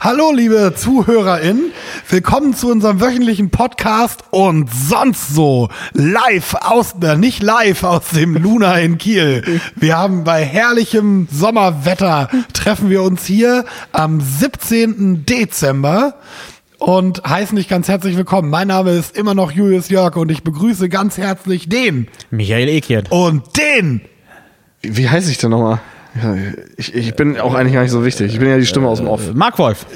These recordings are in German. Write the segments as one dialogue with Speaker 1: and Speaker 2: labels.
Speaker 1: Hallo, liebe ZuhörerInnen. Willkommen zu unserem wöchentlichen Podcast und sonst so. Live aus, na, nicht live aus dem Luna in Kiel. Wir haben bei herrlichem Sommerwetter treffen wir uns hier am 17. Dezember. Und heißen dich ganz herzlich willkommen. Mein Name ist immer noch Julius Jörg und ich begrüße ganz herzlich den
Speaker 2: Michael Ekiert.
Speaker 1: und den
Speaker 3: Wie heiße ich denn nochmal? Ja, Ich, ich bin auch eigentlich gar nicht so wichtig. Ich bin ja die Stimme aus dem Off.
Speaker 2: Mark Wolf.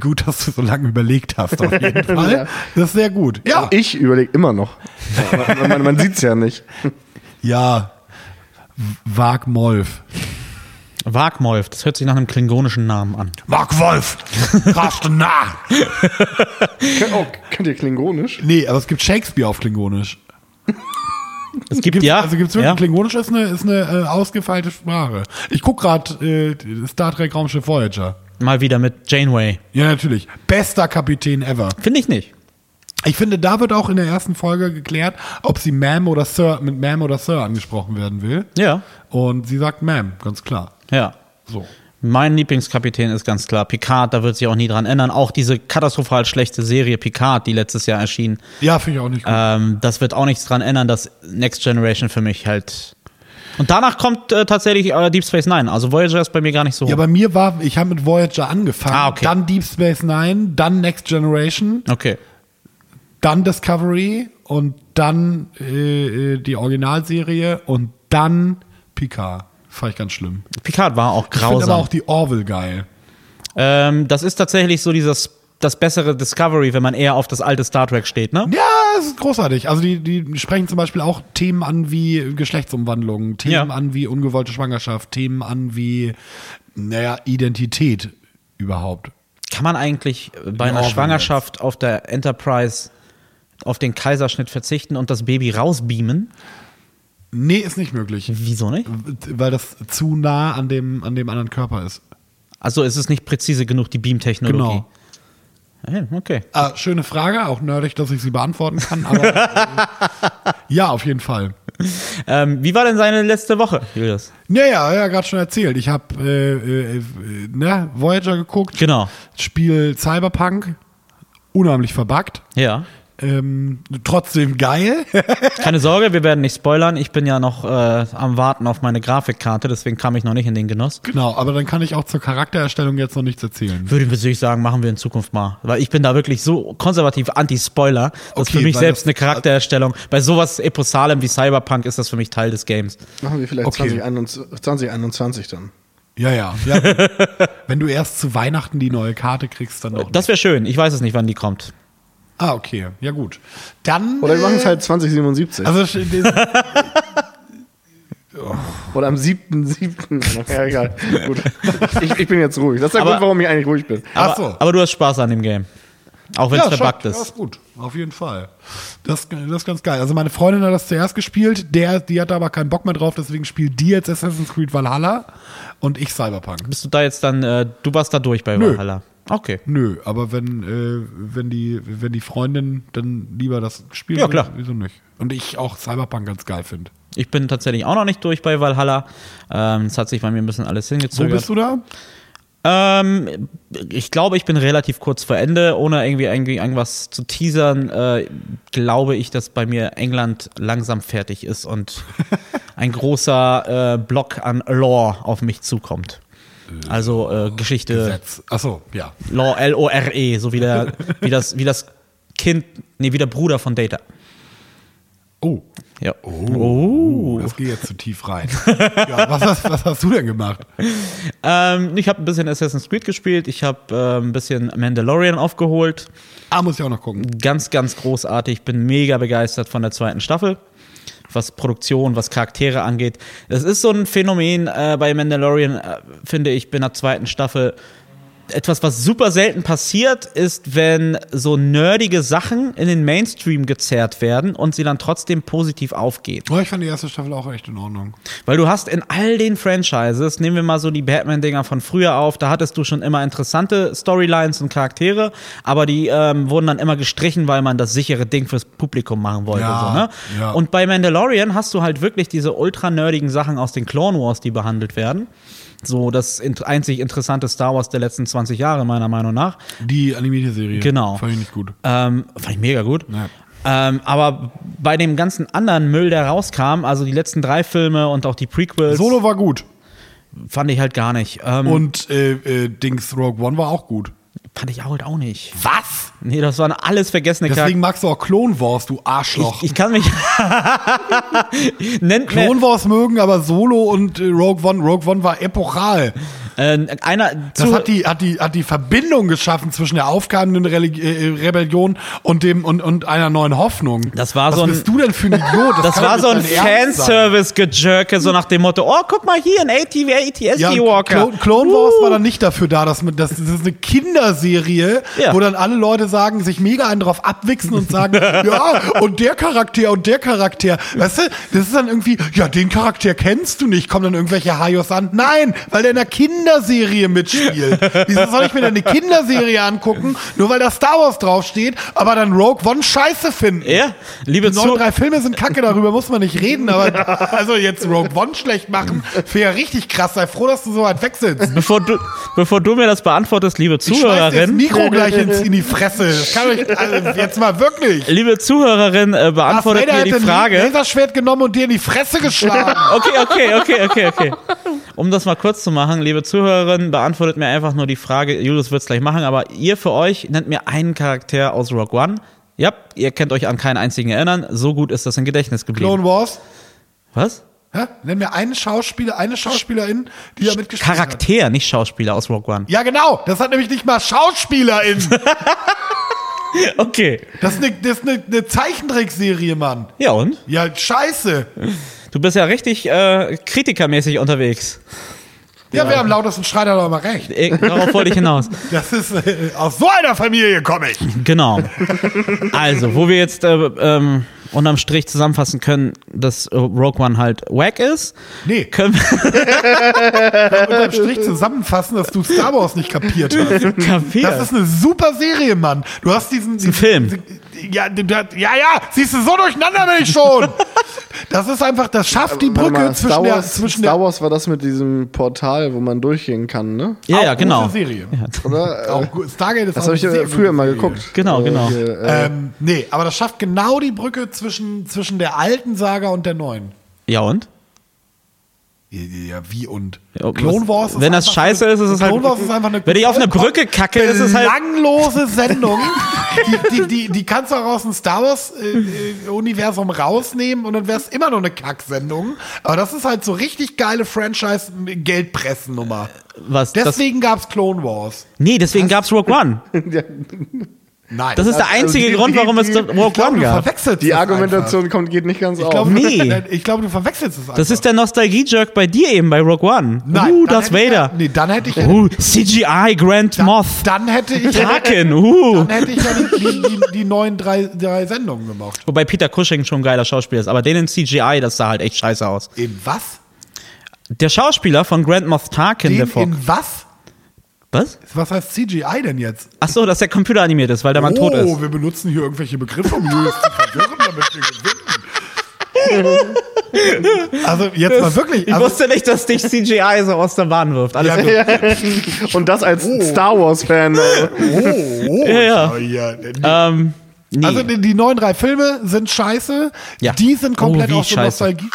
Speaker 1: Gut, dass du so lange überlegt hast, auf jeden Fall.
Speaker 3: Ja.
Speaker 1: Das ist sehr gut. Ja,
Speaker 3: Ich überlege immer noch. Man, man, man sieht's ja nicht.
Speaker 1: ja. W- Wag Molf.
Speaker 2: Wagmolf. Das hört sich nach einem klingonischen Namen an.
Speaker 1: Wag Wolf! Raste nach!
Speaker 3: Kön- Oh, könnt ihr klingonisch?
Speaker 1: Nee, aber es gibt Shakespeare auf Klingonisch.
Speaker 2: Es gibt ja.
Speaker 1: Also gibt's wirklich,
Speaker 2: ja.
Speaker 1: Klingonisch ist eine, ist eine äh, ausgefeilte Sprache. Ich guck gerade äh, Star Trek Raumschiff Voyager.
Speaker 2: Mal wieder mit Janeway.
Speaker 1: Ja, natürlich. Bester Kapitän ever.
Speaker 2: Finde ich nicht.
Speaker 1: Ich finde, da wird auch in der ersten Folge geklärt, ob sie Ma'am oder Sir, mit Ma'am oder Sir angesprochen werden will.
Speaker 2: Ja.
Speaker 1: Und sie sagt Ma'am, ganz klar.
Speaker 2: Ja.
Speaker 1: So.
Speaker 2: Mein Lieblingskapitän ist ganz klar Picard, da wird sich auch nie dran ändern. Auch diese katastrophal schlechte Serie Picard, die letztes Jahr erschien,
Speaker 1: Ja, finde ich auch nicht gut.
Speaker 2: ähm, das wird auch nichts dran ändern, dass Next Generation für mich halt. Und danach kommt äh, tatsächlich äh, Deep Space Nine. Also Voyager ist bei mir gar nicht so.
Speaker 1: Ja, bei mir war, ich habe mit Voyager angefangen,
Speaker 2: Oh. Ah, okay.
Speaker 1: dann Deep Space Nine, dann Next Generation,
Speaker 2: okay.
Speaker 1: dann Discovery und dann äh, äh, die Originalserie und dann Picard. Fand ich ganz schlimm.
Speaker 2: Picard war auch
Speaker 1: Ich finde
Speaker 2: grausam.
Speaker 1: aber auch die Orville geil.
Speaker 2: ähm, das ist tatsächlich so dieses das bessere Discovery, wenn man eher auf das alte Star Trek steht, ne?
Speaker 1: Ja, es ist großartig. Also die, die sprechen zum Beispiel auch Themen an wie Geschlechtsumwandlungen, Themen
Speaker 2: Ja.
Speaker 1: an wie ungewollte Schwangerschaft, Themen an wie, naja, Identität überhaupt.
Speaker 2: Kann man eigentlich bei einer
Speaker 1: Orwell
Speaker 2: Schwangerschaft auf der Enterprise auf den Kaiserschnitt verzichten und das Baby rausbeamen?
Speaker 1: Nee, ist nicht möglich.
Speaker 2: Wieso nicht?
Speaker 1: Weil das zu nah an dem, an dem anderen Körper ist.
Speaker 2: Also es ist nicht präzise genug, die Beam-Technologie.
Speaker 1: Genau.
Speaker 2: Genau. Okay.
Speaker 1: Ah, schöne Frage, auch nerdig, dass ich sie beantworten kann, aber äh, ja, auf jeden Fall.
Speaker 2: Ähm, wie war denn seine letzte Woche, Julius?
Speaker 1: Naja, ja, gerade schon erzählt. Ich habe äh, äh, äh, ne, Voyager geguckt,
Speaker 2: Genau.
Speaker 1: Spiel Cyberpunk, unheimlich verbuggt,
Speaker 2: Ja.
Speaker 1: ähm, trotzdem geil.
Speaker 2: Keine Sorge, wir werden nicht spoilern. Ich bin ja noch äh, am Warten auf meine Grafikkarte, deswegen kam ich noch nicht in den Genuss.
Speaker 1: genau, aber dann kann ich auch zur Charaktererstellung jetzt noch nichts erzählen.
Speaker 2: Würde würde ich sagen, machen wir in Zukunft mal. Weil ich bin da wirklich so konservativ anti-Spoiler, dass
Speaker 1: Okay,
Speaker 2: für mich
Speaker 1: weil
Speaker 2: selbst
Speaker 1: das-
Speaker 2: eine Charaktererstellung, bei sowas Eposalem wie Cyberpunk ist das für mich Teil des Games.
Speaker 3: Machen wir vielleicht
Speaker 1: Okay.
Speaker 3: 2021 2021 dann.
Speaker 1: Ja, ja. ja. Wenn du erst zu Weihnachten die neue Karte kriegst, dann noch.
Speaker 2: Das wäre schön. Ich weiß es nicht, wann die kommt.
Speaker 1: ah, okay, ja gut. Dann.
Speaker 3: Oder wir machen es
Speaker 1: äh,
Speaker 3: halt 2077.
Speaker 1: Also, sch-
Speaker 3: Oder am 7.7. ja, egal. Gut. Ich, ich bin jetzt ruhig. Das ist der
Speaker 2: Aber-
Speaker 3: Grund, warum ich eigentlich ruhig bin.
Speaker 1: Ach
Speaker 2: Aber,
Speaker 1: so.
Speaker 2: aber du hast Spaß an dem Game. Auch wenn es
Speaker 1: schaut-
Speaker 2: verbuggt
Speaker 1: Ja,
Speaker 2: ist.
Speaker 1: ist gut, auf jeden Fall. Das, das ist ganz geil. Also meine Freundin hat das zuerst gespielt, der, die hatte aber keinen Bock mehr drauf, deswegen spielt die jetzt Assassin's Creed Valhalla und ich Cyberpunk.
Speaker 2: Bist du da jetzt dann, äh, du warst da durch bei
Speaker 1: Nö.
Speaker 2: Valhalla. Okay.
Speaker 1: Nö, aber wenn, äh, wenn, die, wenn die Freundin dann lieber das spielt,
Speaker 2: Ja, klar.
Speaker 1: wieso nicht? Und ich auch Cyberpunk ganz geil finde.
Speaker 2: Ich bin tatsächlich auch noch nicht durch bei Valhalla. Ähm, es hat sich bei mir ein bisschen alles
Speaker 1: Wo
Speaker 2: hingezögert.
Speaker 1: bist du da?
Speaker 2: Ähm, ich glaube, ich bin relativ kurz vor Ende, ohne irgendwie, irgendwie irgendwas zu teasern. Äh, glaube ich, dass bei mir England langsam fertig ist und ein großer äh, Block an Lore auf mich zukommt. Also äh, Geschichte,
Speaker 1: Gesetz. Achso, ja.
Speaker 2: Lore, L-O-R-E, E, so wie, der, wie, das, wie das Kind, nee, wie der Bruder von Data.
Speaker 1: Oh,
Speaker 2: Ja. Oh.
Speaker 1: das geht jetzt zu tief rein. ja, was, hast, was hast du denn gemacht?
Speaker 2: Ähm, ich habe ein bisschen Assassin's Creed gespielt, ich habe äh, ein bisschen Mandalorian aufgeholt.
Speaker 1: Ah, muss ich auch noch gucken.
Speaker 2: ganz, ganz großartig. Bin mega begeistert von der zweiten Staffel. Was Produktion, was Charaktere angeht. Das ist so ein Phänomen äh, bei Mandalorian, äh, finde ich, bei der zweiten Staffel. Etwas, was super selten passiert, ist, wenn so nerdige Sachen in den Mainstream gezerrt werden und sie dann trotzdem positiv aufgeht.
Speaker 1: Oh, ich fand die erste Staffel auch echt in Ordnung.
Speaker 2: Weil du hast in all den Franchises, nehmen wir mal so die Batman-Dinger von früher auf, da hattest du schon immer interessante Storylines und Charaktere, aber die ähm, wurden dann immer gestrichen, weil man das sichere Ding fürs Publikum machen wollte.
Speaker 1: Ja,
Speaker 2: so, ne?
Speaker 1: ja.
Speaker 2: Und bei Mandalorian hast du halt wirklich diese ultra-nerdigen Sachen aus den Clone Wars, die behandelt werden. So das int- einzig interessante Star Wars der letzten 20 Jahre, meiner Meinung nach.
Speaker 1: Die animierte Serie.
Speaker 2: Genau.
Speaker 1: Fand ich nicht gut.
Speaker 2: Ähm, fand ich mega gut.
Speaker 1: Ja.
Speaker 2: Ähm, aber bei dem ganzen anderen Müll, der rauskam, also die letzten drei Filme und auch die Prequels,
Speaker 1: Solo war gut.
Speaker 2: fand ich halt gar nicht. Ähm,
Speaker 1: Und äh, äh, Dings Rogue One war auch gut.
Speaker 2: fand ich halt auch nicht.
Speaker 1: Was?
Speaker 2: Nee, das waren alles vergessene
Speaker 1: Deswegen
Speaker 2: Charaktere.
Speaker 1: magst du auch Clone Wars, du Arschloch.
Speaker 2: Ich, ich kann mich. Nennt mir.
Speaker 1: Clone Wars mögen, aber Solo und äh, Rogue One. Rogue One war epochal.
Speaker 2: Äh, einer
Speaker 1: Das
Speaker 2: zu,
Speaker 1: hat die, hat, die, hat die Verbindung geschaffen zwischen der aufkommenden Religi- äh, Rebellion und, dem, und, und einer neuen Hoffnung.
Speaker 2: Das war
Speaker 1: Was
Speaker 2: so ein-
Speaker 1: bist du denn für ein Idiot?
Speaker 2: das
Speaker 1: kann
Speaker 2: war
Speaker 1: doch
Speaker 2: so ein
Speaker 1: nicht dein Ernst sein.
Speaker 2: Fanservice-Gejirke, so nach dem Motto: Oh, guck mal hier, ein
Speaker 1: Ja,
Speaker 2: ATSD-Walker.
Speaker 1: Clone, Clone Wars war dann nicht dafür da, dass man, das, das ist eine Kinderserie,
Speaker 2: Ja.
Speaker 1: wo dann alle Leute sagen, sich mega einen drauf abwichsen und sagen, ja, und der Charakter und der Charakter. Weißt du, das ist dann irgendwie, ja, den Charakter kennst du nicht, kommen dann irgendwelche Hajos an. Nein, weil der in einer Kinderserie mitspielt. Wieso soll ich mir denn eine Kinderserie angucken, nur weil da Star Wars draufsteht, aber dann Rogue One scheiße finden?
Speaker 2: Ja, liebe
Speaker 1: Die neuen
Speaker 2: Zuhörer.
Speaker 1: drei Filme sind kacke, darüber muss man nicht reden, aber also jetzt Rogue One schlecht machen, wäre ja richtig krass. Sei froh, dass du so weit weg sitzt.
Speaker 2: Bevor du, bevor du mir das beantwortest, liebe
Speaker 1: Ich schmeiß dir das
Speaker 2: Zuhörerin,
Speaker 1: Mikro gleich ins, in die Fresse. Das kann euch, also jetzt mal wirklich.
Speaker 2: liebe Zuhörerin, äh, beantwortet mir die
Speaker 1: ein
Speaker 2: Frage.
Speaker 1: Laserschwert genommen und dir in die Fresse geschlagen.
Speaker 2: Okay, okay, okay, okay, okay. Um das mal kurz zu machen, liebe Zuhörerin, beantwortet mir einfach nur die Frage, Julius wird es gleich machen, aber ihr für euch nennt mir einen Charakter aus Rock One. Ja, ihr könnt euch an keinen einzigen erinnern, so gut ist das im Gedächtnis geblieben.
Speaker 1: Clone Wars.
Speaker 2: Was?
Speaker 1: Hä? Nenn mir einen Schauspieler, eine Schauspielerin, die da mitgespielt hat.
Speaker 2: Charakter, nicht Schauspieler aus Rock One.
Speaker 1: Ja, genau. Das hat nämlich nicht mal Schauspielerin.
Speaker 2: Okay.
Speaker 1: Das ist eine, das ist eine, eine Zeichentrickserie, Mann.
Speaker 2: Ja und?
Speaker 1: Ja, scheiße.
Speaker 2: Du bist ja richtig äh, kritikermäßig unterwegs.
Speaker 1: Ja, wer am lautesten schreit, hat doch mal recht.
Speaker 2: Äh, darauf wollte ich hinaus.
Speaker 1: Das ist äh, aus so einer Familie komme ich.
Speaker 2: Genau. Also, wo wir jetzt äh, ähm, unterm Strich zusammenfassen können, dass äh, Rogue One halt wack ist,
Speaker 1: Nee,
Speaker 2: können wir
Speaker 1: unterm Strich zusammenfassen, dass du Star Wars nicht kapiert hast. Das
Speaker 2: kapieren.
Speaker 1: ist eine super Serie, Mann. Du hast diesen, diesen
Speaker 2: Film.
Speaker 1: Ja, d- d- ja, ja, siehst du, so durcheinander bin ich schon. Das ist einfach, das schafft die
Speaker 3: Warte
Speaker 1: Brücke
Speaker 3: mal,
Speaker 1: zwischen
Speaker 3: Star
Speaker 1: der,
Speaker 3: Wars,
Speaker 1: zwischen der
Speaker 3: Star Wars war das mit diesem Portal, wo man durchgehen kann, ne?
Speaker 2: Ja,
Speaker 1: Auch
Speaker 2: ja, genau.
Speaker 1: gute Serie.
Speaker 3: Oder?
Speaker 1: Auch gut- Stargate ist
Speaker 3: Das
Speaker 1: auch
Speaker 3: habe ich
Speaker 1: eine
Speaker 3: ja
Speaker 1: Oh, sehr
Speaker 3: früher
Speaker 1: gute
Speaker 3: mal
Speaker 1: Serie.
Speaker 3: geguckt.
Speaker 2: Genau,
Speaker 3: Äh,
Speaker 2: genau.
Speaker 3: Hier, äh,
Speaker 1: Ähm, nee, aber das schafft genau die Brücke zwischen, zwischen der alten Saga und der neuen.
Speaker 2: Ja und?
Speaker 1: Ja, Ja, wie und?
Speaker 2: Ja,
Speaker 1: Clone
Speaker 2: was-
Speaker 1: Wars ist
Speaker 2: wenn das
Speaker 1: einfach
Speaker 2: scheiße
Speaker 1: eine,
Speaker 2: ist, ist es halt-
Speaker 1: Clone Wars ist einfach eine
Speaker 2: Wenn ich auf eine
Speaker 1: vollkommen
Speaker 2: Brücke kacke, ist es halt-
Speaker 1: belanglose Sendung. die, die, die, die kannst du auch aus dem Star Wars äh, äh, Universum rausnehmen und dann wäre es immer noch eine Kacksendung. Aber das ist halt so richtig geile Franchise äh, Geldpressennummer.
Speaker 2: Was? Äh, Das,
Speaker 1: Deswegen gab's Clone Wars.
Speaker 2: nee, deswegen gab's Rogue One.
Speaker 3: ja,
Speaker 1: Nein. Also,
Speaker 2: Das ist der einzige
Speaker 3: die- die-
Speaker 2: Grund, warum es
Speaker 3: die-
Speaker 1: ich
Speaker 2: Rogue
Speaker 1: glaube,
Speaker 2: One
Speaker 1: du
Speaker 2: gab.
Speaker 1: verwechselst
Speaker 3: die
Speaker 1: es
Speaker 3: Argumentation kommt, geht nicht ganz
Speaker 1: Einfach. Ich
Speaker 3: auf.
Speaker 1: glaube,
Speaker 2: Nee.
Speaker 1: du, ich glaube, du verwechselst es einfach.
Speaker 2: Das ist der Nostalgie-Jerk bei dir eben bei Rogue One. uh,
Speaker 1: dann
Speaker 2: Darth
Speaker 1: hätte ich ja-
Speaker 2: Vader.
Speaker 1: Nee, dann hätte ich ja
Speaker 2: Uh, CGI Grand Moth.
Speaker 1: Dann hätte ich
Speaker 2: Tarkin. Uh.
Speaker 1: Dann hätte ich ja die, die, die, die neuen drei, drei Sendungen gemacht.
Speaker 2: Wobei Peter Cushing schon ein geiler Schauspieler ist, aber den in CGI, das sah halt echt scheiße aus.
Speaker 1: In was?
Speaker 2: Der Schauspieler von Grand Moff Tarkin,
Speaker 1: Den
Speaker 2: der Fock.
Speaker 1: in was?
Speaker 2: Was?
Speaker 1: Was heißt CGI denn jetzt?
Speaker 2: Ach so, dass der Computer animiert ist, weil der Mann tot ist.
Speaker 1: Oh, wir benutzen hier irgendwelche Begriffe, um Julius zu verwirren, damit wir gewinnen. also jetzt mal wirklich.
Speaker 2: Ich
Speaker 1: Also,
Speaker 2: wusste nicht, dass dich CGI so aus der Bahn wirft. Alles
Speaker 1: Ja,
Speaker 2: gut.
Speaker 3: Und das als Star also. Wars-Fan.
Speaker 1: oh, oh,
Speaker 2: Ja,
Speaker 1: oh, ja.
Speaker 2: Ähm, nee.
Speaker 1: Also die, die neuen drei Filme sind scheiße.
Speaker 2: Ja.
Speaker 1: Die sind komplett
Speaker 2: Oh, wie
Speaker 1: aus der
Speaker 2: scheiße.
Speaker 1: Nostalgie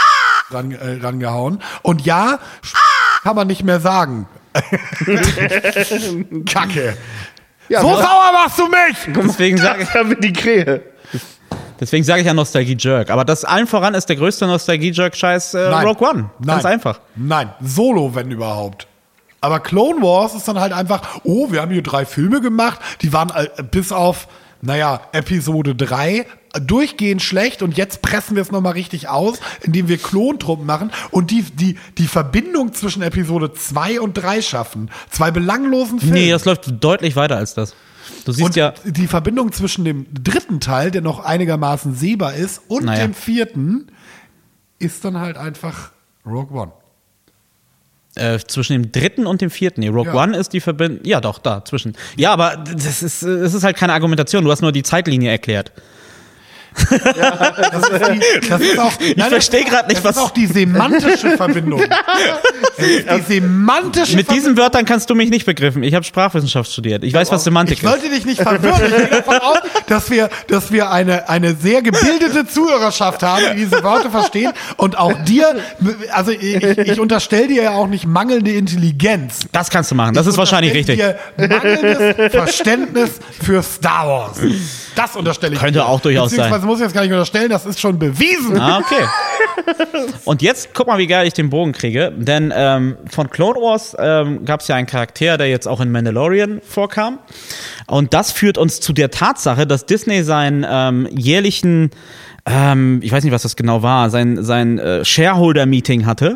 Speaker 1: ran, äh, rangehauen. Und ja, kann man nicht mehr sagen. Kacke.
Speaker 3: Ja,
Speaker 1: so
Speaker 3: aber-
Speaker 1: sauer machst du mich!
Speaker 2: deswegen sage
Speaker 3: Da haben wir die Krähe.
Speaker 2: deswegen sag ich ja Nostalgie-Jerk. Aber das allen voran ist der größte Nostalgie-Jerk-Scheiß äh, Rogue One. Ganz
Speaker 1: Nein.
Speaker 2: einfach.
Speaker 1: Nein, Solo, wenn überhaupt. Aber Clone Wars ist dann halt einfach, oh, wir haben hier drei Filme gemacht, die waren äh, bis auf, naja, Episode 3 durchgehend schlecht und jetzt pressen wir es nochmal richtig aus, indem wir Klontruppen machen und die, die, die Verbindung zwischen Episode 2 und 3 schaffen. Zwei belanglosen Filme.
Speaker 2: Nee, das läuft deutlich weiter als das. Du siehst
Speaker 1: Und
Speaker 2: ja,
Speaker 1: die Verbindung zwischen dem dritten Teil, der noch einigermaßen sehbar ist, und
Speaker 2: Naja.
Speaker 1: dem vierten, ist dann halt einfach Rogue One.
Speaker 2: äh, zwischen dem dritten und dem vierten. Nee, Rogue
Speaker 1: Ja.
Speaker 2: One ist die Verbindung. Ja, doch, da, zwischen. Ja, aber das ist, äh, es ist halt keine Argumentation. Du hast nur die Zeitlinie erklärt.
Speaker 1: Das ist, die, das ist auch, ich
Speaker 2: versteh grad nicht,
Speaker 1: das
Speaker 2: was-
Speaker 1: ist auch die semantische Verbindung. Das ist die semantische
Speaker 2: Mit diesen Wörtern kannst du mich nicht begriffen. Ich habe Sprachwissenschaft studiert. Ich weiß, was Semantik
Speaker 1: Ich wollte dich nicht verwirren. Ich gehe davon aus, dass wir, dass wir eine, eine sehr gebildete Zuhörerschaft haben, die diese Worte versteht. Und auch dir, also ich, ich unterstelle dir ja auch nicht mangelnde Intelligenz.
Speaker 2: ist. Das kannst du machen. Das ist wahrscheinlich
Speaker 1: Unterstell
Speaker 2: richtig.
Speaker 1: Dir mangelndes Verständnis für Star Wars. Das unterstelle ich
Speaker 2: Könnte
Speaker 1: dir.
Speaker 2: auch durchaus sein.
Speaker 1: Beziehungsweise muss ich jetzt gar nicht unterstellen, das ist schon bewiesen.
Speaker 2: Ah, okay. Und jetzt guck mal, wie geil ich den Bogen kriege. Denn ähm, von Clone Wars ähm, gab es ja einen Charakter, der jetzt auch in Mandalorian vorkam. Und das führt uns zu der Tatsache, dass Disney seinen ähm, jährlichen, ähm, ich weiß nicht, was das genau war, sein, sein äh, Shareholder-Meeting hatte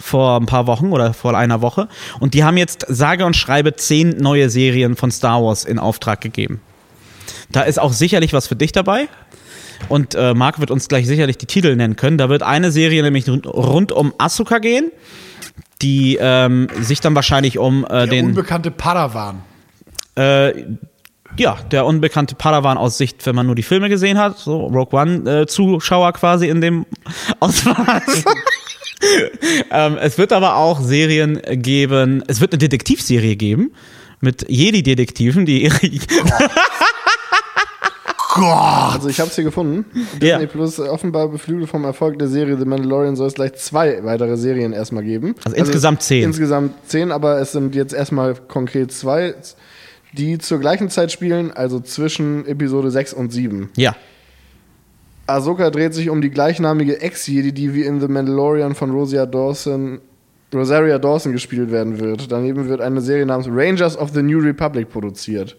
Speaker 2: vor ein paar Wochen oder vor einer Woche. Und die haben jetzt sage und schreibe zehn neue Serien von Star Wars in Auftrag gegeben. Da ist auch sicherlich was für dich dabei. Und äh, Marc wird uns gleich sicherlich die Titel nennen können. Da wird eine Serie nämlich rund- rund um Asuka gehen, die ähm, sich dann wahrscheinlich um äh,
Speaker 1: Der
Speaker 2: den.
Speaker 1: unbekannte Padawan.
Speaker 2: Äh, ja, der unbekannte Padawan aus Sicht, wenn man nur die Filme gesehen hat, so Rogue One-Zuschauer quasi in dem Ausmaß. ähm, es wird aber auch Serien geben, es wird eine Detektivserie geben mit Jedi-Detektiven, die ihre.
Speaker 1: Gott.
Speaker 3: Also ich hab's hier gefunden. Disney
Speaker 2: Ja.
Speaker 3: Plus äh, offenbar beflügelt vom Erfolg der Serie The Mandalorian soll es gleich zwei weitere Serien erstmal geben.
Speaker 2: Also insgesamt zehn.
Speaker 3: Insgesamt zehn, aber es sind jetzt erstmal konkret zwei, die zur gleichen Zeit spielen, also zwischen Episode 6 und 7.
Speaker 2: ja.
Speaker 3: Ahsoka dreht sich um die gleichnamige Ex-Jedi, die wie in The Mandalorian von Rosia Dawson, Rosaria Dawson gespielt werden wird. Daneben wird eine Serie namens Rangers of the New Republic produziert.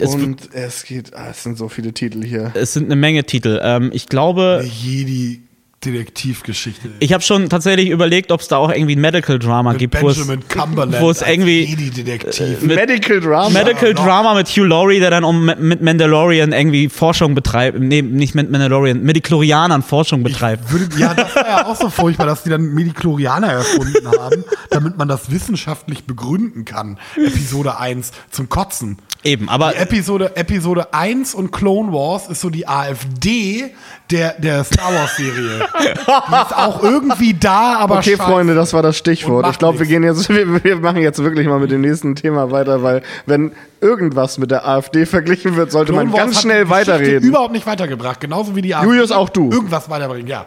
Speaker 2: Es-
Speaker 3: Und es geht, ah, es sind so viele Titel hier.
Speaker 2: Es sind eine Menge Titel. Ähm, ich glaube.
Speaker 1: Der Jedi-Detektivgeschichte.
Speaker 2: Ich habe schon tatsächlich überlegt, ob es da auch irgendwie ein Medical Drama
Speaker 1: Mit
Speaker 2: gibt, wo es
Speaker 1: Benjamin Cumberland.
Speaker 2: wo es
Speaker 1: als
Speaker 2: irgendwie-
Speaker 1: Jedi-Detektiv.
Speaker 2: mit-
Speaker 3: Medical Drama.
Speaker 2: Medical
Speaker 1: noch.
Speaker 2: Drama mit Hugh Laurie, der dann um mit Mandalorian irgendwie Forschung betreibt, nee, nicht mit Mandalorian, mit den Chlorianern Forschung betreibt.
Speaker 1: Würde, ja, das war ja auch so furchtbar, dass die dann Mediklorianer erfunden haben, damit man das wissenschaftlich begründen kann. Episode 1 zum Kotzen.
Speaker 2: Eben, aber
Speaker 1: Die Episode, Episode 1 und Clone Wars ist so die AfD der, der Star Wars-Serie. die ist auch irgendwie da, aber
Speaker 3: Okay,
Speaker 1: scheiße.
Speaker 3: Freunde, das war das
Speaker 1: Und
Speaker 3: Stichwort.
Speaker 1: macht
Speaker 3: Ich glaube, wir
Speaker 1: nichts.
Speaker 3: gehen jetzt, wir, wir machen jetzt wirklich mal mit dem nächsten Thema weiter, weil wenn irgendwas mit der AfD verglichen wird, sollte
Speaker 1: Clone
Speaker 3: man
Speaker 1: Wars
Speaker 3: ganz
Speaker 1: hat die
Speaker 3: schnell
Speaker 1: Geschichte
Speaker 3: weiterreden.
Speaker 1: überhaupt nicht weitergebracht, genauso wie die AfD.
Speaker 3: Julius, auch du.
Speaker 1: Irgendwas weiterbringen, ja.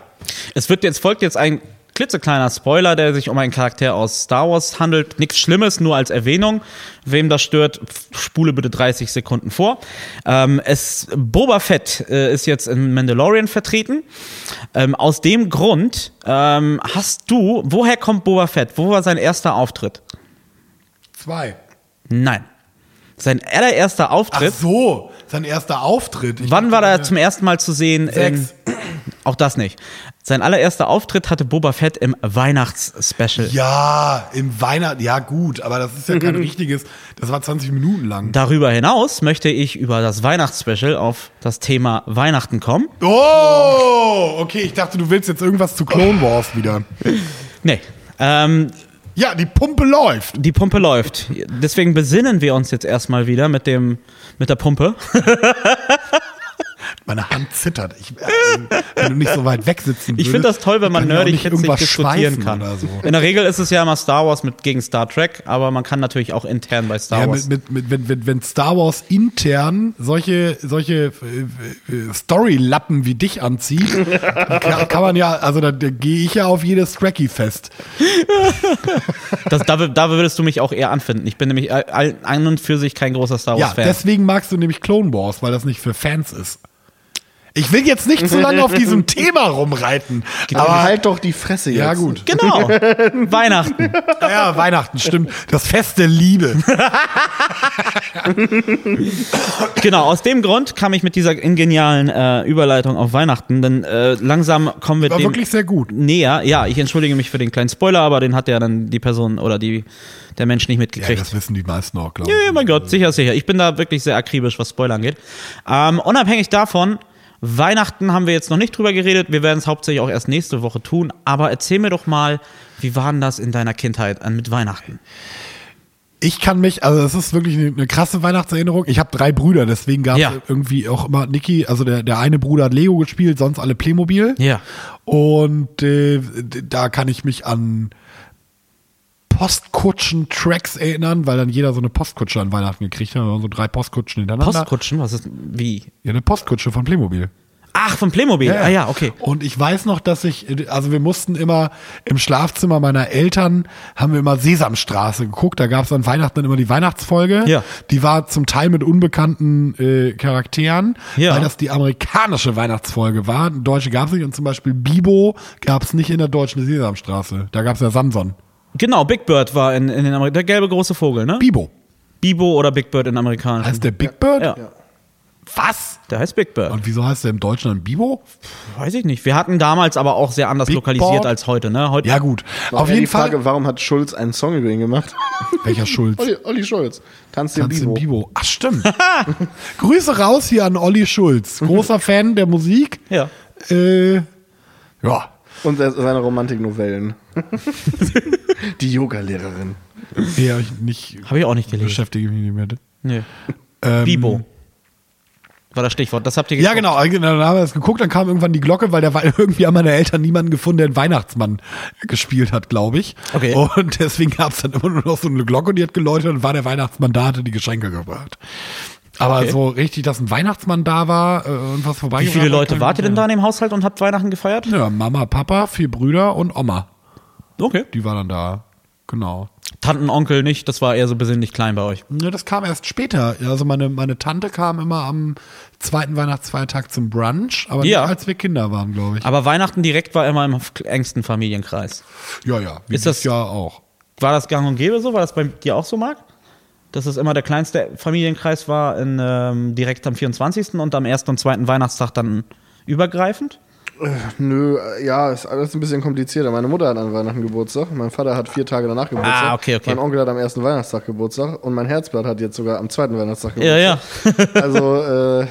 Speaker 2: es wird jetzt folgt jetzt ein klitzekleiner Spoiler, der sich um einen Charakter aus Star Wars handelt. Nichts Schlimmes, nur als Erwähnung. Wem das stört, spule bitte 30 Sekunden vor. Ähm, es, Boba Fett äh, ist jetzt in Mandalorian vertreten. Ähm, aus dem Grund ähm, hast du, woher kommt Boba Fett? Wo war sein erster Auftritt?
Speaker 1: Zwei.
Speaker 2: Nein. Sein allererster
Speaker 1: Ach
Speaker 2: Auftritt.
Speaker 1: so, sein erster Auftritt. Ich
Speaker 2: Wann war
Speaker 1: dachte, äh,
Speaker 2: er zum ersten Mal zu sehen? in-
Speaker 1: Sechs.
Speaker 2: auch das nicht. Sein allererster Auftritt hatte Boba Fett im Weihnachtsspecial.
Speaker 1: Ja, im Weihnacht, ja gut, aber das ist ja kein richtiges, das war 20 Minuten lang.
Speaker 2: Darüber hinaus möchte ich über das Weihnachtsspecial auf das Thema Weihnachten kommen.
Speaker 1: Oh, okay, ich dachte, du willst jetzt irgendwas zu Clone Wars wieder.
Speaker 2: Nee. Ähm,
Speaker 1: Ja, die Pumpe läuft.
Speaker 2: die Pumpe läuft. Deswegen besinnen wir uns jetzt erstmal wieder mit dem mit der Pumpe.
Speaker 1: Meine Hand zittert. Ich, äh, wenn du nicht so weit weg sitzen
Speaker 2: Ich finde
Speaker 1: würdest,
Speaker 2: das toll, wenn man
Speaker 1: kann ja auch
Speaker 2: nerdig
Speaker 1: nicht
Speaker 2: hitzig
Speaker 1: irgendwas
Speaker 2: diskutieren
Speaker 1: schweißen
Speaker 2: kann.
Speaker 1: Oder so.
Speaker 2: In der Regel ist es ja immer Star Wars mit gegen Star Trek, aber man kann natürlich auch intern bei Star
Speaker 1: Ja,
Speaker 2: Wars.
Speaker 1: mit, mit, mit, wenn, wenn, wenn Star Wars intern solche, solche äh, äh, Story-Lappen wie dich anzieht, kann, kann man ja, also da, da gehe ich ja auf jedes Tracky-Fest.
Speaker 2: Das, da, da würdest du mich auch eher anfinden. Ich bin nämlich all- an und für sich kein großer Star
Speaker 1: Ja,
Speaker 2: Wars-Fan.
Speaker 1: deswegen magst du nämlich Clone Wars, weil das nicht für Fans ist. Ich will jetzt nicht zu lange auf diesem Thema rumreiten.
Speaker 3: Aber
Speaker 1: Aber
Speaker 3: halt doch die Fresse jetzt.
Speaker 1: ja, gut.
Speaker 2: genau. Weihnachten.
Speaker 1: Ja, Weihnachten, stimmt. Das Fest der Liebe.
Speaker 2: Genau, aus dem Grund kam ich mit dieser genialen äh, Überleitung auf Weihnachten, denn äh, langsam kommen wir
Speaker 1: War
Speaker 2: dem
Speaker 1: wirklich sehr gut.
Speaker 2: näher. Ja, ich entschuldige mich für den kleinen Spoiler, aber den hat ja dann die Person oder die, der Mensch nicht
Speaker 1: Ja,
Speaker 2: mitgekriegt.
Speaker 1: das wissen die meisten auch, glaube
Speaker 2: Ja,
Speaker 1: ich.
Speaker 2: ja, mein Gott, sicher, sicher. Ich bin da wirklich sehr akribisch, was Spoiler angeht. Ähm, unabhängig davon, Weihnachten haben wir jetzt noch nicht drüber geredet. Wir werden es hauptsächlich auch erst nächste Woche äh, tun. Aber erzähl mir doch mal, wie war denn das in deiner Kindheit an- mit Weihnachten?
Speaker 1: Ich kann mich, also es ist wirklich eine, eine krasse Weihnachtserinnerung. Ich habe drei Brüder, deswegen gab es
Speaker 2: Ja.
Speaker 1: irgendwie auch immer Niki, also der, der eine Bruder hat Lego gespielt, sonst alle Playmobil.
Speaker 2: Ja.
Speaker 1: Und äh, d- da kann ich mich an Postkutschen-Tracks erinnern, weil dann jeder so eine Postkutsche an Weihnachten gekriegt hat. So drei Postkutschen hintereinander.
Speaker 2: Postkutschen, was ist, wie?
Speaker 1: ja, eine Postkutsche von Playmobil.
Speaker 2: Ach, von Playmobil. Ah ja, okay.
Speaker 1: Und ich weiß noch, dass ich, also wir mussten immer im Schlafzimmer meiner Eltern, haben wir immer Sesamstraße geguckt. Da gab es an Weihnachten immer die Weihnachtsfolge.
Speaker 2: Ja.
Speaker 1: Die war zum Teil mit unbekannten äh, Charakteren,
Speaker 2: Ja.
Speaker 1: weil das die amerikanische Weihnachtsfolge war. Eine deutsche gab es nicht. Und zum Beispiel Bibo gab es nicht in der deutschen Sesamstraße. Da gab es ja Samson.
Speaker 2: Genau, Big Bird war in, in den Amerika der gelbe große Vogel, ne?
Speaker 1: Bibo.
Speaker 2: Bibo oder Big Bird in amerikanischen.
Speaker 1: Heißt der Big Bird?
Speaker 2: ja.
Speaker 1: Was?
Speaker 2: Der heißt Big Bird.
Speaker 1: Und wieso heißt der im Deutschen dann Bibo?
Speaker 2: Weiß ich nicht. Wir hatten damals aber auch sehr anders
Speaker 1: Big
Speaker 2: lokalisiert
Speaker 1: Bird?
Speaker 2: als heute, ne? Heute
Speaker 1: Ja, gut.
Speaker 3: War
Speaker 1: Auf
Speaker 3: eher
Speaker 1: jeden
Speaker 3: die Frage,
Speaker 1: Fall.
Speaker 3: warum hat Schulz einen Song über ihn gemacht?
Speaker 1: Welcher Schulz?
Speaker 3: Olli, Olli Schulz. Tanz den
Speaker 1: Tanz
Speaker 3: Bibo.
Speaker 1: im Bibo. Ach, stimmt. Grüße raus hier an Olli Schulz. Großer Fan der Musik.
Speaker 2: Ja.
Speaker 1: Äh, ja.
Speaker 3: Und se- seine Romantiknovellen. die Yoga-Lehrerin.
Speaker 1: Nee, hab ich nicht.
Speaker 2: habe ich auch nicht gelesen.
Speaker 1: Beschäftige mich nicht mehr.
Speaker 2: Nee.
Speaker 1: Ähm,
Speaker 2: Bibo. War das Stichwort. Das habt ihr
Speaker 1: Ja,
Speaker 2: geguckt.
Speaker 1: genau. Dann haben wir das geguckt, dann kam irgendwann die Glocke, weil der war irgendwie haben meine Eltern niemanden gefunden, der einen Weihnachtsmann gespielt hat, glaube ich.
Speaker 2: Okay.
Speaker 1: Und deswegen gab es dann immer nur noch so eine Glocke und die hat geläutet und war der Weihnachtsmann da, hatte die Geschenke gebracht. Aber
Speaker 2: Okay.
Speaker 1: so richtig, dass ein Weihnachtsmann da war äh, und was vorbei
Speaker 2: Wie viele Leute wart ihr denn da in dem Haushalt und habt Weihnachten gefeiert?
Speaker 1: Ja, Mama, Papa, vier Brüder und Oma.
Speaker 2: Okay.
Speaker 1: Die war dann da. Genau.
Speaker 2: Tanten, Onkel nicht, das war eher so besinnlich klein bei euch.
Speaker 1: Ja, das kam erst später. Also meine, meine Tante kam immer am zweiten Weihnachtsfeiertag zum Brunch, aber
Speaker 2: Ja. Ah.
Speaker 1: nicht, als wir Kinder waren, glaube ich.
Speaker 2: Aber Weihnachten direkt war immer im engsten Familienkreis.
Speaker 1: Ja, ja. Wie
Speaker 2: Ist das-
Speaker 1: dieses Jahr auch.
Speaker 2: War das gang und gäbe so? War das bei dir auch so, Marc? Dass es immer der kleinste Familienkreis war, in, ähm, direkt am 24. und am ersten und zweiten Weihnachtstag dann übergreifend?
Speaker 3: Nö, äh, ja, ist alles ein bisschen komplizierter. Meine Mutter hat an Weihnachten Geburtstag, mein Vater hat vier Tage danach Geburtstag.
Speaker 2: Ah, okay, okay.
Speaker 3: Mein Onkel hat am ersten Weihnachtstag Geburtstag und mein Herzblatt hat jetzt sogar am zweiten Weihnachtstag
Speaker 2: Ja,
Speaker 3: Geburtstag.
Speaker 2: ja.
Speaker 3: Also, äh,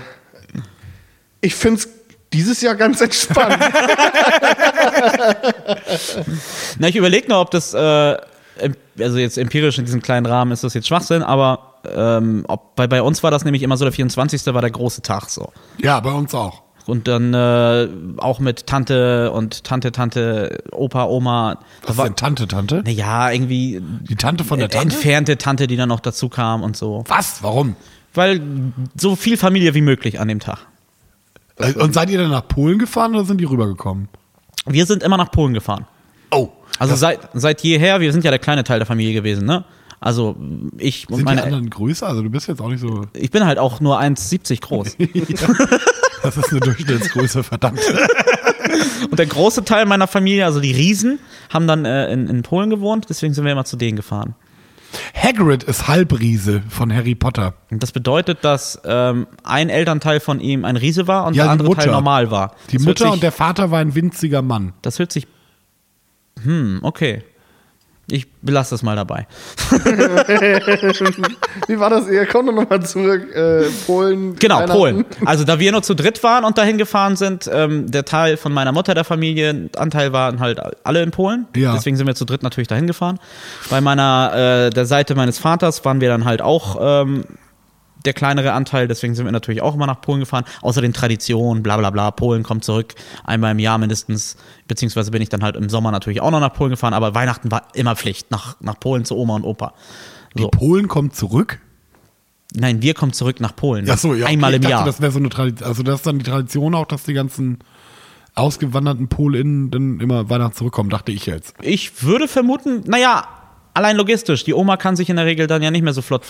Speaker 3: ich find's dieses Jahr ganz entspannt.
Speaker 2: Na, ich überlege nur, ob das, äh, em- also jetzt empirisch in diesem kleinen Rahmen ist das jetzt Schwachsinn, aber ähm, ob, bei, bei uns war das nämlich immer so, der 24. war der große Tag so.
Speaker 1: Ja, bei uns auch.
Speaker 2: Und dann äh, auch mit Tante und Tante, Tante, Opa, Oma.
Speaker 1: Was
Speaker 2: Das
Speaker 1: ist
Speaker 2: war, Äh,
Speaker 1: denn Tante, Tante?
Speaker 2: naja, irgendwie
Speaker 1: Die Tante von der Tante?
Speaker 2: entfernte Tante, die dann noch dazu kam und so.
Speaker 1: Was? Warum?
Speaker 2: Weil so viel Familie wie möglich an dem Tag.
Speaker 1: Äh, Und seid ihr dann nach Polen gefahren oder sind die rübergekommen?
Speaker 2: Wir sind immer nach Polen gefahren.
Speaker 1: Oh.
Speaker 2: Also seit, seit jeher, wir sind ja der kleine Teil der Familie gewesen, ne? Also ich und
Speaker 1: sind die
Speaker 2: meine.
Speaker 1: anderen größer? Also du bist jetzt auch nicht so.
Speaker 2: Ich bin halt auch nur 1,70 groß.
Speaker 1: Das ist eine Durchschnittsgröße, verdammt.
Speaker 2: Und der große Teil meiner Familie, also die Riesen, haben dann äh, in, in Polen gewohnt, deswegen sind wir immer zu denen gefahren.
Speaker 1: Hagrid ist Halbriese von Harry Potter.
Speaker 2: Und das bedeutet, dass ähm, ein Elternteil von ihm ein Riese war und
Speaker 1: Ja,
Speaker 2: der
Speaker 1: die
Speaker 2: andere Teil
Speaker 1: Mutter.
Speaker 2: normal war.
Speaker 1: Die
Speaker 2: das hört
Speaker 1: Mutter
Speaker 2: sich,
Speaker 1: und der Vater war ein winziger Mann.
Speaker 2: Das hört sich. Hm, okay. Ich belasse das mal dabei.
Speaker 3: Wie war das? Ihr kommt doch nochmal zurück. Äh, Polen.
Speaker 2: Genau,
Speaker 3: Weihnachten.
Speaker 2: Polen. Also da wir nur zu dritt waren und dahin gefahren sind, ähm, der Teil von meiner Mutter der Familie, Anteil waren halt alle in Polen.
Speaker 1: Ja.
Speaker 2: Deswegen sind wir zu dritt natürlich dahin gefahren. Bei meiner, äh, der Seite meines Vaters waren wir dann halt auch ähm, der kleinere Anteil, deswegen sind wir natürlich auch immer nach Polen gefahren. Außerdem Tradition, bla bla bla, Polen kommt zurück, einmal im Jahr mindestens, beziehungsweise bin ich dann halt im Sommer natürlich auch noch nach Polen gefahren, aber Weihnachten war immer Pflicht, nach, nach Polen zu Oma und Opa.
Speaker 1: Die
Speaker 2: So.
Speaker 1: Polen kommt zurück.
Speaker 2: Nein, wir kommen zurück nach Polen.
Speaker 1: Ach so, ja. okay.
Speaker 2: Einmal
Speaker 1: ich
Speaker 2: im
Speaker 1: dachte,
Speaker 2: Jahr.
Speaker 1: Das wäre so eine Tradition. Also, das ist dann die Tradition auch, dass die ganzen ausgewanderten PolInnen dann immer Weihnachten zurückkommen, dachte ich jetzt.
Speaker 2: Ich würde vermuten, naja, allein logistisch. Die Oma kann sich in der Regel dann ja nicht mehr so flott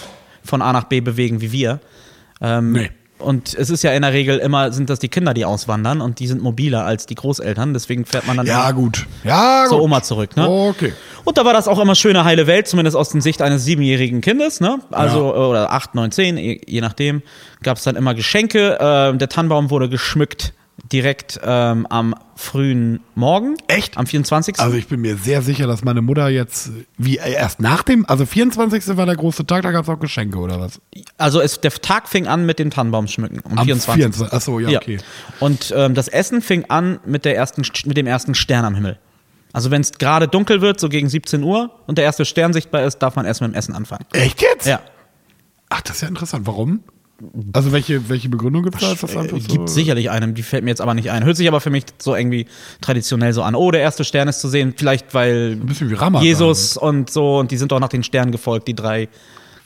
Speaker 2: von A nach B bewegen wie wir. Ähm,
Speaker 1: Nee.
Speaker 2: Und es ist ja in der Regel immer, sind das die Kinder, die auswandern und die sind mobiler als die Großeltern. Deswegen fährt man dann
Speaker 1: Ja,
Speaker 2: immer
Speaker 1: gut. Oh. Ja, gut.
Speaker 2: zur Oma zurück. Ne?
Speaker 1: Okay.
Speaker 2: Und da war das auch immer schöne heile Welt, zumindest aus der Sicht eines siebenjährigen Kindes, ne?
Speaker 1: Ja.
Speaker 2: Also, äh, oder acht, neun, zehn, je je nachdem, gab es dann immer Geschenke. Ähm, der Tannenbaum wurde geschmückt direkt ähm, am frühen Morgen.
Speaker 1: Echt?
Speaker 2: Am 24.
Speaker 1: Also, ich bin mir sehr sicher, dass meine Mutter jetzt, wie äh, erst nach dem, also 24. war der große Tag, da gab es auch Geschenke oder was?
Speaker 2: Also es, der Tag fing an mit dem Tannenbaum schmücken. Um
Speaker 1: Am
Speaker 2: 24.
Speaker 1: 24. Achso, ja,
Speaker 2: Ja.
Speaker 1: okay.
Speaker 2: Und ähm, das Essen fing an mit, der ersten, mit dem ersten Stern am Himmel. Also wenn es gerade dunkel wird, so gegen 17 Uhr und der erste Stern sichtbar ist, darf man erst mit dem Essen anfangen.
Speaker 1: Echt jetzt?
Speaker 2: Ja.
Speaker 1: Ach, das ist ja interessant. Warum? Also welche, welche Begründung gibt es da? Ist das einfach
Speaker 2: Äh,
Speaker 1: so?
Speaker 2: Gibt sicherlich einen, die fällt mir jetzt aber nicht ein. Hört sich aber für mich so irgendwie traditionell so an. Oh, der erste Stern ist zu sehen, vielleicht weil
Speaker 1: Ein bisschen wie Ramadan.
Speaker 2: Jesus und so und die sind doch nach den Sternen gefolgt, die drei,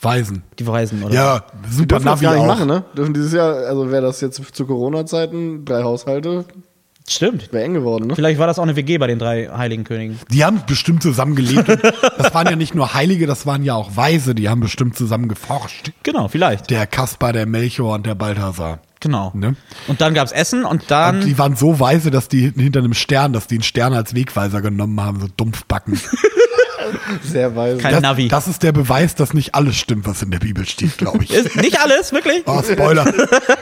Speaker 1: Weisen.
Speaker 2: die Weisen oder so.
Speaker 1: Ja, super
Speaker 3: Dürfen das
Speaker 1: Navi
Speaker 3: gar nicht
Speaker 1: auch.
Speaker 3: machen, ne? Dürfen dieses Jahr, also wäre das jetzt zu Corona-Zeiten, drei Haushalte,
Speaker 2: Stimmt.
Speaker 3: wäre eng geworden, ne?
Speaker 2: Vielleicht war das auch eine WG bei den drei heiligen Königen.
Speaker 1: Die haben bestimmt zusammen gelebt. Und das waren ja nicht nur Heilige, das waren ja auch Weise. Die haben bestimmt zusammen geforscht.
Speaker 2: Genau, vielleicht.
Speaker 1: Der Kaspar, der Melchior und der Balthasar.
Speaker 2: Genau.
Speaker 1: Ne?
Speaker 2: Und dann gab's Essen und dann
Speaker 1: Und die waren so weise, dass die hinten hinter einem Stern, dass die einen Stern als Wegweiser genommen haben, so Dumpfbacken.
Speaker 3: Sehr weise.
Speaker 2: kein
Speaker 1: Das,
Speaker 2: Navi.
Speaker 1: das ist der Beweis, dass nicht alles stimmt, was in der Bibel steht, glaube ich.
Speaker 2: ist nicht alles, wirklich?
Speaker 1: Oh, Spoiler.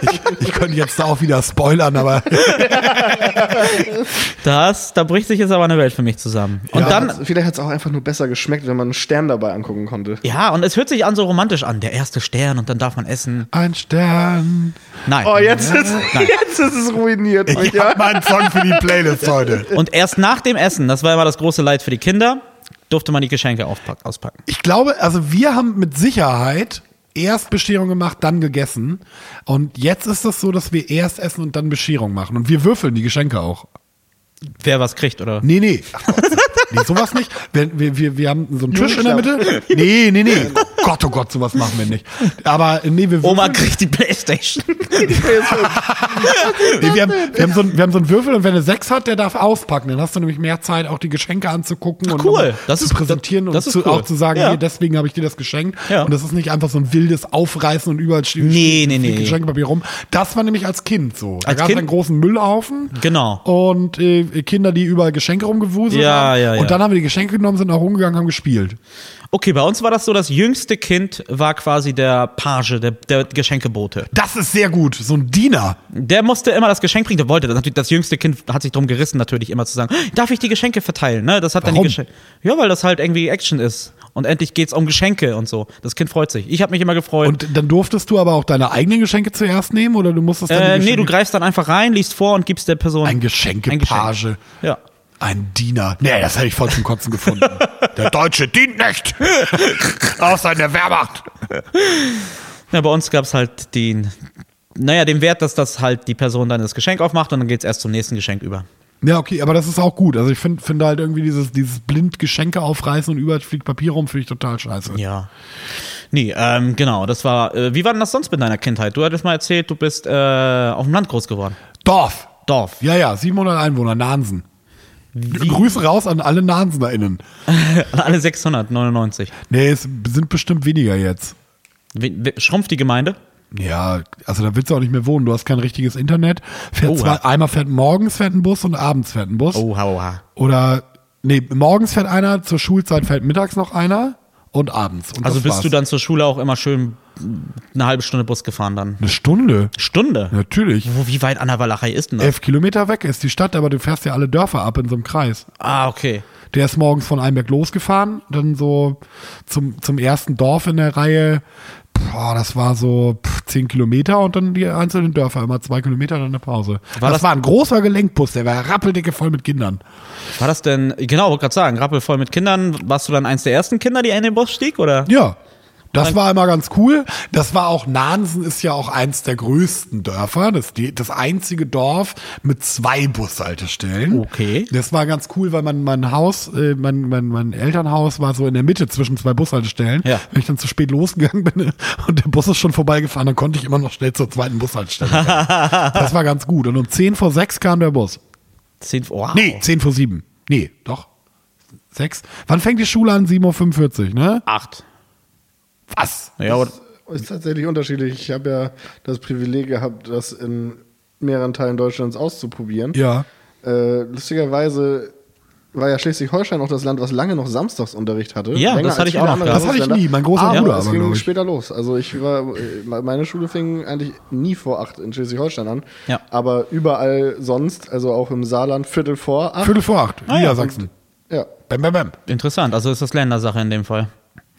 Speaker 1: Ich, ich könnte jetzt da auch wieder spoilern, aber
Speaker 2: Das, da bricht sich jetzt aber eine Welt für mich zusammen. Und
Speaker 1: Ja.
Speaker 2: dann,
Speaker 3: Hat's- Vielleicht hat es auch einfach nur besser geschmeckt, wenn man einen Stern dabei angucken konnte.
Speaker 2: ja, und es hört sich an so romantisch an. Der erste Stern und dann darf man essen.
Speaker 1: ein Stern.
Speaker 2: Nein.
Speaker 3: Oh, jetzt ist, jetzt ist es ruiniert.
Speaker 1: Ich
Speaker 3: ja.
Speaker 1: hab mal einen Song für die Playlist heute.
Speaker 2: Und erst nach dem Essen, das war immer das große Leid für die Kinder, durfte man die Geschenke aufpack, auspacken.
Speaker 1: Ich glaube, also wir haben mit Sicherheit erst Bescherung gemacht, dann gegessen. Und jetzt ist es so, dass wir erst essen und dann Bescherung machen. Und wir würfeln die Geschenke auch.
Speaker 2: Wer was kriegt, oder?
Speaker 1: Nee, nee. Ach Gott, nee sowas nicht. Wir, wir, wir, wir haben so einen Tisch in der
Speaker 3: geklaut.
Speaker 1: Mitte. Nee, nee, nee. Gott, oh Gott, sowas machen wir nicht. Aber nee, wir würfeln.
Speaker 2: Oma kriegt die Playstation.
Speaker 1: Nee, wir, haben, wir, haben so einen, wir haben so einen Würfel und wer eine 6 hat, der darf auspacken. Dann hast du nämlich mehr Zeit, auch die Geschenke anzugucken und
Speaker 2: cool.
Speaker 1: nochmal
Speaker 2: Das
Speaker 1: zu
Speaker 2: ist-
Speaker 1: präsentieren
Speaker 2: das- das
Speaker 1: und
Speaker 2: ist
Speaker 1: zu,
Speaker 2: cool.
Speaker 1: auch zu sagen,
Speaker 2: Ja.
Speaker 1: hier, deswegen habe ich dir das geschenkt.
Speaker 2: Ja.
Speaker 1: Und das ist nicht einfach so ein wildes Aufreißen und überall steht
Speaker 2: Nee,
Speaker 1: steht
Speaker 2: nee,
Speaker 1: viel
Speaker 2: nee.
Speaker 1: Geschenkepapier rum. Das war nämlich als Kind so. Da
Speaker 2: Als
Speaker 1: gab es
Speaker 2: Kind?
Speaker 1: einen großen Müllhaufen.
Speaker 2: Genau.
Speaker 1: Und äh, Kinder, die überall Geschenke rumgewuselt
Speaker 2: Ja,
Speaker 1: haben.
Speaker 2: ja, ja.
Speaker 1: Und dann haben wir die Geschenke genommen, sind auch rumgegangen, haben gespielt.
Speaker 2: Okay, bei uns war das so, das jüngste Kind war quasi der Page, der, der Geschenkebote.
Speaker 1: Das ist sehr gut. So ein Diener.
Speaker 2: Der musste immer das Geschenk bringen, der wollte. Das, natürlich, das jüngste Kind hat sich drum gerissen, natürlich immer zu sagen, darf ich die Geschenke verteilen? Ne? Das hat dann die
Speaker 1: Warum?
Speaker 2: Geschenke. Ja, weil das halt irgendwie Action ist. Und endlich geht's um Geschenke und so. Das Kind freut sich. Ich habe mich immer gefreut.
Speaker 1: Und dann durftest du aber auch deine eigenen Geschenke zuerst nehmen oder du musstest dann
Speaker 2: äh,
Speaker 1: die
Speaker 2: nee,
Speaker 1: Geschenke
Speaker 2: du greifst dann einfach rein, liest vor und gibst der Person
Speaker 1: ein Geschenkepage.
Speaker 2: Geschenk. Ja.
Speaker 1: Ein Diener. Nee, das hätte ich voll zum Kotzen gefunden. Der Deutsche dient nicht. Außer in der Wehrmacht.
Speaker 2: Ja, bei uns gab es halt den, naja, den Wert, dass das halt die Person dann das Geschenk aufmacht und dann geht es erst zum nächsten Geschenk über.
Speaker 1: Ja, okay, aber das ist auch gut. Also ich finde finde halt irgendwie dieses, dieses blind Geschenke aufreißen und überall fliegt Papier rum, finde ich total scheiße.
Speaker 2: Ja. Nee, ähm, genau, das war, äh, wie war denn das sonst mit deiner Kindheit? Du hattest mal erzählt, du bist äh, auf dem Land groß geworden.
Speaker 1: Dorf.
Speaker 2: Dorf.
Speaker 1: Ja, ja, 700 Einwohner, Nansen.
Speaker 2: Wie?
Speaker 1: Grüße raus an alle NansenerInnen.
Speaker 2: Alle 699.
Speaker 1: Nee, es sind bestimmt weniger jetzt.
Speaker 2: Wie, wie, schrumpft die Gemeinde?
Speaker 1: Ja, also da willst du auch nicht mehr wohnen. Du hast kein richtiges Internet. Fährt
Speaker 2: Oha.
Speaker 1: zwei, einmal fährt morgens fährt ein Bus und abends fährt ein Bus.
Speaker 2: Oha, oha.
Speaker 1: Oder nee, morgens fährt einer, zur Schulzeit fährt mittags noch einer und abends. Und
Speaker 2: Also
Speaker 1: das
Speaker 2: bist
Speaker 1: war's.
Speaker 2: du dann zur Schule auch immer schön eine halbe Stunde Bus gefahren dann?
Speaker 1: eine Stunde?
Speaker 2: Stunde?
Speaker 1: Natürlich.
Speaker 2: Wo, wie weit an der Walachei ist denn das?
Speaker 1: Mhm. Elf Kilometer weg ist die Stadt, aber du fährst ja alle Dörfer ab in so einem Kreis.
Speaker 2: ah, okay.
Speaker 1: Der ist morgens von Einberg losgefahren, dann so zum, zum ersten Dorf in der Reihe. Boah, das war so pff, zehn Kilometer und dann die einzelnen Dörfer, immer zwei Kilometer, dann eine Pause.
Speaker 2: War
Speaker 1: das,
Speaker 2: das-
Speaker 1: war ein großer Gelenkbus, der war rappeldicke voll mit Kindern.
Speaker 2: War das denn, genau, wollte gerade sagen, rappelvoll mit Kindern, warst du dann eins der ersten Kinder, die in den Bus stieg, oder?
Speaker 1: Ja. Das war immer ganz cool. Das war auch, Nansen ist ja auch eins der größten Dörfer. Das, die, das einzige Dorf mit zwei Bushaltestellen.
Speaker 2: Okay.
Speaker 1: Das war ganz cool, weil mein, mein Haus, äh, mein, mein, mein Elternhaus war so in der Mitte zwischen zwei Bushaltestellen.
Speaker 2: Ja.
Speaker 1: Wenn ich dann zu spät losgegangen bin und der Bus ist schon vorbeigefahren, dann konnte ich immer noch schnell zur zweiten Bushaltestelle. rennen. das war ganz gut. Und um 10 vor 6 kam der Bus.
Speaker 2: Zehn, wow.
Speaker 1: Nee, 10 vor 7. Nee, doch. 6. Wann fängt die Schule an? 7.45 Uhr, ne?
Speaker 2: Acht.
Speaker 1: Was?
Speaker 2: Ja, oder,
Speaker 3: Ist tatsächlich unterschiedlich. Ich habe ja das Privileg gehabt, das in mehreren Teilen Deutschlands auszuprobieren.
Speaker 1: Ja.
Speaker 3: Äh, lustigerweise war ja Schleswig-Holstein auch das Land, was lange noch Samstagsunterricht hatte.
Speaker 2: Ja,
Speaker 3: Länger
Speaker 2: das hatte
Speaker 3: als
Speaker 2: ich
Speaker 3: viele
Speaker 2: auch noch
Speaker 3: andere
Speaker 2: gehabt.
Speaker 1: Das hatte ich
Speaker 3: Ausländer.
Speaker 1: nie. Mein großer
Speaker 3: aber
Speaker 1: Bruder
Speaker 3: Es
Speaker 1: aber,
Speaker 3: ging
Speaker 1: glaub ich.
Speaker 3: später los. Also ich war, äh, meine Schule fing eigentlich nie vor acht in Schleswig-Holstein an.
Speaker 2: Ja.
Speaker 3: Aber überall sonst, also auch im Saarland, Viertel
Speaker 2: Ah.
Speaker 3: vor acht.
Speaker 1: Viertel vor acht, Niedersachsen.
Speaker 3: Ja.
Speaker 1: Bam, bam, bam.
Speaker 2: interessant, also ist das Ländersache in dem Fall.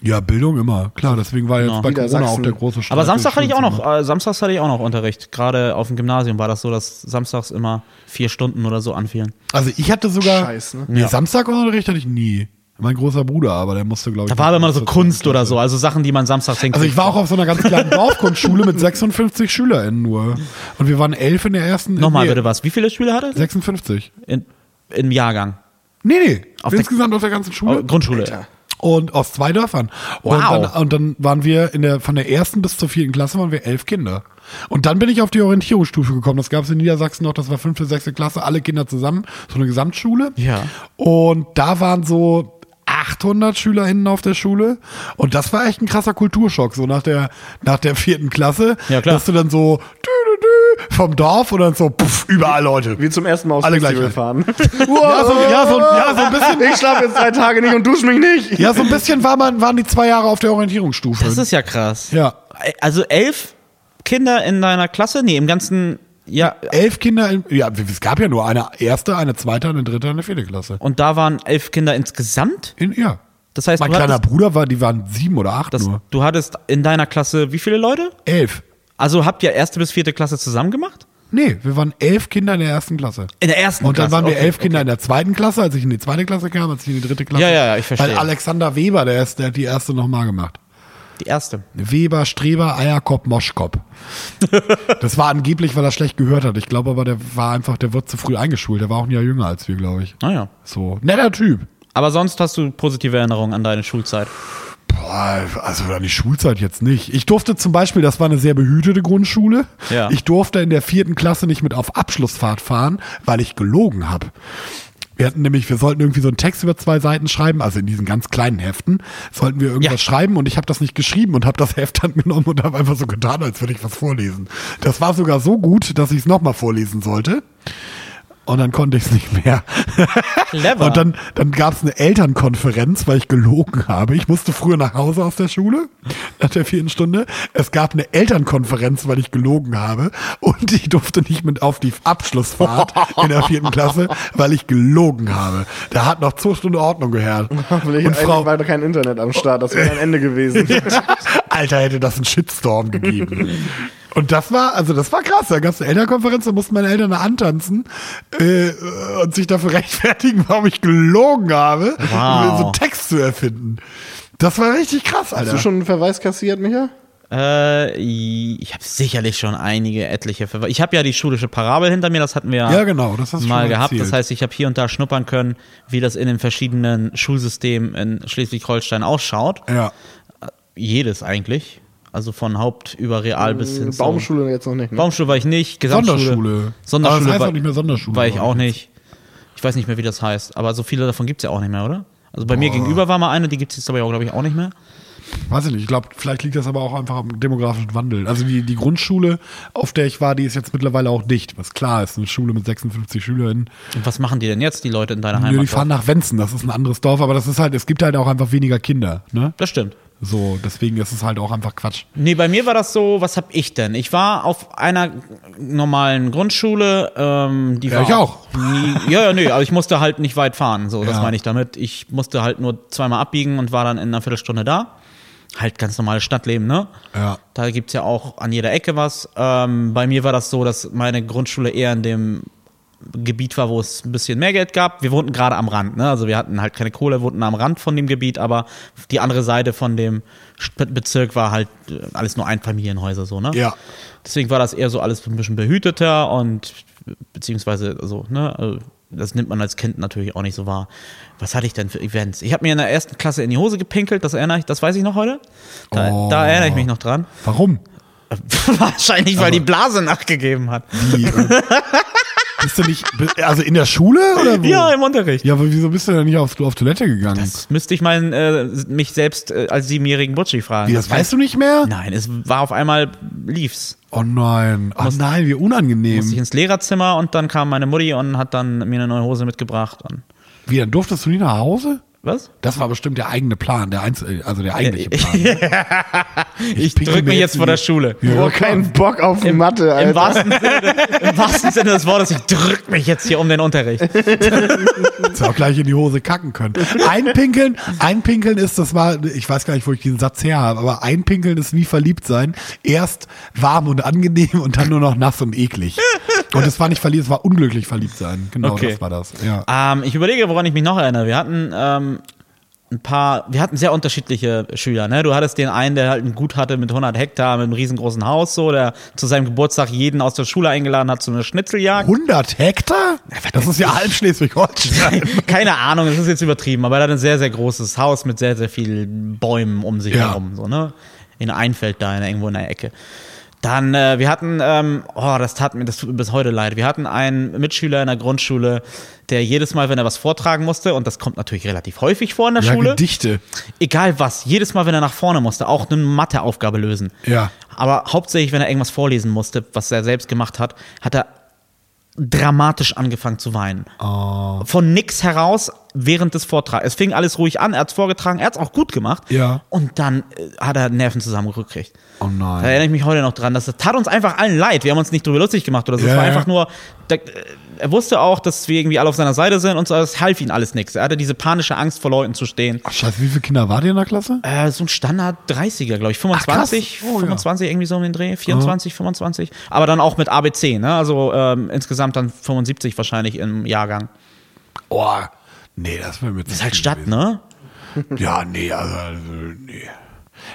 Speaker 1: Ja, Bildung immer, klar. Deswegen war jetzt
Speaker 2: Genau.
Speaker 1: bei Corona
Speaker 3: Niedersachsen.
Speaker 1: auch der große Streit.
Speaker 2: Aber Samstag
Speaker 1: im
Speaker 2: hatte ich auch noch,
Speaker 1: Schulzimmer.
Speaker 2: äh, Samstags hatte ich auch noch Unterricht. Gerade auf dem Gymnasium war das so, dass samstags immer vier Stunden oder so anfielen.
Speaker 1: Also ich hatte sogar.
Speaker 3: Scheiß, ne?
Speaker 1: Nee,
Speaker 2: Ja.
Speaker 1: Samstagunterricht hatte ich nie. Mein großer Bruder, aber der musste, glaube ich.
Speaker 2: Da war aber immer so
Speaker 1: mit-
Speaker 2: Kunst oder so, also Sachen, die man samstags hinkriegt.
Speaker 1: Also ich war auch auf so einer ganz kleinen Dorfkunstschule mit 56 SchülerInnen nur. Und wir waren elf in der ersten.
Speaker 2: Nochmal
Speaker 1: nee,
Speaker 2: bitte was. Wie viele Schüler hatte?
Speaker 1: 56.
Speaker 2: In, Im Jahrgang.
Speaker 1: Nee, nee.
Speaker 2: Auf der-
Speaker 1: insgesamt auf der ganzen Schule.
Speaker 2: Oh, Grundschule.
Speaker 3: Alter.
Speaker 1: Und aus zwei Dörfern. Und,
Speaker 2: Wow.
Speaker 1: dann, und dann waren wir in der, von der ersten bis zur vierten Klasse waren wir elf Kinder. Und dann bin ich auf die Orientierungsstufe gekommen. Das gab es in Niedersachsen noch, das war fünfte, sechste Klasse, alle Kinder zusammen, so eine Gesamtschule.
Speaker 2: Ja.
Speaker 1: Und da waren so 800 SchülerInnen auf der Schule. Und das war echt ein krasser Kulturschock, so nach der, nach der vierten Klasse.
Speaker 2: Ja, klar.
Speaker 1: Dass du dann so dü, dü, dü, vom Dorf und dann so puff, überall Leute.
Speaker 3: Wie zum ersten Mal aufs
Speaker 1: Alle
Speaker 3: Festival
Speaker 1: gleich.
Speaker 3: fahren.
Speaker 1: Ja, so, ja, so, ja, so ein bisschen.
Speaker 3: Ich schlafe jetzt drei Tage nicht und dusche mich nicht.
Speaker 1: Ja, so ein bisschen war man, waren die zwei Jahre auf der Orientierungsstufe.
Speaker 2: Das ist ja krass.
Speaker 1: ja.
Speaker 2: Also elf Kinder in deiner Klasse? Nee, im ganzen Jahr.
Speaker 1: Elf Kinder, in, ja, es gab ja nur eine erste, eine zweite, eine dritte, eine vierte Klasse.
Speaker 2: Und da waren elf Kinder insgesamt?
Speaker 1: In, ja.
Speaker 2: Das heißt,
Speaker 1: mein
Speaker 2: du
Speaker 1: kleiner
Speaker 2: hattest,
Speaker 1: Bruder war, die waren sieben oder acht
Speaker 2: das,
Speaker 1: nur.
Speaker 2: du hattest in deiner Klasse wie viele Leute?
Speaker 1: Elf.
Speaker 2: Also habt ihr erste bis vierte Klasse zusammen gemacht?
Speaker 1: Nee, wir waren elf Kinder in der ersten Klasse.
Speaker 2: In der ersten
Speaker 1: Und dann
Speaker 2: Klasse,
Speaker 1: waren wir
Speaker 2: okay,
Speaker 1: elf Kinder in der zweiten Klasse, als ich in die zweite Klasse kam, als ich in die dritte Klasse.
Speaker 2: Ja, ja, ja, ich verstehe.
Speaker 1: Weil Alexander Weber, der, ist, der hat die erste nochmal gemacht.
Speaker 2: Die erste.
Speaker 1: Weber, Streber, Eierkopf, Moschkopf. das war angeblich, weil er schlecht gehört hat. Ich glaube aber, der war einfach, der wird zu früh eingeschult. Der war auch ein Jahr jünger als wir, glaube ich.
Speaker 2: Naja.
Speaker 1: So, netter Typ.
Speaker 2: Ah Aber sonst hast du positive Erinnerungen an deine Schulzeit.
Speaker 1: Boah, also an die Schulzeit jetzt nicht. Ich durfte zum Beispiel, das war eine sehr behütete Grundschule,
Speaker 2: Ja.
Speaker 1: ich durfte in der vierten Klasse nicht mit auf Abschlussfahrt fahren, weil ich gelogen habe. Wir hatten nämlich, wir sollten irgendwie so einen Text über zwei Seiten schreiben, also in diesen ganz kleinen Heften, sollten wir irgendwas
Speaker 2: Ja.
Speaker 1: schreiben und ich habe das nicht geschrieben und habe das Heft dann genommen und habe einfach so getan, als würde ich was vorlesen. Das war sogar so gut, dass ich es nochmal vorlesen sollte. Und dann konnte ich es nicht mehr.
Speaker 2: Clever.
Speaker 1: Und dann, dann gab es eine Elternkonferenz, weil ich gelogen habe. Ich musste früher nach Hause aus der Schule, nach der vierten Stunde. Es gab eine Elternkonferenz, weil ich gelogen habe. Und ich durfte nicht mit auf die Abschlussfahrt in der vierten Klasse, weil ich gelogen habe. Da hat noch zwei Stunden Ordnung gehört. Und
Speaker 3: Eigentlich
Speaker 1: Frau,
Speaker 3: war da kein Internet am Start, das wäre ein Ende gewesen.
Speaker 1: Alter, hätte das einen Shitstorm gegeben. Und das war, also das war krass. Da gab es eine Elternkonferenz, da mussten meine Eltern da antanzen äh, und sich dafür rechtfertigen, warum ich gelogen habe,
Speaker 2: Wow.
Speaker 1: um so einen Text zu erfinden. Das war richtig krass,
Speaker 3: Hast du
Speaker 1: Alter.
Speaker 3: schon einen Verweis kassiert, Micha?
Speaker 2: Äh, ich habe sicherlich schon einige etliche Verwe Ich habe ja die schulische Parabel hinter mir, das hatten wir
Speaker 1: Ja, genau, das hast du
Speaker 2: mal
Speaker 1: schon
Speaker 2: gehabt.
Speaker 1: erzählt.
Speaker 2: Das heißt, ich habe hier und da schnuppern können, wie das in den verschiedenen Schulsystemen in Schleswig-Holstein ausschaut.
Speaker 1: ja.
Speaker 2: Jedes eigentlich. Also von Haupt über Real bis hin zu.
Speaker 3: Baumschule jetzt noch nicht. Ne?
Speaker 2: Baumschule war ich nicht, Gesamtschule.
Speaker 1: Äh, Sonderschule.
Speaker 2: Sonderschule
Speaker 1: Aber das heißt
Speaker 2: war,
Speaker 1: auch nicht mehr Sonderschule,
Speaker 2: War ich
Speaker 1: glaube
Speaker 2: auch nicht. Ich weiß nicht mehr, wie das heißt, aber so viele davon gibt's ja auch nicht mehr, oder? Also bei mir gegenüber war mal eine, die gibt's jetzt aber, glaube ich, auch nicht mehr.
Speaker 1: Weiß ich nicht. Ich glaube, vielleicht liegt das aber auch einfach am demografischen Wandel. Also die, die Grundschule, auf der ich war, die ist jetzt mittlerweile auch dicht. Was klar ist, eine Schule mit 56 Schülerinnen.
Speaker 2: Und was machen die denn jetzt, die Leute in deiner
Speaker 1: Nö, die
Speaker 2: Heimat?
Speaker 1: fahren nach Wenzen, das ist ein anderes Dorf, aber das ist halt, es gibt halt auch einfach weniger Kinder, ne?
Speaker 2: das stimmt.
Speaker 1: So, deswegen ist es halt auch einfach Quatsch.
Speaker 2: Nee, bei mir war das so, was hab ich denn? Ich war auf einer normalen Grundschule, ähm, die
Speaker 1: Ja,
Speaker 2: war
Speaker 1: ich auch.
Speaker 2: Nie, ja, ja, nee, aber ich musste halt nicht weit fahren, so, das
Speaker 1: Ja.
Speaker 2: meine ich damit. Ich musste halt nur zweimal abbiegen und war dann in einer Viertelstunde da. Halt ganz normales Stadtleben, ne?
Speaker 1: Ja.
Speaker 2: Da gibt's ja auch an jeder Ecke was. Ähm, bei mir war das so, dass meine Grundschule eher in dem Gebiet war, wo es ein bisschen mehr Geld gab. Wir wohnten gerade am Rand, ne? Also wir hatten halt keine Kohle, wohnten am Rand von dem Gebiet, aber die andere Seite von dem Sp- Bezirk war halt äh, alles nur Einfamilienhäuser so, ne?
Speaker 1: Ja.
Speaker 2: Deswegen war das eher so alles ein bisschen behüteter und beziehungsweise so, ne? also, Das nimmt man als Kind natürlich auch nicht so wahr. Was hatte ich denn für Events? Ich habe mir in der ersten Klasse in die Hose gepinkelt, das erinnere ich, das weiß ich noch heute. Da,
Speaker 1: Oh.
Speaker 2: da erinnere ich mich noch dran.
Speaker 1: Warum?
Speaker 2: Wahrscheinlich, weil die Blase nachgegeben hat.
Speaker 1: Wie? äh, bist du nicht, bi- also in der Schule oder wo?
Speaker 2: Ja, im Unterricht.
Speaker 1: Ja, aber wieso bist du denn nicht auf, auf Toilette gegangen?
Speaker 2: Das müsste ich meinen, äh, mich selbst äh, als siebenjährigen Butschi fragen.
Speaker 1: Wie, das weißt du nicht mehr?
Speaker 2: Nein, es war auf einmal lief's.
Speaker 1: Oh nein. Oh nein, wie
Speaker 2: Musste ich
Speaker 1: unangenehm.
Speaker 2: ins Lehrerzimmer und dann kam meine Mutti und hat dann mir eine neue Hose mitgebracht. Und
Speaker 1: Wie, dann durftest du nie nach Hause?
Speaker 2: Was?
Speaker 1: Das war bestimmt der eigene Plan, der einz also der eigentliche
Speaker 2: Äh,
Speaker 1: Plan.
Speaker 2: Ich,
Speaker 1: pinkle
Speaker 2: drück
Speaker 1: mir
Speaker 2: mich
Speaker 1: jetzt
Speaker 2: jetzt vor der
Speaker 1: die-
Speaker 2: Schule.
Speaker 3: Ich hab keinen Bock auf Mathe,
Speaker 2: Im
Speaker 3: Alter.
Speaker 2: wahrsten, Sinne, des- Im wahrsten Sinne des Wortes, ich drück mich jetzt hier um den Unterricht.
Speaker 1: Hättest du auch gleich in die Hose kacken können. Einpinkeln, einpinkeln ist, das war, ich weiß gar nicht, wo ich diesen Satz her habe, aber einpinkeln ist wie verliebt sein. Erst warm und angenehm und dann nur noch nass und eklig. Und es war nicht verliebt, es war unglücklich verliebt sein. Genau,
Speaker 2: Okay.
Speaker 1: das war das. Ja.
Speaker 2: Ähm, ich überlege, woran ich mich noch erinnere. Wir hatten ähm, ein paar, wir hatten sehr unterschiedliche Schüler. Ne? Du hattest den einen, der halt ein Gut hatte mit 100 Hektar, mit einem riesengroßen Haus, so, der zu seinem Geburtstag jeden aus der Schule eingeladen hat zu einer Schnitzeljagd.
Speaker 1: 100 Hektar? Das ist ja halb Schleswig-Holstein.
Speaker 2: Keine Ahnung, das ist jetzt übertrieben, aber er hat ein sehr, sehr großes Haus mit sehr, sehr vielen Bäumen um sich
Speaker 1: Ja.
Speaker 2: herum. So, ne? In Einfeld da, in, irgendwo in der Ecke. Dann, äh, wir hatten, ähm, oh, das tat mir, das tut mir bis heute leid. Wir hatten einen Mitschüler in der Grundschule, der jedes Mal, wenn er was vortragen musste, und das kommt natürlich relativ häufig vor in der
Speaker 1: Ja,
Speaker 2: Schule,
Speaker 1: Gedichte.
Speaker 2: egal was, jedes Mal, wenn er nach vorne musste, auch eine Matheaufgabe lösen.
Speaker 1: Ja.
Speaker 2: Aber hauptsächlich, wenn er irgendwas vorlesen musste, was er selbst gemacht hat, hat er dramatisch angefangen zu weinen.
Speaker 1: Oh,
Speaker 2: Von nix heraus während des Vortrags. Es fing alles ruhig an, er hat's vorgetragen, er hat's auch gut gemacht.
Speaker 1: Ja.
Speaker 2: Und dann äh, hat er Nerven zusammengekriegt.
Speaker 1: Oh
Speaker 2: Da
Speaker 1: nein.
Speaker 2: erinnere ich mich heute noch dran. Das tat uns einfach allen leid. Wir haben uns nicht drüber lustig gemacht oder so.
Speaker 1: Ja,
Speaker 2: es war
Speaker 1: ja.
Speaker 2: einfach nur, da, äh, er wusste auch, dass wir irgendwie alle auf seiner Seite sind und so, es half ihm alles nichts. Er hatte diese panische Angst vor Leuten zu stehen.
Speaker 1: Ach, scheiße, wie viele Kinder wart ihr in der Klasse?
Speaker 2: Äh, so ein Standard 30er, glaube ich. 25,
Speaker 1: krass. Oh, ja.
Speaker 2: 25 irgendwie so um den Dreh, 24, 25. Aber dann auch mit ABC, ne? Also ähm, insgesamt dann 75 wahrscheinlich im Jahrgang.
Speaker 1: Oh, nee, das wäre mir zu
Speaker 2: Das ist halt
Speaker 1: viel
Speaker 2: Stadt, ne?
Speaker 1: Ja, nee, also, also nee.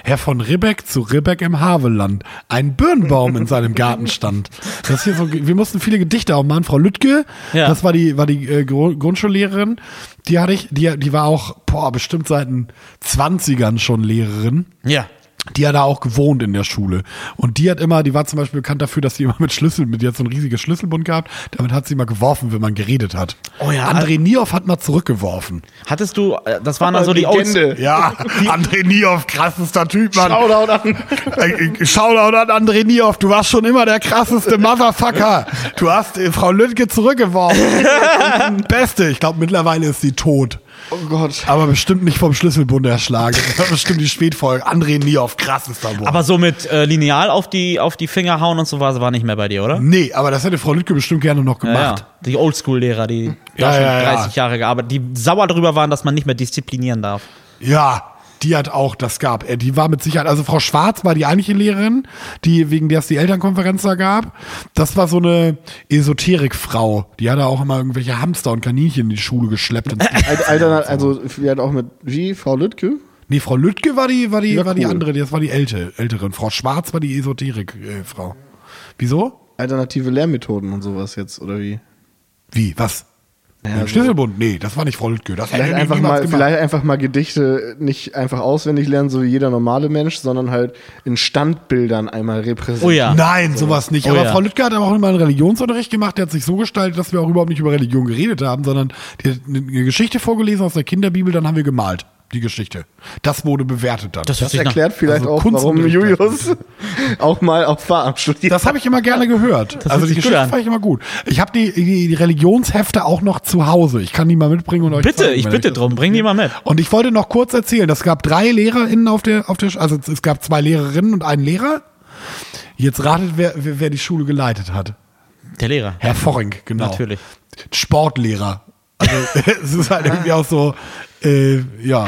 Speaker 1: Herr von Ribbeck zu Ribbeck im Havelland. Ein Birnbaum in seinem Garten stand. Das hier so, wir mussten viele Gedichte auch machen. Frau Lüttke,
Speaker 2: Ja.
Speaker 1: das war die, war die äh, Gru- Grundschullehrerin. Die hatte ich, die, die war auch, boah, bestimmt seit den 20ern schon Lehrerin
Speaker 2: Ja.
Speaker 1: die hat da auch gewohnt in der Schule. Und die hat immer, die war zum Beispiel bekannt dafür, dass sie immer mit Schlüsseln, mit, die hat so ein riesiges Schlüsselbund gehabt, damit hat sie immer geworfen, wenn man geredet hat.
Speaker 2: Oh ja.
Speaker 1: André Nioff hat mal zurückgeworfen.
Speaker 2: Hattest du, äh, das waren dann so die Olds.
Speaker 3: Legende.
Speaker 1: Ja, André Nioff, krassester Typ, Mann.
Speaker 3: Shoutout an.
Speaker 1: Äh, äh, Shoutout an André Nioff, du warst schon immer der krasseste Motherfucker. Du hast äh, Frau Lüttke zurückgeworfen. Beste, ich glaube mittlerweile ist sie tot.
Speaker 3: Oh Gott.
Speaker 1: Aber bestimmt nicht vom Schlüsselbund erschlagen. Das war bestimmt die Spätfolge. André Nioff, krassester Mann.
Speaker 2: Aber so mit äh, Lineal auf die, auf die Finger hauen und so war, war nicht mehr bei dir, oder?
Speaker 1: Nee, aber das hätte Frau Lüttke bestimmt gerne noch
Speaker 2: Ja, ja.
Speaker 1: gemacht.
Speaker 2: Die Oldschool-Lehrer, die
Speaker 1: Ja,
Speaker 2: da schon
Speaker 1: ja, ja.
Speaker 2: 30 Jahre gearbeitet, die sauer drüber waren, dass man nicht mehr disziplinieren darf.
Speaker 1: Ja. die hat auch, das gab. äh, Die war mit Sicherheit, also Frau Schwarz war die eigentliche Lehrerin, die, wegen der es die Elternkonferenz da gab. Das war so eine Esoterikfrau. Die hat da auch immer irgendwelche Hamster und Kaninchen in die Schule geschleppt. Und
Speaker 3: Al- Alter, also, wir hatten auch mit, wie, Frau Lüttke?
Speaker 1: nee, Frau Lüttke war die, war die,
Speaker 3: Ja,
Speaker 1: war die
Speaker 3: cool.
Speaker 1: andere, die- das war die älte, älteren. Frau Schwarz war die Esoterikfrau. Wieso?
Speaker 3: Alternative Lehrmethoden und sowas jetzt, oder wie?
Speaker 1: Wie? Was? Im Schlüsselbund? Nee, das war nicht Frau Lüttke. Das hätte
Speaker 3: Vielleicht
Speaker 1: die
Speaker 3: also einfach,
Speaker 1: niemals
Speaker 3: mal,
Speaker 1: gemacht.
Speaker 3: vielleicht einfach mal Gedichte nicht einfach auswendig lernen, so wie jeder normale Mensch, sondern halt in Standbildern einmal repräsentieren.
Speaker 2: Oh ja.
Speaker 1: Nein, sowas nicht.
Speaker 2: Oh
Speaker 1: aber
Speaker 2: ja.
Speaker 1: Frau Lüttke hat aber auch immer einen Religionsunterricht gemacht. Der hat sich so gestaltet, dass wir auch überhaupt nicht über Religion geredet haben, sondern die hat eine Geschichte vorgelesen aus der Kinderbibel, dann haben wir gemalt. Die Geschichte. Das wurde bewertet dann. Das,
Speaker 2: Das hört
Speaker 3: Das
Speaker 2: sich nach-
Speaker 3: erklärt vielleicht
Speaker 1: Also
Speaker 3: auch, warum
Speaker 1: Kunstunterricht
Speaker 3: Julius auch mal auf Farm studiert.
Speaker 1: das habe ich immer gerne gehört. also die
Speaker 2: sich gut
Speaker 1: Geschichte
Speaker 2: an.
Speaker 1: fand ich immer gut. Ich habe die, die, die Religionshefte auch noch zu Hause. Ich kann die mal mitbringen und euch
Speaker 2: Bitte,
Speaker 1: zeigen,
Speaker 2: ich
Speaker 1: wenn
Speaker 2: bitte
Speaker 1: das-
Speaker 2: drum, bring die mal mit.
Speaker 1: Und ich wollte noch kurz erzählen, das gab drei LehrerInnen auf der, auf der, also es gab zwei Lehrerinnen und einen Lehrer. Jetzt ratet, wer, wer, wer die Schule geleitet hat.
Speaker 2: Der Lehrer.
Speaker 1: Herr Vorring, genau.
Speaker 2: Natürlich.
Speaker 1: Sportlehrer. Also es ist halt irgendwie auch so, äh, ja,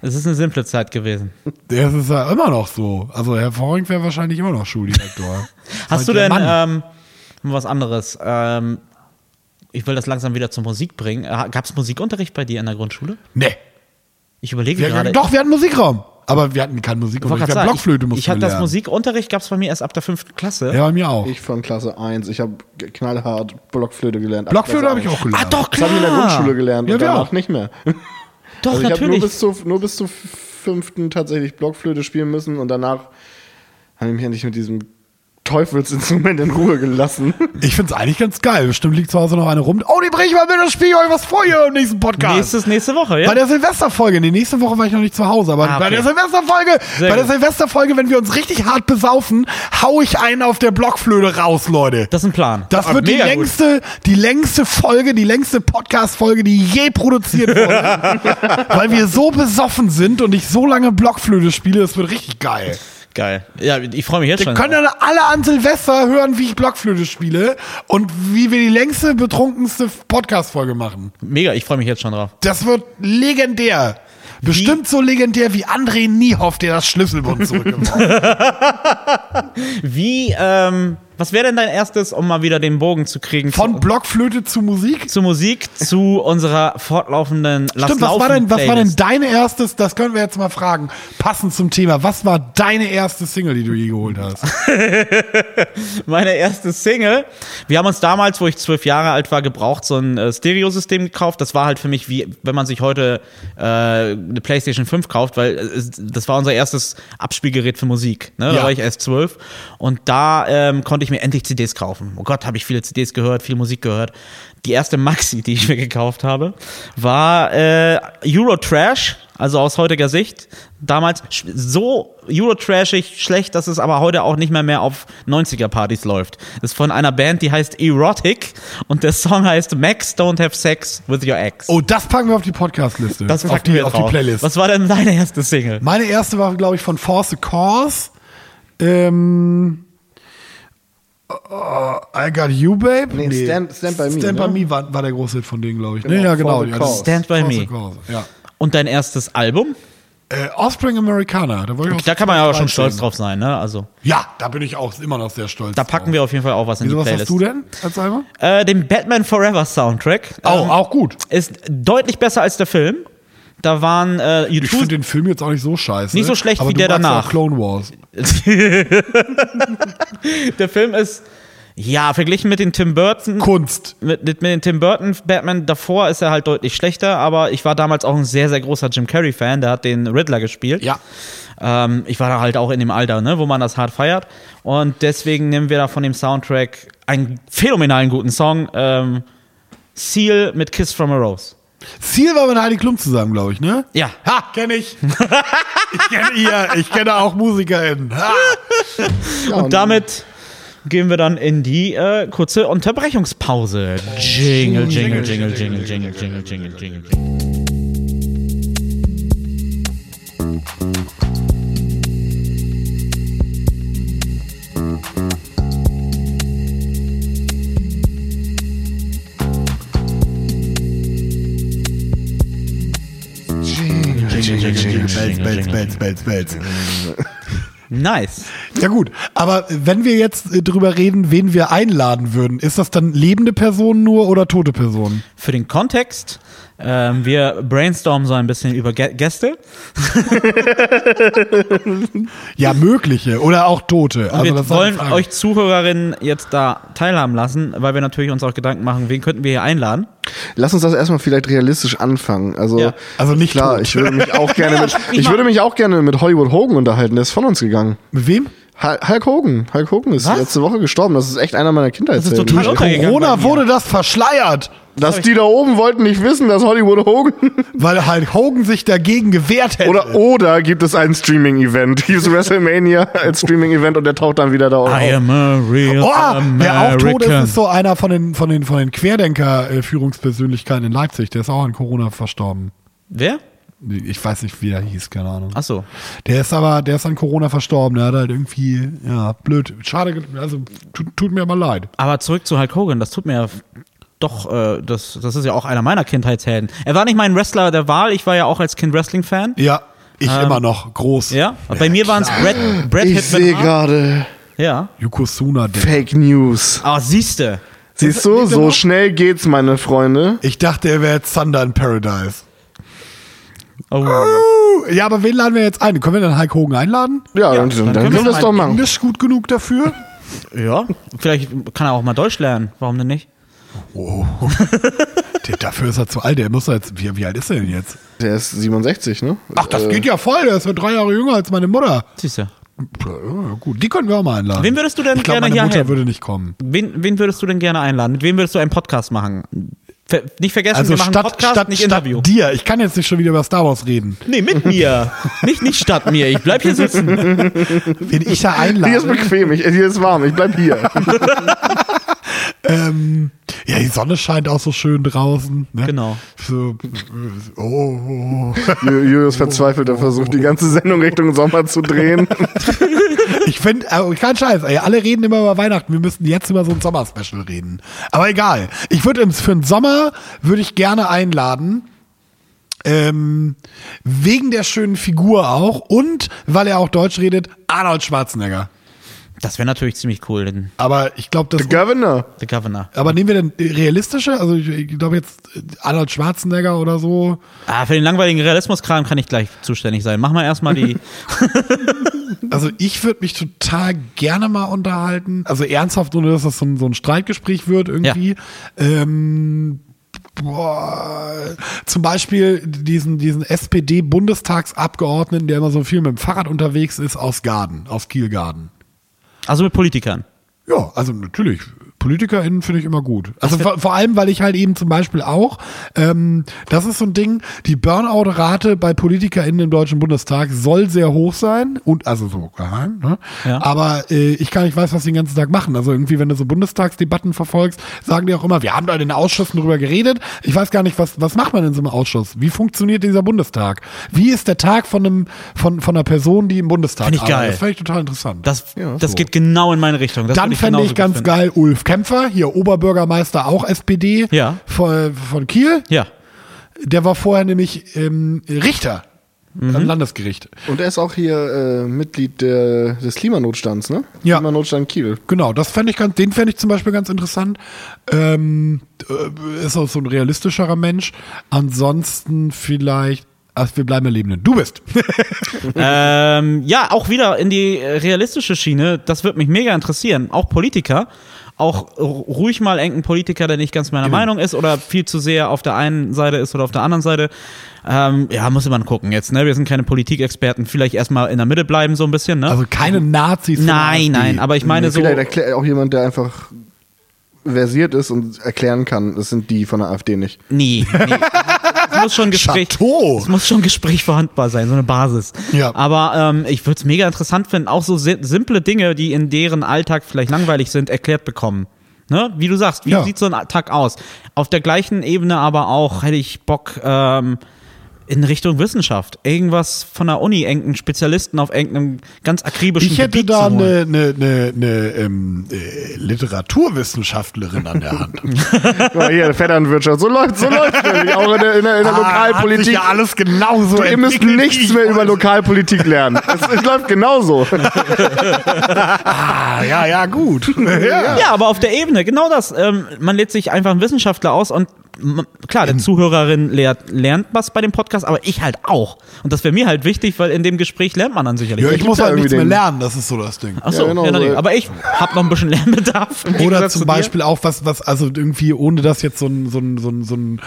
Speaker 2: Es ist eine simple Zeit gewesen.
Speaker 1: das ist ja immer noch so. Also Herr Vorring wäre wahrscheinlich immer noch Schuldirektor.
Speaker 2: Hast du
Speaker 1: der
Speaker 2: denn
Speaker 1: Mann.
Speaker 2: ähm, was anderes? Ähm, ich will das langsam wieder zur Musik bringen. Gab es Musikunterricht bei dir in der Grundschule?
Speaker 1: nee.
Speaker 2: Ich überlege
Speaker 1: Wir,
Speaker 2: gerade.
Speaker 1: doch, wir hatten Musikraum. Aber wir hatten keinen Musikunterricht. Wir hatten Blockflöte
Speaker 2: ich,
Speaker 1: mussten
Speaker 2: ich
Speaker 1: wir
Speaker 2: hatte das
Speaker 1: lernen.
Speaker 2: Musikunterricht gab es bei mir erst ab der fünften Klasse.
Speaker 1: Ja, bei mir auch.
Speaker 3: Ich von Klasse 1. Ich habe knallhart Blockflöte gelernt. ab
Speaker 1: Blockflöte
Speaker 3: Klasse
Speaker 1: habe ich
Speaker 3: 1.
Speaker 1: auch gelernt.
Speaker 2: Ah, doch
Speaker 3: Das habe ich in der
Speaker 2: klar.
Speaker 3: Grundschule gelernt
Speaker 1: Ja,
Speaker 3: und
Speaker 1: wir
Speaker 3: danach
Speaker 1: auch.
Speaker 3: nicht mehr.
Speaker 2: Doch
Speaker 3: Also ich habe nur
Speaker 2: natürlich.
Speaker 3: bis zur nur bis zur fünften tatsächlich Blockflöte spielen müssen und danach habe ich mich endlich mit diesem Teufelsinstrument in Ruhe gelassen.
Speaker 1: Ich find's eigentlich ganz geil. Bestimmt liegt zu Hause noch eine rum. Oh, die bring ich mal mit und spiel euch was vor hier im nächsten Podcast.
Speaker 2: Nächstes, nächste Woche,
Speaker 1: Bei
Speaker 2: ja?
Speaker 1: der Silvesterfolge, nee, nächste Woche war ich noch nicht zu Hause, aber
Speaker 2: Ah,
Speaker 1: bei
Speaker 2: okay.
Speaker 1: der Silvesterfolge,
Speaker 2: Sehr
Speaker 1: bei der
Speaker 2: gut.
Speaker 1: Silvesterfolge, wenn wir uns richtig hart besaufen, hau ich einen auf der Blockflöte raus, Leute.
Speaker 2: Das ist ein Plan.
Speaker 1: Das
Speaker 2: Ah,
Speaker 1: wird die
Speaker 2: mega gut.
Speaker 1: längste, die längste Folge, die längste Podcast-Folge, die je produziert wurde. Weil wir so besoffen sind und ich so lange Blockflöte spiele, das wird richtig geil.
Speaker 2: Geil. Ja, ich freue mich jetzt
Speaker 1: Wir
Speaker 2: schon.
Speaker 1: können dann alle an Silvester hören, wie ich Blockflöte spiele und wie wir die längste, betrunkenste Podcast-Folge machen.
Speaker 2: Mega, ich freue mich jetzt schon drauf.
Speaker 1: Das wird legendär. Bestimmt so legendär wie André Niehoff, der das Schlüsselbund zurückgebracht hat.
Speaker 2: Wie, ähm, was wäre denn dein erstes, um mal wieder den Bogen zu kriegen?
Speaker 1: Von
Speaker 2: zu,
Speaker 1: Blockflöte zu Musik.
Speaker 2: zu Musik, zu unserer fortlaufenden Lass
Speaker 1: Stimmt, was war,
Speaker 2: laufen
Speaker 1: denn, was war denn
Speaker 2: Playlist.
Speaker 1: dein erstes, das können wir jetzt mal fragen, passend zum Thema, was war deine erste Single, die du je geholt hast?
Speaker 2: Meine erste Single. Wir haben uns damals, wo ich zwölf Jahre alt war, gebraucht, so ein äh, Stereo-System gekauft. Das war halt für mich wie, wenn man sich heute äh, eine PlayStation 5 kauft, weil äh, das war unser erstes Abspielgerät für Musik. Ne?
Speaker 1: Ja.
Speaker 2: Da war ich erst zwölf. Und da ähm, konnte ich mir endlich CDs kaufen. Oh Gott, habe ich viele CDs gehört, viel Musik gehört. Die erste Maxi, die ich mir gekauft habe, war äh, Eurotrash. Also aus heutiger Sicht, damals sch- so Eurotrashig schlecht, dass es aber heute auch nicht mehr mehr auf 90er-Partys läuft. Das ist von einer Band, die heißt Erotic und der Song heißt Max Don't Have Sex With Your Ex.
Speaker 1: Oh, das packen wir auf die Podcastliste.
Speaker 2: das
Speaker 1: auf
Speaker 2: packen
Speaker 1: die,
Speaker 2: wir
Speaker 1: auf die
Speaker 2: drauf.
Speaker 1: Playlist.
Speaker 2: Was war denn deine erste Single?
Speaker 1: Meine erste war, glaube ich, von Force the Cause. Ähm, oh, I Got You, Babe.
Speaker 3: Nee, Stand- Stand By Me,
Speaker 1: Stand
Speaker 3: ne?
Speaker 1: By Me war, war der große Hit von denen, glaube ich.
Speaker 3: Genau,
Speaker 1: nee, ja,
Speaker 3: For
Speaker 1: genau.
Speaker 3: the
Speaker 1: ja,
Speaker 3: Cause.
Speaker 2: Stand By
Speaker 1: For
Speaker 2: Me.
Speaker 1: the Cause, ja.
Speaker 2: Und dein erstes Album?
Speaker 1: Äh, Offspring Americana. Da, wollte ich auch
Speaker 2: Da kann man ja auch schon
Speaker 1: reinstellen.
Speaker 2: stolz drauf sein, ne? Also,
Speaker 1: Ja, da bin ich auch immer noch sehr stolz.
Speaker 2: da packen
Speaker 1: drauf.
Speaker 2: wir auf jeden Fall auch was in
Speaker 1: Wieso,
Speaker 2: die
Speaker 1: was
Speaker 2: Playlist.
Speaker 1: hast du denn? Erzähl mal.
Speaker 2: Äh, den Batman Forever Soundtrack.
Speaker 1: Auch,
Speaker 2: Ähm,
Speaker 1: auch gut.
Speaker 2: Ist deutlich besser als der Film. Da waren äh,
Speaker 1: Ich finde
Speaker 2: YouTube.
Speaker 1: den Film jetzt auch nicht so scheiße.
Speaker 2: Nicht so schlecht
Speaker 1: aber
Speaker 2: wie
Speaker 1: du
Speaker 2: der
Speaker 1: magst ja
Speaker 2: danach.
Speaker 1: Auch Clone Wars.
Speaker 2: der Film ist, ja, verglichen mit den Tim Burton.
Speaker 1: Kunst.
Speaker 2: mit, mit, mit den Tim Burton Batman davor ist er halt deutlich schlechter, aber ich war damals auch ein sehr, sehr großer Jim Carrey-Fan, der hat den Riddler gespielt.
Speaker 1: Ja.
Speaker 2: Ähm, ich war da halt auch in dem Alter, ne, wo man das hart feiert. Und deswegen nehmen wir da von dem Soundtrack einen phänomenalen guten Song, ähm, Seal mit Kiss from a Rose.
Speaker 1: Ziel war mit Heidi Klum zusammen, glaube ich, ne?
Speaker 2: Ja.
Speaker 1: Ha, kenne ich. ich kenne ihr. Ich kenne auch MusikerInnen. Ha.
Speaker 3: Ja,
Speaker 2: Und damit gehen wir dann in die äh, kurze Unterbrechungspause. Jingle, jingle, jingle, jingle, jingle, jingle, jingle, jingle. jingle.
Speaker 1: Belz, belz, belz, belz, belz.
Speaker 2: Nice.
Speaker 1: Ja gut, aber wenn wir jetzt äh, drüber reden, wen wir einladen würden, ist das dann lebende Personen nur oder tote Personen?
Speaker 2: für den Kontext. Ähm, wir brainstormen so ein bisschen über Gä- Gäste.
Speaker 1: Ja, mögliche oder auch tote.
Speaker 2: Und wir
Speaker 1: Also das ist eine
Speaker 2: wollen
Speaker 1: Frage.
Speaker 2: euch Zuhörerinnen jetzt da teilhaben lassen, weil wir natürlich uns auch Gedanken machen, wen könnten wir hier einladen.
Speaker 3: Lass uns das erstmal vielleicht realistisch anfangen. Also,
Speaker 2: Ja.
Speaker 1: Also nicht
Speaker 3: klar,
Speaker 1: tot.
Speaker 3: ich würde mich auch gerne
Speaker 2: Ja,
Speaker 3: mit,
Speaker 2: ich
Speaker 3: ich
Speaker 2: mach-
Speaker 3: würde mich auch gerne mit Hollywood Hogan unterhalten. Der ist von uns gegangen.
Speaker 1: Mit wem?
Speaker 3: Hul- Hulk Hogan, Hulk Hogan ist
Speaker 2: Was?
Speaker 3: letzte Woche gestorben. Das ist echt einer meiner Kindheitshelden.
Speaker 2: total
Speaker 3: Dass,
Speaker 2: unter- Untergegangen bei
Speaker 1: Corona
Speaker 2: mir.
Speaker 1: wurde das verschleiert,
Speaker 3: die da oben wollten nicht wissen, dass Hollywood Hogan
Speaker 1: weil halt Hogan sich dagegen gewehrt hätte.
Speaker 3: oder oder gibt es ein Streaming Event? Gibt es WrestleMania als Streaming Event und der taucht dann wieder da
Speaker 1: Ah,
Speaker 3: oben.
Speaker 2: I
Speaker 3: auf.
Speaker 2: am a real
Speaker 1: Oh, wer auch tot ist,
Speaker 2: American.
Speaker 1: ist so einer von den, von den, von den Querdenker-Führungspersönlichkeiten in Leipzig. Der ist auch an Corona verstorben.
Speaker 2: Wer?
Speaker 1: Ich weiß nicht, wie der hieß, keine Ahnung.
Speaker 2: Ach so.
Speaker 1: Der ist aber, der ist an Corona verstorben. Der hat halt irgendwie, ja, blöd. Schade, ge- also tut, tut mir mal leid.
Speaker 2: Aber zurück zu Hulk Hogan, das tut mir ja doch, äh, das, das ist ja auch einer meiner Kindheitshelden. Er war nicht mein Wrestler der Wahl, ich war ja auch als Kind Wrestling-Fan.
Speaker 1: Ja, ich immer noch groß.
Speaker 2: Ähm, Ja, bei mir waren es Brad, Brad
Speaker 3: Ich sehe
Speaker 2: Hitman. Hart.
Speaker 3: gerade
Speaker 2: Ja.
Speaker 1: Yukosuna, der.
Speaker 3: Fake News.
Speaker 2: Ah, siehste.
Speaker 3: Siehst du,
Speaker 1: liegt er
Speaker 3: so
Speaker 1: noch?
Speaker 3: schnell geht's, meine Freunde.
Speaker 1: Ich dachte, er wäre jetzt Thunder in Paradise.
Speaker 2: Oh.
Speaker 1: Uh, Ja, aber wen laden wir jetzt ein? Können wir dann Hulk Hogan einladen?
Speaker 3: Ja,
Speaker 2: Ja,
Speaker 3: dann, dann,
Speaker 2: dann können
Speaker 3: können wir
Speaker 2: wir
Speaker 3: das
Speaker 2: mal
Speaker 3: doch machen.
Speaker 1: Englisch gut genug dafür?
Speaker 2: Ja, vielleicht kann er auch mal Deutsch lernen. Warum denn nicht?
Speaker 1: Oh. Der- dafür ist er zu alt. Der muss doch jetzt, wie, wie alt ist er denn jetzt?
Speaker 3: Der ist 67, ne?
Speaker 2: Äh.
Speaker 1: Ach, das geht ja voll. Der ist mit drei Jahre jünger als meine Mutter.
Speaker 2: Siehst du.
Speaker 1: Ja, Gut, die können wir auch mal einladen.
Speaker 2: Wen würdest du denn
Speaker 1: ich glaub,
Speaker 2: gerne
Speaker 1: meine Mutter
Speaker 2: hierher-
Speaker 1: würde nicht kommen.
Speaker 2: Wen, wen würdest du denn gerne einladen? Mit wem würdest du einen Podcast machen? Ver nicht vergessen,
Speaker 1: Also
Speaker 2: wir machen
Speaker 1: statt,
Speaker 2: Podcast,
Speaker 1: statt,
Speaker 2: nicht
Speaker 1: statt
Speaker 2: Interview.
Speaker 1: dir. Ich kann jetzt nicht schon wieder über Star Wars reden.
Speaker 2: Nee, mit mir. nicht, nicht statt mir. Ich bleib hier sitzen.
Speaker 1: Wen ich da
Speaker 3: Hier ist
Speaker 1: einlade.
Speaker 3: bequem, ich, hier ist warm, ich bleib hier.
Speaker 1: Ähm, ja, die Sonne scheint auch so schön draußen. Ne?
Speaker 2: Genau.
Speaker 1: So, oh, oh, oh.
Speaker 3: Jö- Julius verzweifelter Versuch, die ganze Sendung Richtung Sommer zu drehen.
Speaker 1: Ich finde, äh, kein Scheiß, ey, alle reden immer über Weihnachten. Wir müssten jetzt über so ein Sommerspecial reden. Aber egal. Ich würde für den Sommer würde ich gerne einladen. Ähm, wegen der schönen Figur auch und weil er auch Deutsch redet, Arnold Schwarzenegger.
Speaker 2: Das wäre natürlich ziemlich cool, den
Speaker 1: Aber ich glaube, das.
Speaker 3: The Governor.
Speaker 2: The Governor.
Speaker 1: Aber nehmen wir denn realistische? Also ich, ich glaube jetzt äh, Arnold Schwarzenegger oder so.
Speaker 2: Ah, für den langweiligen Realismuskram kann ich gleich zuständig sein. Mach mal erstmal die.
Speaker 1: Also ich würde mich total gerne mal unterhalten. Also ernsthaft, ohne dass das so ein, so ein Streitgespräch wird irgendwie. Ähm, boah, zum Beispiel diesen, diesen SPD-Bundestagsabgeordneten, der immer so viel mit dem Fahrrad unterwegs ist, aus Garden, aus Kielgarden.
Speaker 2: Also mit Politikern.
Speaker 1: Ja, also natürlich. PolitikerInnen finde ich immer gut. Also vor, vor allem, weil ich halt eben zum Beispiel auch, ähm, das ist so ein Ding, die Burnout-Rate bei PolitikerInnen im Deutschen Bundestag soll sehr hoch sein und also so, aha, ne?
Speaker 2: Ja.
Speaker 1: aber äh, ich kann nicht weiß, was die den ganzen Tag machen. Also irgendwie, wenn du so Bundestagsdebatten verfolgst, sagen die auch immer, wir haben da in den Ausschüssen drüber geredet. Ich weiß gar nicht, was, was macht man in so einem Ausschuss? Wie funktioniert dieser Bundestag? Wie ist der Tag von einem, von, von einer Person, die im Bundestag
Speaker 2: Find ich geil.
Speaker 1: Das fände ich total interessant.
Speaker 2: Das,
Speaker 3: Ja,
Speaker 2: das
Speaker 1: so.
Speaker 2: geht genau in meine Richtung. Das
Speaker 1: Dann
Speaker 2: würd
Speaker 1: fände
Speaker 2: genauso
Speaker 1: ich
Speaker 2: gut
Speaker 1: ganz
Speaker 2: finden.
Speaker 1: geil Ulf Kämpfer, hier Oberbürgermeister, auch SPD
Speaker 2: Ja.
Speaker 1: von, von Kiel.
Speaker 2: Ja.
Speaker 1: Der war vorher nämlich ähm, Richter
Speaker 2: Mhm.
Speaker 1: am Landesgericht.
Speaker 3: Und er ist auch hier äh, Mitglied der, des Klimanotstands, ne?
Speaker 1: Ja.
Speaker 3: Klimanotstand Kiel.
Speaker 1: Genau, das fände ich ganz, den fände ich zum Beispiel ganz interessant. Ähm, äh, ist auch so ein realistischerer Mensch. Ansonsten vielleicht, ach, wir bleiben Lebenden. Du bist.
Speaker 2: ähm, ja, auch wieder in die äh, realistische Schiene. Das würde mich mega interessieren. Auch Politiker. Auch ru- ruhig mal engen Politiker, der nicht ganz meiner Meinung ist oder viel zu sehr auf der einen Seite ist oder auf der anderen Seite. Ähm, ja, muss man gucken jetzt, ne? Wir sind keine Politikexperten. Vielleicht erstmal in der Mitte bleiben, so ein bisschen, ne?
Speaker 1: Also keine Nazis. von der AfD.
Speaker 2: nein, nein, aber ich meine so.
Speaker 3: Vielleicht erklär, auch jemand, der einfach versiert ist und erklären kann, das sind die von der AfD nicht.
Speaker 2: Nee, nee. Es muss schon ein Gespräch.
Speaker 1: Chateau.
Speaker 2: Es muss schon ein Gespräch vorhandbar sein, so eine Basis.
Speaker 1: Ja.
Speaker 2: Aber ähm, ich würde es mega interessant finden, auch so si simple Dinge, die in deren Alltag vielleicht langweilig sind, erklärt bekommen. Ne? Wie du sagst, wie
Speaker 1: Ja.
Speaker 2: sieht so ein Tag aus? Auf der gleichen Ebene aber auch hätte ich Bock ähm, in Richtung Wissenschaft. Irgendwas von der Uni, irgendeinen Spezialisten auf irgendeinem ganz akribischen
Speaker 1: Ich hätte
Speaker 2: Gebiet
Speaker 1: da
Speaker 2: zu holen.
Speaker 1: eine, eine, eine, eine ähm, äh, Literaturwissenschaftlerin an der Hand.
Speaker 3: Ja, hier, Vetternwirtschaft, so läuft so läuft's nämlich. Auch in der, in der, in der
Speaker 1: Ah, hat sich
Speaker 3: Lokalpolitik.
Speaker 1: ja alles genauso
Speaker 3: Ihr müsst
Speaker 1: entwickelt, wie
Speaker 3: nichts
Speaker 1: ich
Speaker 3: mehr über
Speaker 1: wollte.
Speaker 3: Lokalpolitik lernen. Es, es läuft genauso.
Speaker 1: Ah, ja, ja, gut. ja.
Speaker 2: Ja, aber auf der Ebene, genau das. Ähm, man lädt sich einfach einen Wissenschaftler aus und m- klar, der Zuhörerin lehrt, lernt was bei dem Podcast, aber ich halt auch. Und das wäre mir halt wichtig, weil in dem Gespräch lernt man dann sicherlich.
Speaker 1: Ja, ich
Speaker 3: gibt's
Speaker 1: muss
Speaker 3: ja
Speaker 1: halt nichts
Speaker 3: irgendwie
Speaker 1: mehr
Speaker 3: den-
Speaker 1: lernen, das ist so das Ding.
Speaker 2: Achso, ja,
Speaker 3: Ja, genau
Speaker 2: dann
Speaker 3: so.
Speaker 2: nicht. aber ich habe noch ein bisschen Lernbedarf. im
Speaker 1: Oder
Speaker 2: Gegensatz zu
Speaker 1: zum
Speaker 2: dir.
Speaker 1: Beispiel auch was, was, also irgendwie, ohne dass jetzt so ein, so ein, so ein, so ein,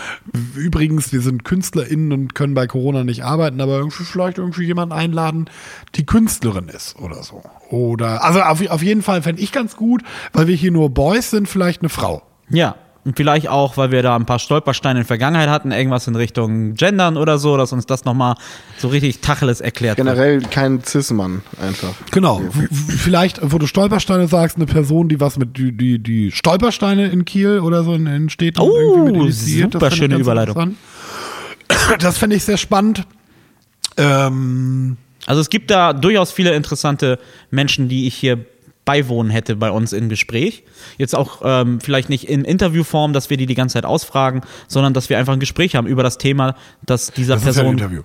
Speaker 1: übrigens, wir sind KünstlerInnen und können bei Corona nicht arbeiten, aber irgendwie vielleicht irgendwie jemanden einladen, die Künstlerin ist oder so. Oder, also auf, auf jeden Fall fände ich ganz gut, weil wir hier nur Boys sind, vielleicht eine Frau.
Speaker 2: Ja. Und vielleicht auch, weil wir da ein paar Stolpersteine in der Vergangenheit hatten, irgendwas in Richtung Gendern oder so, dass uns das nochmal so richtig Tacheles erklärt wird.
Speaker 3: Generell kein Cis-Mann einfach.
Speaker 1: Genau. W- w- Vielleicht, wo du Stolpersteine sagst, eine Person, die was mit die, die, die Stolpersteine in Kiel oder so in, in Städten
Speaker 2: Oh,
Speaker 1: irgendwie mit initiiert.
Speaker 2: super
Speaker 1: fänd ich
Speaker 2: schöne
Speaker 1: ganz
Speaker 2: Überleitung.
Speaker 1: interessant. Das fände ich sehr spannend. Ähm,
Speaker 2: Also es gibt da durchaus viele interessante Menschen, die ich hier beiwohnen hätte bei uns im Gespräch. Jetzt auch ähm, vielleicht nicht in Interviewform, dass wir die die ganze Zeit ausfragen, sondern dass wir einfach ein Gespräch haben über das Thema, dass dieser
Speaker 1: das ist ja ein
Speaker 2: Person.
Speaker 1: Interview.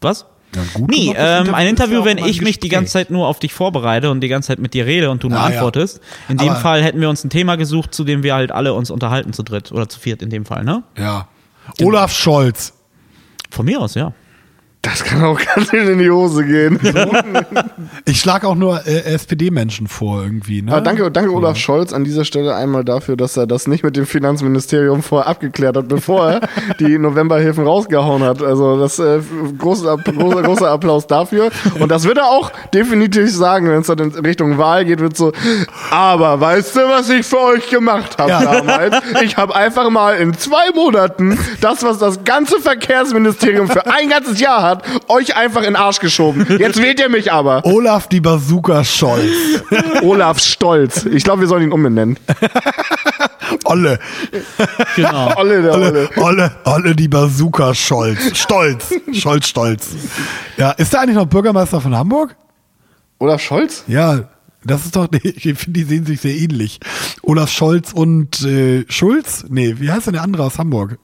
Speaker 2: Was?
Speaker 1: Ja, ein gut
Speaker 2: nee,
Speaker 1: gemachtes
Speaker 2: ähm,
Speaker 1: Interview
Speaker 2: ein
Speaker 1: ist
Speaker 2: Interview,
Speaker 1: ja auch
Speaker 2: wenn
Speaker 1: mal ein
Speaker 2: ich mich die
Speaker 1: Gespräch.
Speaker 2: ganze Zeit nur auf dich vorbereite und die ganze Zeit mit dir rede und du nur
Speaker 1: Ah, ja.
Speaker 2: antwortest. In dem
Speaker 1: Aber-
Speaker 2: Fall hätten wir uns ein Thema gesucht, zu dem wir halt alle uns unterhalten zu dritt oder zu viert in dem Fall, ne?
Speaker 1: Ja. Olaf Scholz.
Speaker 2: Von mir aus, ja.
Speaker 3: Das kann auch ganz schön in die Hose gehen.
Speaker 1: Ich schlage auch nur äh, SPD-Menschen vor irgendwie. Ne?
Speaker 3: Aber danke, danke Olaf Scholz an dieser Stelle einmal dafür, dass er das nicht mit dem Finanzministerium vorher abgeklärt hat, bevor er die Novemberhilfen rausgehauen hat. Also das äh, großer, großer, großer Applaus dafür. Und das wird er auch definitiv sagen, wenn es dann in Richtung Wahl geht, wird so, aber weißt du, was ich für euch gemacht habe
Speaker 1: Ja.
Speaker 3: damals? Ich habe einfach mal in zwei Monaten das, was das ganze Verkehrsministerium für ein ganzes Jahr hat, euch einfach in den Arsch geschoben. Jetzt wählt ihr mich aber.
Speaker 1: Olaf die Bazooka Scholz.
Speaker 3: Olaf Stolz. Ich glaube, wir sollen ihn umbenennen.
Speaker 1: Olle.
Speaker 2: Genau.
Speaker 3: Olle, der Olle.
Speaker 1: Olle, Olle, Olle die Bazooka Scholz. Stolz. Scholz, stolz. Ja, ist der eigentlich noch Bürgermeister von Hamburg?
Speaker 3: Olaf Scholz?
Speaker 1: Ja, das ist doch, ich finde, die sehen sich sehr ähnlich. Olaf Scholz und äh, Schulz? Nee, wie heißt denn der andere aus Hamburg?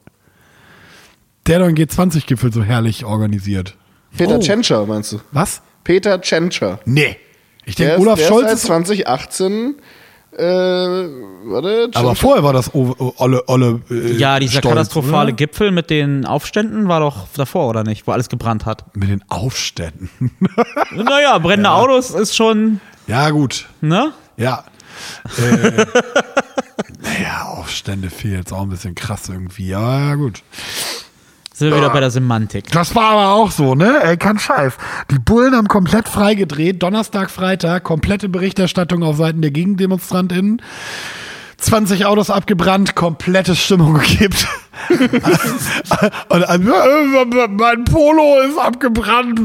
Speaker 1: Der hat doch einen G20-Gipfel so herrlich organisiert.
Speaker 3: Peter
Speaker 1: Oh.
Speaker 3: Tschentscher, meinst du?
Speaker 1: Was?
Speaker 3: Peter Tschentscher.
Speaker 1: Nee. Ich
Speaker 3: Der
Speaker 1: denke, Olaf
Speaker 3: ist, der
Speaker 1: Scholz
Speaker 3: ist
Speaker 1: ist.
Speaker 3: seit 2018. Äh, warte,
Speaker 1: Aber
Speaker 3: Tschentscher-
Speaker 1: vorher war das o o Olle, Olle. Äh,
Speaker 2: Ja, dieser
Speaker 1: Stolz,
Speaker 2: katastrophale
Speaker 1: oder?
Speaker 2: Gipfel mit den Aufständen war doch davor, oder nicht? Wo alles gebrannt hat.
Speaker 1: Mit den Aufständen.
Speaker 2: Naja, brennende Autos ist schon,
Speaker 1: ja, gut.
Speaker 2: ne?
Speaker 1: Ja. Äh, naja, Aufstände fehlt jetzt auch ein bisschen krass irgendwie. Ja, ja, gut.
Speaker 2: Sind wir wieder bei der Semantik.
Speaker 1: Das war aber auch so, ne? Ey, kein Scheiß. Die Bullen haben komplett freigedreht. Donnerstag, Freitag, komplette Berichterstattung auf Seiten der GegendemonstrantInnen. 20 Autos abgebrannt, komplette Stimmung gekippt. Und ein, äh, mein Polo ist abgebrannt.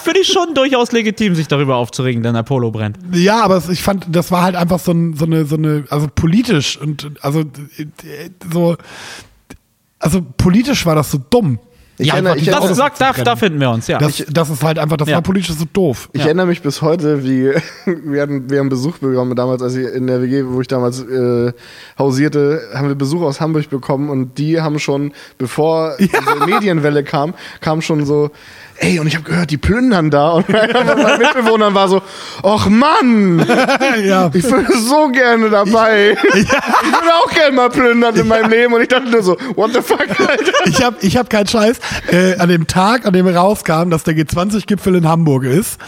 Speaker 2: Finde ich schon durchaus legitim, sich darüber aufzuregen, denn Apollo brennt.
Speaker 1: Ja, aber es- ich fand, das war halt einfach so, ein, so eine, so eine, also politisch und also äh, so, also politisch war das so dumm.
Speaker 3: Ich erinnere-
Speaker 1: einfach
Speaker 3: ich
Speaker 1: die
Speaker 3: erinnere-
Speaker 1: Autos
Speaker 2: Das sagt, da, da
Speaker 1: abzubrennen.
Speaker 2: finden wir uns, ja.
Speaker 1: Das, das ist halt einfach, das
Speaker 2: Ja.
Speaker 1: war politisch so doof.
Speaker 3: Ich
Speaker 2: Ja.
Speaker 3: erinnere mich bis heute, wie wir, hatten, wir haben Besuch bekommen damals, als ich in der WG, wo ich damals äh, hausierte, haben wir Besuch aus Hamburg bekommen und die haben schon, bevor diese Medienwelle kam, kam schon so, ey, und ich habe gehört, die plündern da. Und einer von meinen Mitbewohnern war so, ach Mann,
Speaker 1: ja.
Speaker 3: ich wäre so gerne dabei. Ich würde auch gerne mal plündern in meinem Leben. Und ich dachte nur so, what the fuck, Alter.
Speaker 1: Ich habe ich hab keinen Scheiß. Äh, an dem Tag, an dem rauskam, dass der G20-Gipfel in Hamburg ist,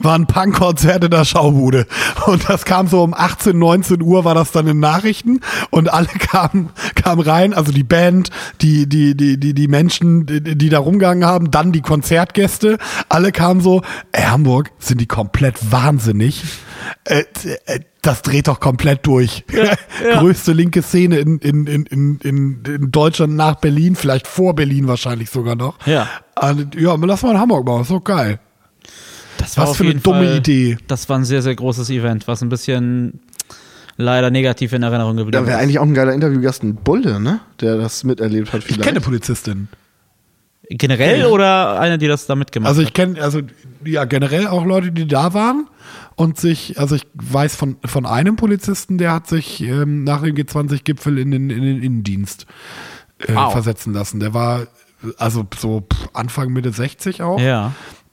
Speaker 1: waren Punkkonzerte in der Schaubude. Und das kam so um 18, 19 Uhr war das dann in Nachrichten und alle kamen, kamen rein, also die Band, die, die, die, die, die Menschen, die, die da rumgegangen haben, dann die Konzertgäste, alle kamen so, ey, Hamburg, sind die komplett wahnsinnig. Äh, äh, das dreht doch komplett durch. Größte linke Szene in, in, in, in, in, in Deutschland nach Berlin, vielleicht vor Berlin wahrscheinlich sogar noch.
Speaker 2: Ja.
Speaker 1: Also, ja, lass mal in Hamburg machen, ist doch geil.
Speaker 2: Das
Speaker 1: Was für eine dumme Idee.
Speaker 2: Das war ein sehr, sehr großes Event, was ein bisschen leider negativ in Erinnerung
Speaker 3: Da
Speaker 2: geblieben
Speaker 3: wäre
Speaker 2: ist.
Speaker 3: eigentlich auch ein geiler Interviewgast ein Bulle, ne? Der das miterlebt hat vielleicht.
Speaker 1: Ich kenne Polizistin.
Speaker 2: Generell oder eine, die das da mitgemacht
Speaker 1: Also
Speaker 2: also
Speaker 1: ich kenne, also ja, generell auch Leute, die da waren und sich, also ich weiß von, von einem Polizisten, der hat sich ähm, nach dem G20-Gipfel in den, in den Innendienst äh,
Speaker 2: Wow.
Speaker 1: versetzen lassen. Der war also so pff, Anfang Mitte 60 auch.
Speaker 2: hat? Ja.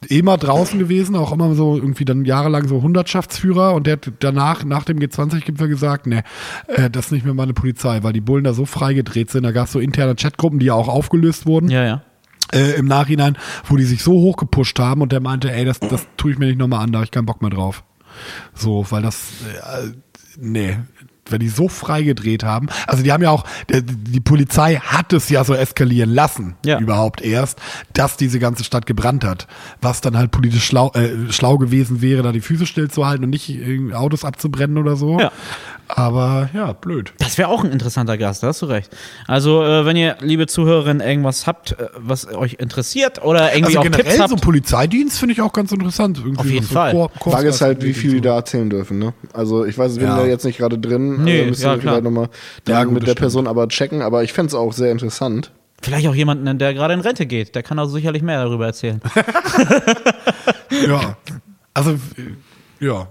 Speaker 1: eh immer draußen gewesen, auch immer so irgendwie dann jahrelang so Hundertschaftsführer und der hat danach, nach dem G20-Gipfel gesagt, ne, äh, das ist nicht mehr meine Polizei, weil die Bullen da so freigedreht sind, da gab es so interne Chatgruppen, die ja auch aufgelöst wurden
Speaker 2: Ja, ja.
Speaker 1: äh, im Nachhinein, wo die sich so hochgepusht haben und der meinte, ey, das, das tue ich mir nicht nochmal an, da habe ich keinen Bock mehr drauf. So, weil das, äh, äh, nee, wenn die so freigedreht haben, also die haben ja auch, der, die Polizei hat es ja so eskalieren lassen,
Speaker 2: Ja.
Speaker 1: überhaupt erst, dass diese ganze Stadt gebrannt hat, was dann halt politisch schlau, äh, schlau gewesen wäre, da die Füße stillzuhalten und nicht irgendwie Autos abzubrennen oder so.
Speaker 2: Ja.
Speaker 1: Aber ja, blöd.
Speaker 2: Das wäre auch ein interessanter Gast, da hast du recht. Also, äh, wenn ihr, liebe Zuhörerinnen, irgendwas habt, äh, was euch interessiert oder irgendwie
Speaker 1: Also
Speaker 2: auch Tipps
Speaker 1: generell
Speaker 2: habt,
Speaker 1: so Polizeidienst finde ich auch ganz interessant. Irgendwie
Speaker 2: Auf jeden
Speaker 1: so
Speaker 2: Fall.
Speaker 1: Kor-
Speaker 3: Die Frage ist halt, wie viel
Speaker 1: so.
Speaker 3: die da erzählen dürfen, ne? Also ich weiß, ich bin
Speaker 1: Ja.
Speaker 3: da jetzt nicht gerade drin,
Speaker 2: Nee,
Speaker 3: also müssen
Speaker 2: ja,
Speaker 3: wir
Speaker 2: klar.
Speaker 3: vielleicht nochmal
Speaker 1: Ja,
Speaker 3: ja,
Speaker 1: gut,
Speaker 3: mit
Speaker 1: das
Speaker 3: der
Speaker 1: stimmt.
Speaker 3: Person aber checken, aber ich fände es auch sehr interessant.
Speaker 2: vielleicht auch jemanden, ne, der gerade in Rente geht, der kann also sicherlich mehr darüber erzählen.
Speaker 1: Ja. Also, äh, ja.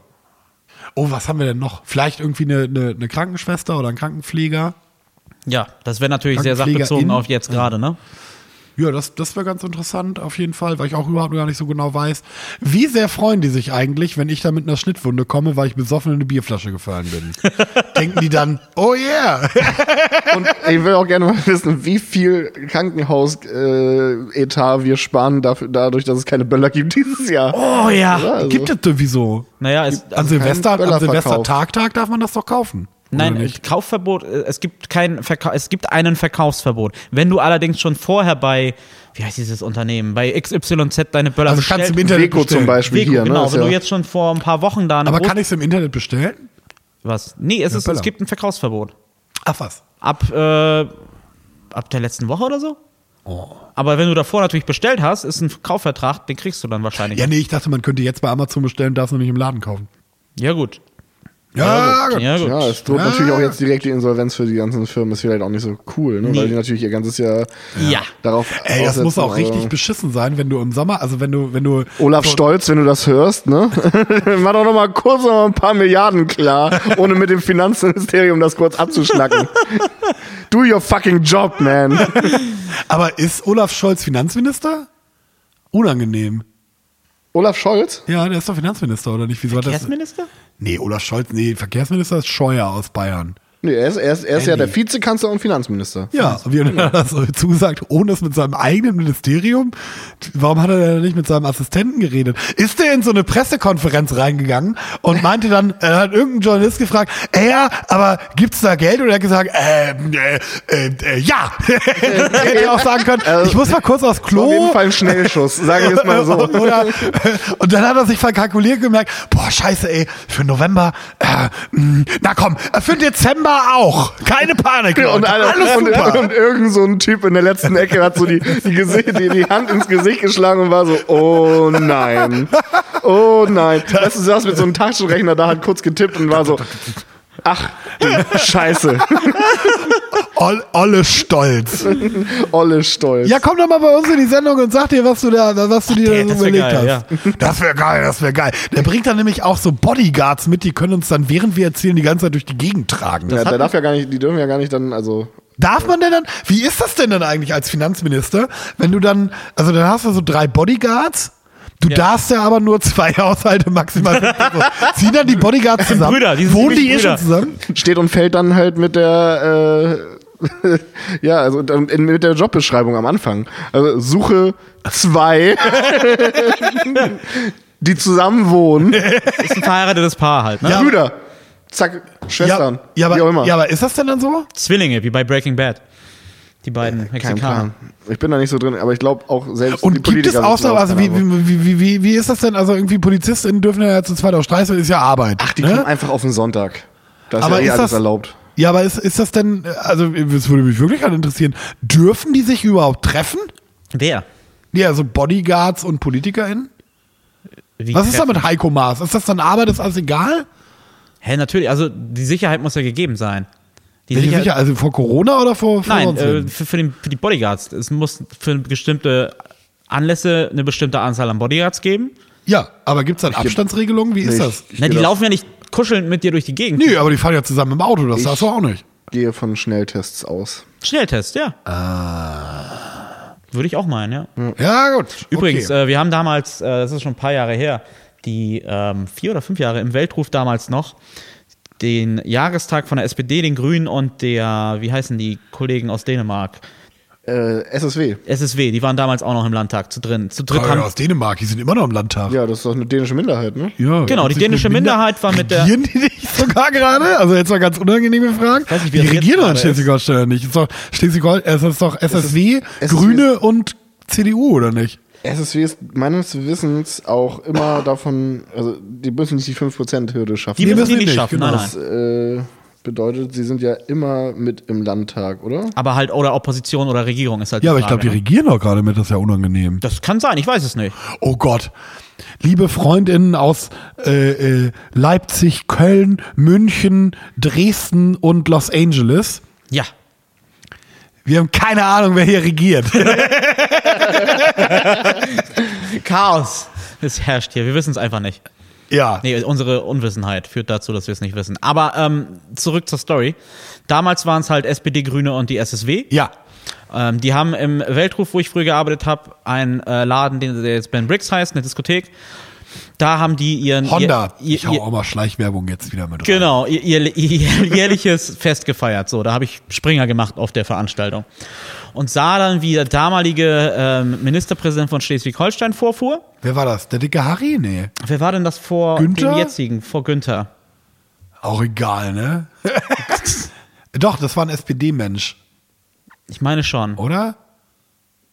Speaker 1: Oh, was haben wir denn noch? Vielleicht irgendwie eine, eine, eine Krankenschwester oder ein Krankenpfleger?
Speaker 2: Ja, das wäre natürlich sehr
Speaker 1: Krankenpfleger
Speaker 2: sachbezogen
Speaker 1: in-
Speaker 2: auf jetzt gerade, ne?
Speaker 1: Ja, das, das wäre ganz interessant auf jeden Fall, weil ich auch überhaupt gar nicht so genau weiß, wie sehr freuen die sich eigentlich, wenn ich da mit einer Schnittwunde komme, weil ich besoffen in eine Bierflasche gefallen bin. Denken die dann, oh yeah.
Speaker 3: Und ich will auch gerne mal wissen, wie viel Krankenhausetat wir sparen dafür, dadurch, dass es keine Böller gibt dieses Jahr.
Speaker 2: Oh ja.
Speaker 3: Also-
Speaker 1: Gibt es irgendwie so?
Speaker 2: Naja, es,
Speaker 1: An
Speaker 2: also,
Speaker 1: Silvester,
Speaker 3: Böllerverkauf.
Speaker 1: am Silvestertagtag darf man das doch kaufen.
Speaker 2: nein,
Speaker 1: Oder nicht?
Speaker 2: äh, Kaufverbot, äh, es gibt kein Verka es gibt einen Verkaufsverbot. Wenn du allerdings schon vorher bei, wie heißt dieses Unternehmen, bei XYZ deine Böller
Speaker 1: Also kannst du im
Speaker 2: bestellt-
Speaker 1: Internet
Speaker 3: Beko zum
Speaker 1: bestellen.
Speaker 3: Beispiel
Speaker 2: Wego,
Speaker 3: hier,
Speaker 2: genau,
Speaker 3: ne? Ist
Speaker 2: wenn
Speaker 3: ja-
Speaker 2: du jetzt schon vor ein paar Wochen da eine
Speaker 1: Aber
Speaker 2: Brust-
Speaker 1: kann ich es im Internet bestellen?
Speaker 2: was? Nee, es, ist,
Speaker 1: Böller.
Speaker 2: es gibt ein Verkaufsverbot.
Speaker 1: Ach was.
Speaker 2: Ab, äh, ab der letzten Woche oder so?
Speaker 1: Oh.
Speaker 2: Aber wenn du davor natürlich bestellt hast, ist ein Kaufvertrag, den kriegst du dann wahrscheinlich.
Speaker 1: Ja, nee, ich dachte, man könnte jetzt bei Amazon bestellen, darf es noch nicht im Laden kaufen.
Speaker 2: Ja, gut.
Speaker 1: Ja, gut.
Speaker 2: ja, gut.
Speaker 3: Ja, es droht
Speaker 1: Ja.
Speaker 3: natürlich auch jetzt direkt die Insolvenz für die ganzen Firmen. Ist vielleicht auch nicht so cool, ne?
Speaker 2: Nee.
Speaker 3: weil die natürlich ihr ganzes Jahr
Speaker 2: Ja.
Speaker 3: darauf
Speaker 1: Ey, das muss
Speaker 3: aufsetzen,
Speaker 1: auch richtig
Speaker 3: aber-
Speaker 1: beschissen sein, wenn du im Sommer, also wenn du, wenn du.
Speaker 3: Olaf
Speaker 1: so-
Speaker 3: Stolz, wenn du das hörst, ne? Mach doch noch mal kurz noch mal ein paar Milliarden klar, ohne mit dem Finanzministerium das kurz abzuschnacken. Do your fucking job, man.
Speaker 1: Aber ist Olaf Scholz Finanzminister? Unangenehm.
Speaker 3: Olaf Scholz?
Speaker 1: Ja, der ist doch Finanzminister, oder nicht? Wieso hat das?
Speaker 2: Verkehrsminister?
Speaker 1: Nee, Olaf Scholz, nee, Verkehrsminister ist Scheuer aus Bayern.
Speaker 3: Nee, er ist, er ist, er ist ja
Speaker 1: Andy.
Speaker 3: der Vizekanzler und Finanzminister.
Speaker 1: Ja, wie hat er das so zugesagt, ohne es mit seinem eigenen Ministerium? Warum hat er denn nicht mit seinem Assistenten geredet? Ist der in so eine Pressekonferenz reingegangen und meinte dann, äh, hat irgendein Journalist gefragt, äh, ja, aber gibt's da Geld? Und er hat gesagt, ähm, äh, äh, äh, ja. Hätte er auch sagen können, ich muss mal kurz aufs Klo.
Speaker 3: Also, Auf jeden Fall ein Schnellschuss, sage ich jetzt mal so.
Speaker 1: Oder, und dann hat er sich verkalkuliert gemerkt, boah, scheiße, ey, für November, äh, mh, na komm, äh, für Dezember auch. Keine Panik, Leute.
Speaker 3: Und, alle,
Speaker 1: alles
Speaker 3: und,
Speaker 1: super.
Speaker 3: und irgend so ein Typ in der letzten Ecke hat so die, die, Gesicht, die, die Hand ins Gesicht geschlagen und war so, oh nein, oh nein. Weißt du, saß mit so einem Taschenrechner da, hat kurz getippt und war so, ach, du scheiße,
Speaker 1: Ol- Olle Stolz.
Speaker 3: Olle Stolz.
Speaker 1: Ja, komm doch mal bei uns in die Sendung und sag dir, was du da, was du dir
Speaker 2: der-
Speaker 1: so
Speaker 2: das wär
Speaker 1: überlegt
Speaker 2: geil,
Speaker 1: hast. Das wäre geil, das wäre geil. Der bringt dann nämlich auch so Bodyguards mit, die können uns dann, während wir erzählen, die ganze Zeit durch die Gegend tragen.
Speaker 3: Ja, der darf ja gar nicht, die dürfen ja gar nicht dann, also,
Speaker 1: Darf man denn dann, wie ist das denn dann eigentlich als Finanzminister, wenn du dann, also dann hast du so drei Bodyguards, du
Speaker 2: Ja.
Speaker 1: darfst ja aber nur zwei Haushalte maximal. Ziehen dann die Bodyguards zusammen?
Speaker 2: Brüder, die sind
Speaker 1: Wohnen
Speaker 2: nämlich
Speaker 1: die eh schon
Speaker 2: Brüder.
Speaker 1: zusammen?
Speaker 3: steht und fällt dann halt mit der, äh, ja, also dann in, mit der Jobbeschreibung am Anfang. Also Suche zwei, die zusammen wohnen.
Speaker 2: Ist ein verheiratetes Paar halt, ne?
Speaker 1: Ja.
Speaker 3: Brüder. Zack, Schwestern.
Speaker 1: Ja, ja,
Speaker 3: wie auch immer.
Speaker 1: aber, ja, aber ist das denn dann so?
Speaker 2: Zwillinge, wie bei Breaking Bad. Die beiden
Speaker 3: Kein
Speaker 2: Mexikaner.
Speaker 3: Plan. Ich bin da nicht so drin, aber ich glaube auch selbst. die
Speaker 1: Und gibt es
Speaker 3: Politiker
Speaker 1: auch
Speaker 3: wissen
Speaker 1: so, also wie,
Speaker 3: keine Ahnung.
Speaker 1: wie, wie, wie, wie, wie ist das denn? Also irgendwie PolizistInnen dürfen ja zu zweit auf Streis, weil ist ja Arbeit.
Speaker 3: Ach, die kommen
Speaker 1: ne?
Speaker 3: einfach auf den Sonntag. Da ist
Speaker 1: Aber
Speaker 3: ja eh
Speaker 1: ist
Speaker 3: alles
Speaker 1: das-
Speaker 3: erlaubt.
Speaker 1: Ja, aber ist, ist das denn, also es würde mich wirklich halt interessieren, dürfen die sich überhaupt treffen?
Speaker 2: Wer?
Speaker 1: Ja, also Bodyguards und PolitikerInnen?
Speaker 2: Wie
Speaker 1: Was ist da
Speaker 2: treffen?
Speaker 1: mit Heiko Maas? Ist das dann Arbeit, ist alles egal?
Speaker 2: Hä, natürlich, also die Sicherheit muss ja gegeben sein. Die
Speaker 1: Welche
Speaker 2: Sicherheit-
Speaker 1: sicher, also vor Corona oder vor, vor
Speaker 2: Nein,
Speaker 1: sonst
Speaker 2: äh,
Speaker 1: hin?
Speaker 2: für, für, den, für die Bodyguards. Es muss für bestimmte Anlässe eine bestimmte Anzahl an Bodyguards geben.
Speaker 1: Ja, aber gibt's dann Abstandsregelungen? Wie ist
Speaker 3: Nee,
Speaker 1: das?
Speaker 3: Ich, ich
Speaker 2: Na, die
Speaker 3: gehe,
Speaker 2: laufen ja nicht kuschelnd mit dir durch die Gegend.
Speaker 1: Nö, aber die fahren ja zusammen im Auto, das
Speaker 3: Ich-
Speaker 1: darfst du auch nicht.
Speaker 3: da- gehe von Schnelltests aus.
Speaker 2: Schnelltest, ja. Würde ich auch meinen, ja.
Speaker 1: Ja, gut.
Speaker 2: Übrigens,
Speaker 1: Ah. Hm, okay.
Speaker 2: äh, wir haben damals, äh, das ist schon ein paar Jahre her, die ähm, vier oder fünf Jahre im Weltruf damals noch, den Jahrestag von der SPD, den Grünen und der, wie heißen die Kollegen aus Dänemark?
Speaker 3: Äh, SSW.
Speaker 2: SSW, die waren damals auch noch im Landtag zu drin. Zu dritt
Speaker 1: Komm
Speaker 2: haben,
Speaker 1: aus Dänemark, die sind immer noch im Landtag.
Speaker 3: also Ja, das ist doch eine dänische Minderheit, ne?
Speaker 1: Ja,
Speaker 2: Genau, die
Speaker 1: Sich eine
Speaker 2: dänische
Speaker 1: Minder-
Speaker 2: Minderheit war mit der-
Speaker 1: Regieren die nicht sogar gerade? Also jetzt mal ganz unangenehme Frage.
Speaker 2: Weiß nicht, wie
Speaker 1: die
Speaker 2: das jetzt
Speaker 1: regieren doch in
Speaker 2: gerade
Speaker 1: Schleswig-Holstein nicht. Ist doch Schleswig-Holstein, es ist doch SSW,
Speaker 3: SSW.
Speaker 1: Grüne und CDU, oder nicht?
Speaker 3: SSW ist meines Wissens auch immer davon, also die müssen nicht die 5%-Hürde schaffen.
Speaker 2: die müssen
Speaker 1: müssen
Speaker 2: die
Speaker 1: die
Speaker 2: nicht
Speaker 1: nicht,
Speaker 2: schaffen,
Speaker 1: genau.
Speaker 2: nein,
Speaker 3: das
Speaker 2: nein.
Speaker 3: äh, bedeutet, sie sind ja immer mit im Landtag, oder?
Speaker 2: Aber halt, oder Opposition oder Regierung ist halt
Speaker 1: Ja, aber ich
Speaker 2: Frage,
Speaker 1: glaube, die
Speaker 2: ne?
Speaker 1: regieren doch gerade mit, das ist ja unangenehm.
Speaker 2: Das kann sein, ich weiß es nicht.
Speaker 1: Oh Gott. Liebe Freundinnen aus äh, äh, Leipzig, Köln, München, Dresden und Los Angeles.
Speaker 2: Ja.
Speaker 1: Wir haben keine Ahnung, wer hier regiert.
Speaker 2: Chaos. Es herrscht hier, wir wissen es einfach nicht.
Speaker 1: ja.
Speaker 2: Nee, unsere Unwissenheit führt dazu, dass wir es nicht wissen. Aber ähm, zurück zur Story. Damals waren es halt SPD, Grüne und die SSW.
Speaker 1: Ja.
Speaker 2: Ähm, die haben im Weltruf, wo ich früher gearbeitet habe, einen äh, Laden, den, der jetzt Ben Briggs heißt, eine Diskothek. Da haben die ihren.
Speaker 1: Honda.
Speaker 2: Ihr,
Speaker 1: ich
Speaker 2: ihr,
Speaker 1: hau
Speaker 2: ihr,
Speaker 1: auch mal Schleichwerbung jetzt wieder mit rein.
Speaker 2: genau, ihr, ihr, ihr jährliches Fest gefeiert. So, da habe ich Springer gemacht auf der Veranstaltung. Und sah dann, wie der damalige ähm, Ministerpräsident von Schleswig-Holstein vorfuhr.
Speaker 1: Wer war das? Der dicke Harry? Nee.
Speaker 2: Wer war denn das vor
Speaker 1: Günther?
Speaker 2: dem jetzigen, vor Günther?
Speaker 1: Auch egal, ne? Doch, das war ein SPD-Mensch,
Speaker 2: Ich meine schon.
Speaker 1: oder?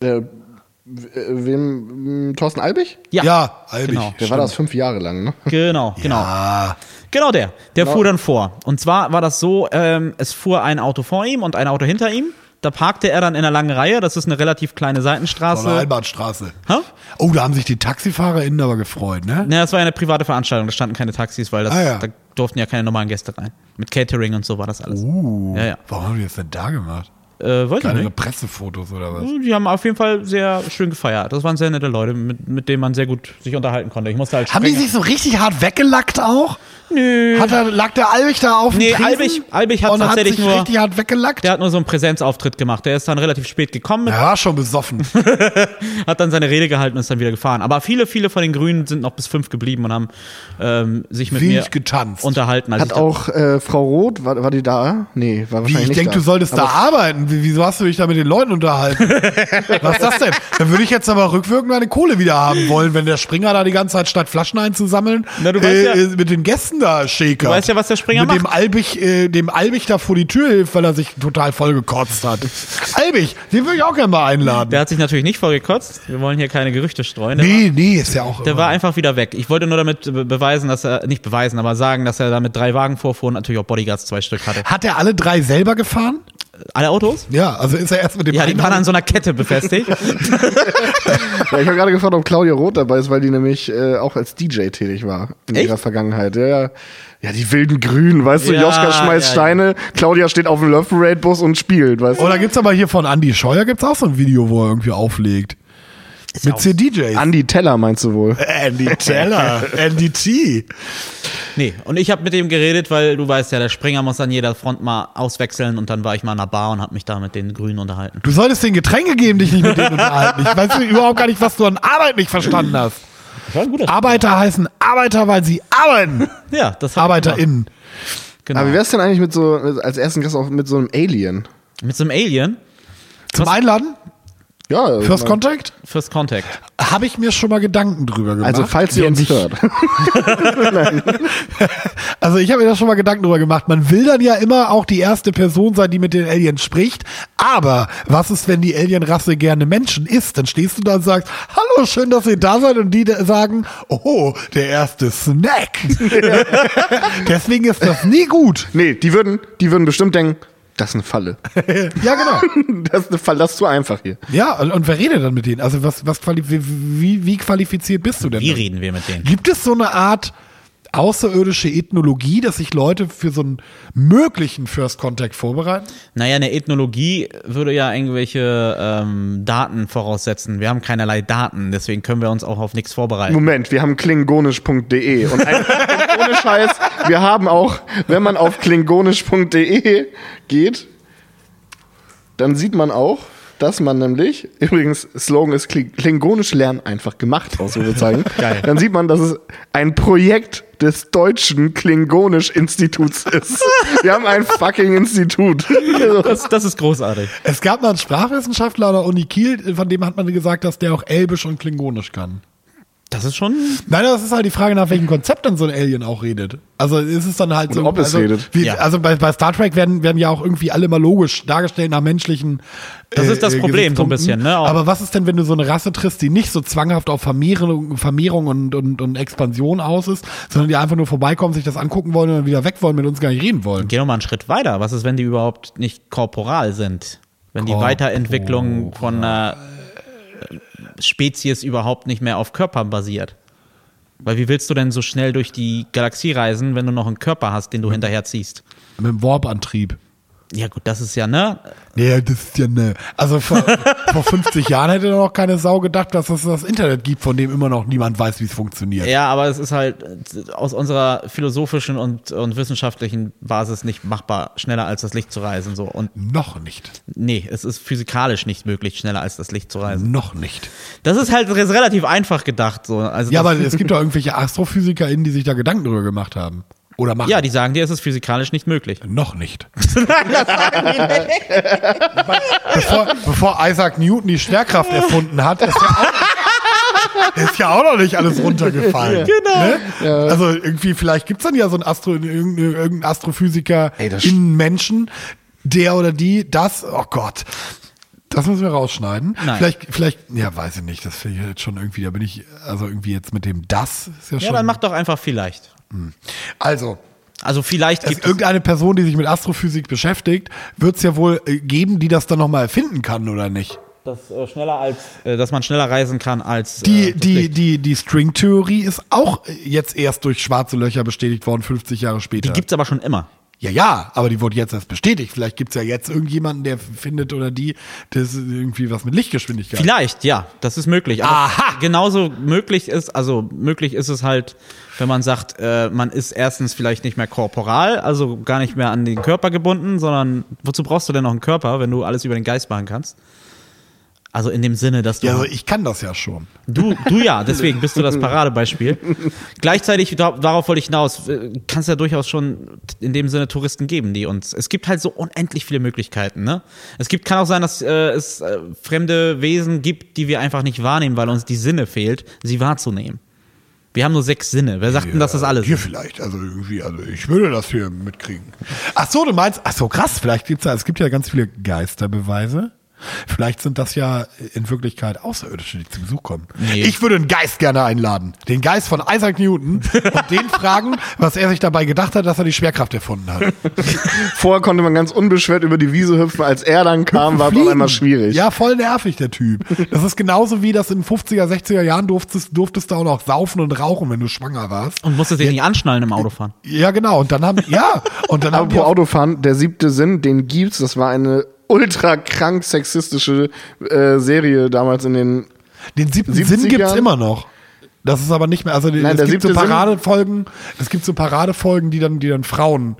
Speaker 3: Äh, w- äh, wem? m, Thorsten Albig?
Speaker 1: Ja, Albig.
Speaker 2: Genau,
Speaker 3: Der war das fünf Jahre lang, ne?
Speaker 2: genau, genau.
Speaker 1: Ja.
Speaker 2: Genau der. Der
Speaker 3: Genau.
Speaker 2: fuhr dann vor. Und zwar war das so, ähm, es fuhr ein Auto vor ihm und ein Auto hinter ihm. Da parkte er dann in einer langen Reihe. Das ist eine relativ kleine
Speaker 1: Auf der
Speaker 2: Seitenstraße.
Speaker 1: Albertstraße.
Speaker 2: Hä?
Speaker 1: Oh, da haben sich die TaxifahrerInnen aber gefreut, ne?
Speaker 2: Ne, das war ja eine private Veranstaltung. Da standen keine Taxis, weil das,
Speaker 1: Ah, ja.
Speaker 2: da durften ja keine normalen Gäste rein. Mit Catering und so war das alles.
Speaker 1: Uh,
Speaker 2: Ja, ja.
Speaker 1: warum haben die das denn da gemacht?
Speaker 2: Äh, weiß ich
Speaker 1: Kleinere
Speaker 2: nicht.
Speaker 1: Pressefotos oder was?
Speaker 2: Die haben auf jeden Fall sehr schön gefeiert. Das waren sehr nette Leute, mit, mit denen man sehr gut sich unterhalten konnte. Ich musste halt
Speaker 1: Haben die
Speaker 2: Springer-
Speaker 1: sich so richtig hart weggelackt auch? Nö. Hat er, lag der Albig da auf dem
Speaker 2: Nee,
Speaker 1: Tresen
Speaker 2: Albig- Albig hat
Speaker 1: und hat
Speaker 2: tatsächlich
Speaker 1: sich
Speaker 2: nur-
Speaker 1: richtig hart weggelackt?
Speaker 2: Der hat nur so einen Präsenzauftritt gemacht. Der ist dann relativ spät gekommen mit
Speaker 1: er war schon besoffen.
Speaker 2: hat dann seine Rede gehalten und ist dann wieder gefahren. Aber viele, viele von den Grünen sind noch bis fünf geblieben und haben ähm, sich mit
Speaker 1: Wenig
Speaker 2: mir
Speaker 1: getanzt.
Speaker 2: unterhalten. als
Speaker 3: Hat
Speaker 2: ich da-
Speaker 3: auch äh, Frau Roth, war, war die da? Nee, war
Speaker 1: Wie,
Speaker 3: wahrscheinlich
Speaker 1: ich
Speaker 3: nicht
Speaker 1: denke,
Speaker 3: da.
Speaker 1: du solltest da arbeiten. Wie- Wieso hast du dich da mit den Leuten unterhalten? Was ist das denn? Dann würde ich jetzt aber rückwirkend meine Kohle wieder haben wollen, wenn der Springer da die ganze Zeit statt Flaschen einzusammeln,
Speaker 2: Na, du weißt ja-
Speaker 1: äh, mit den Gästen da schäkert.
Speaker 2: Du weißt ja, was der Springer
Speaker 1: mit Dem Albig, äh, dem Albig da vor die Tür hilft, weil er sich total vollgekotzt hat. Albig, den würde ich auch gerne mal einladen.
Speaker 2: der hat sich natürlich nicht vorgekotzt. Wir wollen hier keine Gerüchte streuen. Der,
Speaker 1: nee, nee, ist ja auch.
Speaker 2: war, der
Speaker 1: immer-
Speaker 2: war einfach wieder weg. Ich wollte nur damit be- beweisen, dass er, nicht beweisen, aber sagen, dass er da mit drei Wagen vorfuhr und natürlich auch Bodyguards zwei Stück hatte.
Speaker 1: hat er alle drei selber gefahren?
Speaker 2: Alle Autos?
Speaker 1: Ja, also ist er erst mit dem
Speaker 2: Ja, die
Speaker 1: einen
Speaker 2: waren an so einer Kette befestigt.
Speaker 3: Ja, ich habe gerade gefragt, ob Claudia Roth dabei ist, weil die nämlich äh, auch als DJ tätig war in
Speaker 2: Echt?
Speaker 3: ihrer Vergangenheit. Ja, ja. ja, die wilden Grünen, weißt du,
Speaker 2: Ja,
Speaker 3: Joschka schmeißt
Speaker 2: ja, ja.
Speaker 3: Steine, Claudia steht auf dem Love Parade Bus und spielt, weißt
Speaker 1: Oder
Speaker 3: du.
Speaker 1: gibt's aber hier von Andy Scheuer gibt's auch so ein Video, wo er irgendwie auflegt. Mit CDJs.
Speaker 3: Andy Teller meinst du wohl?
Speaker 1: Ah, Andy Teller, Andy T.
Speaker 2: nee, und ich habe mit dem geredet, weil du weißt ja, der Springer muss an jeder Front mal auswechseln und dann war ich mal in einer Bar und habe mich da mit den Grünen unterhalten.
Speaker 1: Du solltest den Getränke geben, dich nicht mit denen unterhalten. Ich weiß überhaupt gar nicht, was du an Arbeit nicht verstanden hast.
Speaker 2: Das war ein guter
Speaker 1: Arbeiter heißen Arbeiter, weil sie arbeiten.
Speaker 2: Ja, das hab ich gemacht.
Speaker 1: ArbeiterInnen.
Speaker 2: Genau.
Speaker 3: Aber wie wär's denn eigentlich mit so, als ersten Gast auch mit so einem Alien?
Speaker 2: Mit so einem Alien?
Speaker 1: Zum
Speaker 2: Was-
Speaker 1: Einladen,
Speaker 3: Ja,
Speaker 1: First
Speaker 3: man-
Speaker 1: Contact,
Speaker 2: First Contact.
Speaker 1: habe ich mir schon mal Gedanken drüber gemacht.
Speaker 3: also falls ihr
Speaker 1: Wenn
Speaker 3: uns
Speaker 1: ich-
Speaker 3: hört.
Speaker 1: Also ich habe mir da schon mal Gedanken drüber gemacht. Man will dann ja immer auch die erste Person sein, die mit den Aliens spricht. Aber was ist, wenn die Alienrasse gerne Menschen isst? Dann stehst du da und sagst, hallo, schön, dass ihr da seid. Und die da sagen, oh, der erste Snack. Deswegen ist das nie gut.
Speaker 3: nee, die würden, die würden bestimmt denken, das ist eine Falle.
Speaker 1: Ja, genau.
Speaker 3: Das ist eine Falle, das ist zu einfach hier.
Speaker 1: Ja, und, und wer redet dann mit denen? Also was, was quali wie, wie- wie qualifiziert bist du denn?
Speaker 2: Wie
Speaker 1: dann?
Speaker 2: reden wir mit denen?
Speaker 1: Gibt es so eine Art außerirdische Ethnologie, dass sich Leute für so einen möglichen First Contact vorbereiten?
Speaker 2: Naja, eine Ethnologie würde ja irgendwelche ähm, Daten voraussetzen. Wir haben keinerlei Daten, deswegen können wir uns auch auf nichts vorbereiten.
Speaker 3: Moment, wir haben klingonisch.de und, ein, und ohne Scheiß, wir haben auch, wenn man auf klingonisch.de geht, dann sieht man auch, dass man nämlich, übrigens, Slogan ist Kling- klingonisch lernen einfach gemacht, Ausrufezeichen.
Speaker 2: Geil.
Speaker 3: Dann sieht man, dass es ein Projekt des deutschen Klingonisch-Instituts ist. Wir haben ein fucking Institut.
Speaker 2: Das, das ist großartig.
Speaker 1: Es gab mal einen Sprachwissenschaftler an der Uni Kiel, von dem hat man gesagt, dass der auch Elbisch und Klingonisch kann.
Speaker 2: Das ist schon.
Speaker 1: Nein, das ist halt die Frage, nach welchem Konzept dann so ein Alien auch redet. Also ist es dann halt so.
Speaker 3: ob es
Speaker 1: also,
Speaker 3: redet.
Speaker 1: Wie,
Speaker 2: Ja.
Speaker 1: Also bei, bei Star Trek werden, werden ja auch irgendwie alle mal logisch dargestellt nach menschlichen. äh,
Speaker 2: Das ist das Problem so
Speaker 1: Gesichtspunkten.
Speaker 2: ein bisschen, ne? Auch-
Speaker 1: Aber was ist denn, wenn du so eine Rasse triffst, die nicht so zwanghaft auf Vermehrung, Vermehrung und, und, und Expansion aus ist, sondern die einfach nur vorbeikommen, sich das angucken wollen und dann wieder weg wollen, mit uns gar nicht reden wollen?
Speaker 2: Geh noch mal einen Schritt weiter. Was ist, wenn die überhaupt nicht korporal sind? Wenn die
Speaker 1: Korporal.
Speaker 2: Weiterentwicklung von einer äh, Spezies überhaupt nicht mehr auf Körper basiert? Weil wie willst du denn so schnell durch die Galaxie reisen, wenn du noch einen Körper hast, den du hinterher ziehst?
Speaker 1: Mit dem Warp-Antrieb.
Speaker 2: Ja, gut, das ist ja, ne?
Speaker 1: Nee, das ist ja ne. Also vor, vor 50 Jahren hätte noch keine Sau gedacht, dass es das Internet gibt, von dem immer noch niemand weiß, wie es funktioniert.
Speaker 2: Ja, aber es ist halt aus unserer philosophischen und, und wissenschaftlichen Basis nicht machbar, schneller als das Licht zu reisen. So. Und
Speaker 1: Noch nicht.
Speaker 2: nee, es ist physikalisch nicht möglich, schneller als das Licht zu reisen.
Speaker 1: Noch nicht.
Speaker 2: Das ist halt res- relativ einfach gedacht. So. Also
Speaker 1: Ja,
Speaker 2: das,
Speaker 1: aber es gibt doch irgendwelche AastrophysikerInnen, die sich da Gedanken drüber gemacht haben. Oder machen.
Speaker 2: ja, die sagen dir, es ist physikalisch nicht möglich.
Speaker 1: noch nicht.
Speaker 2: Nein, das sagen die nicht.
Speaker 1: Bevor, bevor Isaac Newton die Schwerkraft erfunden hat, ist ja auch, ist ja auch noch nicht alles runtergefallen. Genau. Ne? Also irgendwie, vielleicht gibt's dann ja so einen Astro, irgendeinen irgendeinen Astrophysiker
Speaker 3: Ey, das
Speaker 1: in Menschen, der oder die das, oh Gott. Das müssen wir rausschneiden.
Speaker 2: Nein.
Speaker 1: Vielleicht, vielleicht, ja, weiß ich nicht. Das finde ich jetzt schon irgendwie, da bin ich, also irgendwie jetzt mit dem das ist ja schon.
Speaker 2: Ja, dann mach doch einfach vielleicht.
Speaker 1: also,
Speaker 2: Also vielleicht
Speaker 1: es,
Speaker 2: gibt es.
Speaker 1: irgendeine Person, die sich mit Astrophysik beschäftigt, wird's ja wohl äh, geben, die das dann nochmal erfinden kann, oder nicht?
Speaker 2: Das, äh, schneller als, äh, dass man schneller reisen kann als.
Speaker 1: Die,
Speaker 2: äh, das
Speaker 1: die,
Speaker 2: Licht.
Speaker 1: die, die Stringtheorie ist auch äh, jetzt erst durch schwarze Löcher bestätigt worden, 50 Jahre später.
Speaker 2: die gibt es aber schon immer.
Speaker 1: ja, ja, aber die wurde jetzt erst bestätigt. Vielleicht gibt's ja jetzt irgendjemanden, der findet oder die, das ist irgendwie was mit Lichtgeschwindigkeit.
Speaker 2: Vielleicht, ja, das ist möglich. Aber
Speaker 1: Aha!
Speaker 2: Genauso möglich ist, also möglich ist es halt, wenn man sagt, äh, man ist erstens vielleicht nicht mehr korporal, also gar nicht mehr an den Körper gebunden, sondern wozu brauchst du denn noch einen Körper, wenn du alles über den Geist machen kannst? Also in dem Sinne, dass du
Speaker 1: Ja, also ich kann das ja schon.
Speaker 2: Du, du ja, deswegen bist du das Paradebeispiel. Gleichzeitig, da, darauf wollte ich hinaus, äh, kann es ja durchaus schon in dem Sinne Touristen geben, die uns. Es gibt halt so unendlich viele Möglichkeiten, ne? Es gibt, kann auch sein, dass äh, es äh, fremde Wesen gibt, die wir einfach nicht wahrnehmen, weil uns die Sinne fehlt, sie wahrzunehmen. Wir haben nur sechs Sinne. Wer sagt denn, dass das alles
Speaker 1: Hier
Speaker 2: ist?
Speaker 1: vielleicht, also irgendwie, also ich würde das hier mitkriegen. Ach so, du meinst, ach so krass, vielleicht gibt's ja, es gibt ja ganz viele Geisterbeweise. Vielleicht sind das ja in Wirklichkeit Außerirdische, die zu Besuch kommen.
Speaker 2: Nee.
Speaker 1: Ich würde einen Geist gerne einladen. Den Geist von Isaac Newton und den fragen, was er sich dabei gedacht hat, dass er die Schwerkraft erfunden hat.
Speaker 3: Vorher konnte man ganz unbeschwert über die Wiese hüpfen. Als er dann kam, war es auf
Speaker 1: Fliegen.
Speaker 3: einmal schwierig.
Speaker 1: Ja, voll nervig, der Typ. Das ist genauso wie das in 50er, 60er Jahren durftest, durftest du auch noch saufen und rauchen, wenn du schwanger warst.
Speaker 2: Und musstest dich nicht anschnallen im Autofahren.
Speaker 1: Ja, genau. Und dann haben, ja, und dann haben die
Speaker 3: Apropos
Speaker 1: auf
Speaker 3: Autofahren, der siebte Sinn, den gibt's. Das war eine ultra krank sexistische äh, Serie damals in den.
Speaker 1: Den siebten
Speaker 3: 70ern?
Speaker 1: Sinn gibt's immer noch. Das ist aber nicht mehr, also
Speaker 3: Nein, der
Speaker 1: es gibt so
Speaker 3: siebte Sinn-
Speaker 1: Paradefolgen, es gibt so Paradefolgen, die dann, die dann Frauen,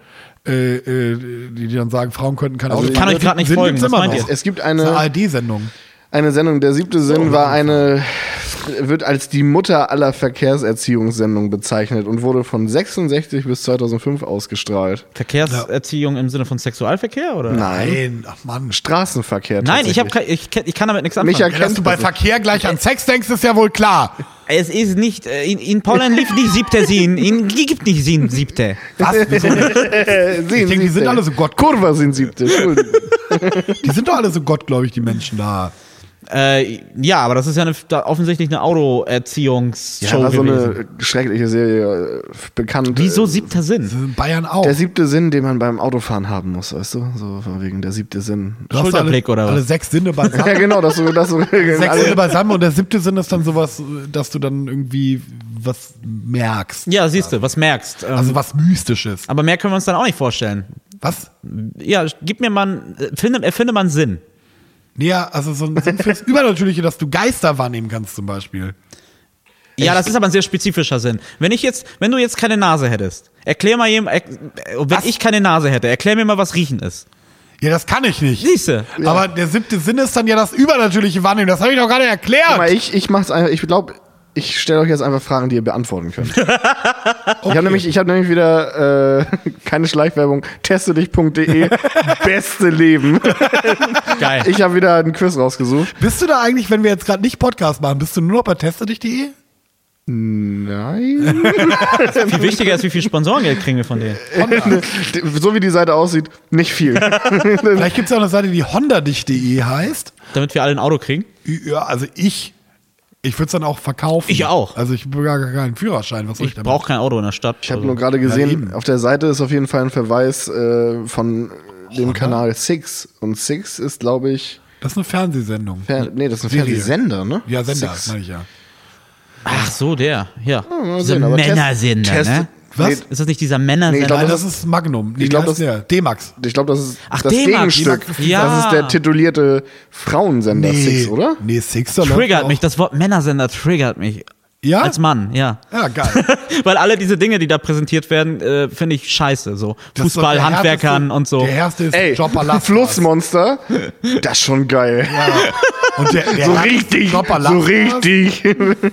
Speaker 1: äh, äh, die, die dann sagen, Frauen könnten keine
Speaker 3: Also
Speaker 1: Autos
Speaker 3: ich kann
Speaker 1: fahren.
Speaker 2: euch grad nicht
Speaker 1: Sinn
Speaker 2: folgen,
Speaker 1: gibt's
Speaker 2: was
Speaker 1: immer
Speaker 2: meint
Speaker 1: noch.
Speaker 2: ihr?
Speaker 3: Es gibt
Speaker 1: Das ist
Speaker 3: eine.
Speaker 1: eine ARD-Sendung.
Speaker 3: Eine Sendung, der siebte Sinn war eine, wird als die Mutter aller Verkehrserziehungssendungen bezeichnet und wurde von 66 bis 2005 ausgestrahlt.
Speaker 2: Verkehrserziehung im Sinne von Sexualverkehr oder?
Speaker 1: Nein, ach Mann.
Speaker 3: Straßenverkehr.
Speaker 2: Nein, ich, hab,
Speaker 3: tatsächlich.
Speaker 2: kein- ich, kenn- ich kann damit nichts anfangen.
Speaker 3: Micha-
Speaker 1: Ja, dass du bei
Speaker 3: Also-
Speaker 1: Verkehr gleich an Sex denkst, ist ja wohl klar.
Speaker 2: Es ist nicht, äh, in, in Polen lief nicht siebte Sinn, in gibt nicht Sinn siebte.
Speaker 1: Was? Wieso?
Speaker 3: Äh, sehen
Speaker 1: denke, die sind
Speaker 3: siebte.
Speaker 1: alle so Gott-
Speaker 3: Kurva sind siebte. Entschuldigung.
Speaker 1: Die sind doch alle so gottgläubig, die Menschen da.
Speaker 2: Äh, ja, aber das ist ja eine, da offensichtlich eine
Speaker 3: Ja,
Speaker 2: Autoerziehungsshow
Speaker 3: war so
Speaker 2: gewesen.
Speaker 3: eine schreckliche Serie, äh, bekannt.
Speaker 2: Wieso siebter Sinn?
Speaker 1: Das ist Also in Bayern auch.
Speaker 3: Der siebte Sinn, den man beim Autofahren haben muss, weißt du? So von wegen der siebte Sinn.
Speaker 1: Du hast
Speaker 2: Schulterblick
Speaker 1: alle,
Speaker 2: oder was?
Speaker 1: Alle sechs Sinne
Speaker 3: Ja,
Speaker 1: beisammen.
Speaker 3: genau, Also, das so, das so Regeln.
Speaker 1: sechs Sinne
Speaker 3: Alle,
Speaker 1: beisammen und der siebte Sinn ist dann sowas, dass du dann irgendwie was merkst.
Speaker 2: Ja, siehst du, was merkst. Ähm,
Speaker 1: Also was Mystisches.
Speaker 2: aber mehr können wir uns dann auch nicht vorstellen.
Speaker 1: Was?
Speaker 2: Ja, gib mir mal, einen- äh, finde, erfinde mal einen Sinn.
Speaker 1: Naja, also so ein Sinn fürs Übernatürliche, dass du Geister wahrnehmen kannst zum Beispiel.
Speaker 2: Ja, das ist aber ein sehr spezifischer Sinn. Wenn ich jetzt, wenn du jetzt keine Nase hättest, erklär mal jemand, äh, wenn ich keine Nase hätte, erklär mir mal, was riechen ist.
Speaker 1: Ja, das kann ich nicht.
Speaker 2: Siehste.
Speaker 1: Aber der siebte Sinn ist dann ja das Übernatürliche wahrnehmen. Das habe ich doch gerade
Speaker 3: Guck mal,
Speaker 1: erklärt.
Speaker 3: ich, ich mach's einfach, ich glaube, ich stelle euch jetzt einfach Fragen, die ihr beantworten könnt. Ich habe nämlich, ich hab nämlich wieder äh, keine Schleichwerbung, testedich.de, beste Leben.
Speaker 2: Geil.
Speaker 3: Ich habe wieder einen Quiz rausgesucht.
Speaker 1: Bist du da eigentlich, wenn wir jetzt gerade nicht Podcast machen, bist du nur noch bei testedich.de?
Speaker 3: Nein.
Speaker 2: Viel wichtiger ist, wie viel Sponsorengeld kriegen wir von denen.
Speaker 3: so wie die Seite aussieht, nicht viel.
Speaker 1: Vielleicht gibt es ja auch eine Seite, die hondadich.de heißt.
Speaker 2: Damit wir alle ein Auto kriegen.
Speaker 1: Ja, also ich, ich würde es dann auch verkaufen.
Speaker 2: Ich auch.
Speaker 1: Also ich habe gar keinen Führerschein. Was soll ich,
Speaker 2: Ich
Speaker 1: damit?
Speaker 2: brauche kein Auto in der Stadt.
Speaker 3: Ich habe nur gerade gesehen, auf der Seite ist auf jeden Fall ein Verweis äh, von dem Kanal Six. Und Six ist, glaube ich,
Speaker 1: Das ist eine Fernsehsendung.
Speaker 3: Fer nee, das ist ein
Speaker 1: Serie.
Speaker 3: Fernsehsender, ne?
Speaker 1: Ja, Sender,
Speaker 3: Six.
Speaker 1: meine ich ja.
Speaker 2: Ach so, der, ja.
Speaker 3: mal
Speaker 2: Diese
Speaker 3: sehen, aber Test-
Speaker 2: Männersender,
Speaker 3: Test-
Speaker 2: ne?
Speaker 1: Was?
Speaker 2: Ist das nicht dieser Männer?
Speaker 3: Nee, ich glaub,
Speaker 1: Nein,
Speaker 3: das
Speaker 1: das ist Magnum. Nee,
Speaker 3: Ich glaub,
Speaker 1: wie heißt
Speaker 3: das-
Speaker 1: der? D-Max.
Speaker 3: Ich glaube, das ist
Speaker 2: Ach,
Speaker 3: das
Speaker 2: D-Mark,
Speaker 3: Gegenstück.
Speaker 2: D-Mark. Ja.
Speaker 3: Das ist der titulierte Frauensender Six, oder?
Speaker 1: Nee, Six. da läuft
Speaker 2: triggert
Speaker 1: auch-
Speaker 2: mich, das Wort Männersender triggert mich.
Speaker 1: Ja?
Speaker 2: Als Mann, ja.
Speaker 1: Ja, geil.
Speaker 2: Weil alle diese Dinge, die da präsentiert werden, äh, finde ich scheiße. So
Speaker 1: Das ist doch
Speaker 2: Fußball,
Speaker 1: der
Speaker 2: Handwerkern
Speaker 1: härteste-
Speaker 2: und so.
Speaker 1: Der erste ist
Speaker 3: Ey,
Speaker 1: Joppa Lastra.
Speaker 3: Flussmonster. Das ist schon geil.
Speaker 1: Und der, der
Speaker 3: So
Speaker 1: härteste
Speaker 3: richtig,
Speaker 1: Joppa
Speaker 3: so
Speaker 1: Lastra.
Speaker 3: richtig.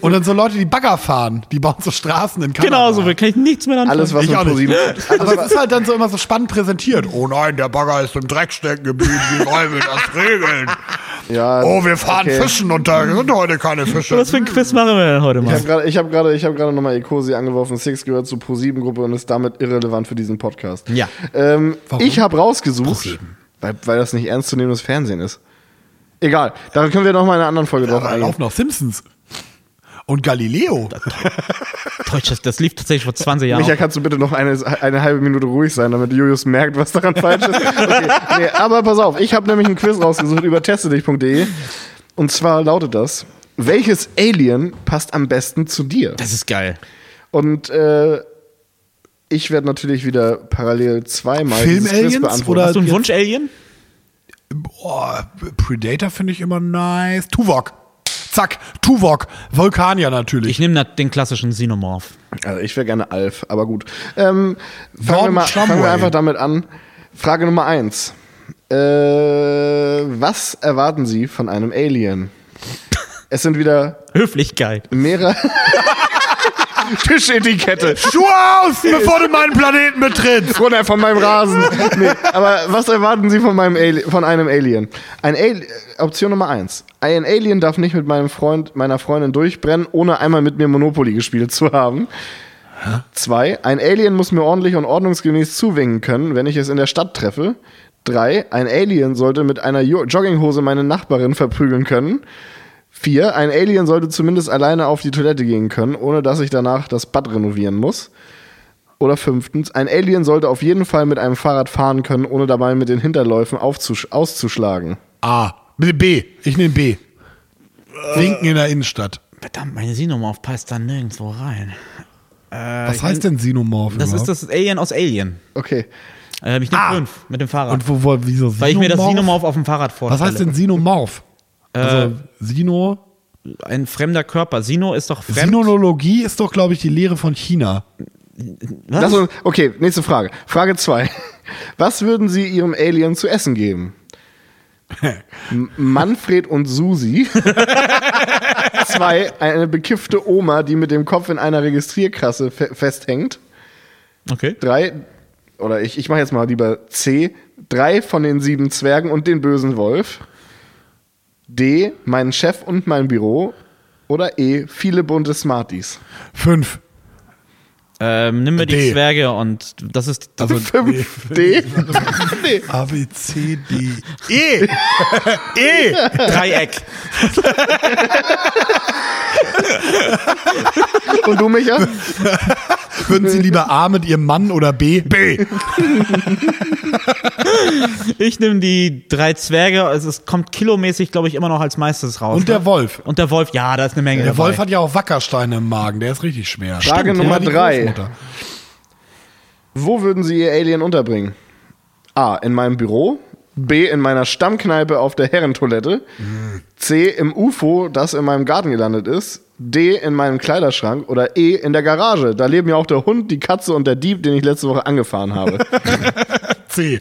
Speaker 1: Und dann so Leute, die Bagger fahren, die bauen so Straßen in Kanada.
Speaker 2: Genau, so wirklich nichts mehr anfangen.
Speaker 3: Alles, was
Speaker 1: Ich
Speaker 3: mit
Speaker 1: auch nicht.
Speaker 3: ProSieben.
Speaker 1: Aber es ist halt dann so immer so spannend präsentiert. Oh nein, der Bagger ist im Dreck stecken geblieben. Wie wollen wir das regeln?
Speaker 3: Ja,
Speaker 1: Oh, wir fahren
Speaker 3: okay.
Speaker 1: Fischen und da sind heute keine Fische.
Speaker 2: was für ein Quiz machen wir denn heute
Speaker 3: Ich
Speaker 2: mal?
Speaker 3: habe gerade, ich habe gerade, ich habe gerade nochmal Ecosi angeworfen. Six gehört zur ProSieben Gruppe und ist damit irrelevant für diesen Podcast.
Speaker 2: Ja.
Speaker 3: Ähm,
Speaker 1: Warum?
Speaker 3: ich habe rausgesucht, weil, weil das nicht ernstzunehmendes Fernsehen ist. Egal, da können wir noch mal in einer anderen Folge drauf
Speaker 1: Da
Speaker 3: eingehen.
Speaker 1: laufen noch Simpsons. Und Galileo.
Speaker 2: Deutsch, das, das lief tatsächlich vor 20 Jahren.
Speaker 3: Micha, kannst du bitte noch eine, eine halbe Minute ruhig sein, damit Julius merkt, was daran falsch ist? Okay. Nee, aber pass auf, ich habe nämlich einen Quiz rausgesucht über testedich.de. Und zwar lautet das: Welches Alien passt am besten zu dir?
Speaker 2: das ist geil.
Speaker 3: Und äh, ich werde natürlich wieder parallel zweimal dieses Quiz
Speaker 1: Film-Aliens
Speaker 3: beantworten.
Speaker 1: oder-
Speaker 2: Hast du einen
Speaker 1: Jetzt-
Speaker 2: Wunsch-Alien?
Speaker 1: Boah, Predator finde ich immer nice. Tuvok. Zack, Tuvok. Vulkanier
Speaker 2: Ich
Speaker 1: natürlich.
Speaker 2: nehme den klassischen Xenomorph.
Speaker 3: Also ich wäre gerne Alf, aber gut. Ähm, fangen, wir
Speaker 1: Gordon
Speaker 3: mal, fangen wir
Speaker 1: Shumway.
Speaker 3: einfach damit an. Frage Nummer eins. Äh, was erwarten Sie von einem Alien? Es sind wieder
Speaker 2: Höflichkeit.
Speaker 3: mehrere Tischetikette.
Speaker 1: Schuhe aus, bevor du meinen Planeten betrittst.
Speaker 3: runter von meinem Rasen. Nee, aber was erwarten Sie von, meinem Ali von einem Alien? Ein Ali äh, Option Nummer eins: Ein Alien darf nicht mit meinem Freund, meiner Freundin durchbrennen, ohne einmal mit mir Monopoly gespielt zu haben. Zwei, ein Alien muss mir ordentlich und ordnungsgemäß zuwinken können, wenn ich es in der Stadt treffe. Drei, ein Alien sollte mit einer Jo- Jogginghose meine Nachbarin verprügeln können. Vier, ein Alien sollte zumindest alleine auf die Toilette gehen können, ohne dass ich danach das Bad renovieren muss. Oder fünftens, ein Alien sollte auf jeden Fall mit einem Fahrrad fahren können, ohne dabei mit den Hinterläufen aufzusch- auszuschlagen.
Speaker 1: A. B. Ich nehme B.
Speaker 2: Äh.
Speaker 1: Winken in der Innenstadt.
Speaker 2: Verdammt, meine Xenomorph passt da nirgendwo rein. Äh,
Speaker 1: Was heißt denn Sinomorph?
Speaker 2: Das ist das Alien aus Alien.
Speaker 3: Okay.
Speaker 2: Äh, ich nehme
Speaker 1: Ah.
Speaker 2: fünf mit dem Fahrrad.
Speaker 1: Und wo, wo, wieso
Speaker 2: weil ich mir das
Speaker 1: Sinomorph?
Speaker 2: Xenomorph auf dem Fahrrad vorstelle. Äh,
Speaker 1: Was heißt denn Sinomorph? also Sino.
Speaker 2: Ein fremder Körper. Sino ist doch fremd.
Speaker 1: Sinologie ist doch, glaube ich, die Lehre von China.
Speaker 2: Was?
Speaker 3: Das
Speaker 1: Also-
Speaker 3: ist, okay, nächste Frage. Frage 2. Was würden Sie Ihrem Alien zu essen geben? M- Manfred und Susi. Zwei, eine bekiffte Oma, die mit dem Kopf in einer Registrierkasse fe festhängt.
Speaker 2: okay.
Speaker 3: Drei, oder ich, ich mache jetzt mal lieber C. Drei von den sieben Zwergen und den bösen Wolf. D. Mein Chef und mein Büro. Oder E. Viele bunte Smarties.
Speaker 1: Fünf.
Speaker 2: Ähm, nimm mir die
Speaker 1: D.
Speaker 2: Zwerge und das ist.
Speaker 1: Also
Speaker 3: Fünf. D. D.
Speaker 1: A, B, C, D, E. e.
Speaker 2: Dreieck.
Speaker 3: Und du, Micha?
Speaker 1: Würden Sie lieber A mit Ihrem Mann oder B? B.
Speaker 2: Ich nehme die drei Zwerge. Also es kommt kilomäßig, glaube ich, immer noch als meistes raus.
Speaker 1: Und der
Speaker 2: ne?
Speaker 1: Wolf.
Speaker 2: Und der Wolf, ja, da ist eine Menge.
Speaker 1: Der
Speaker 2: dabei.
Speaker 1: Wolf hat ja auch Wackersteine im Magen, der ist richtig schwer.
Speaker 3: Frage Nummer
Speaker 1: die
Speaker 3: drei.
Speaker 1: Großmutter.
Speaker 3: Wo würden Sie Ihr Alien unterbringen? A. In meinem Büro. B. In meiner Stammkneipe auf der Herrentoilette. C. Im UFO, das in meinem Garten gelandet ist. D. In meinem Kleiderschrank. Oder E. In der Garage. Da leben ja auch der Hund, die Katze und der Dieb, den ich letzte Woche angefahren habe.
Speaker 1: C.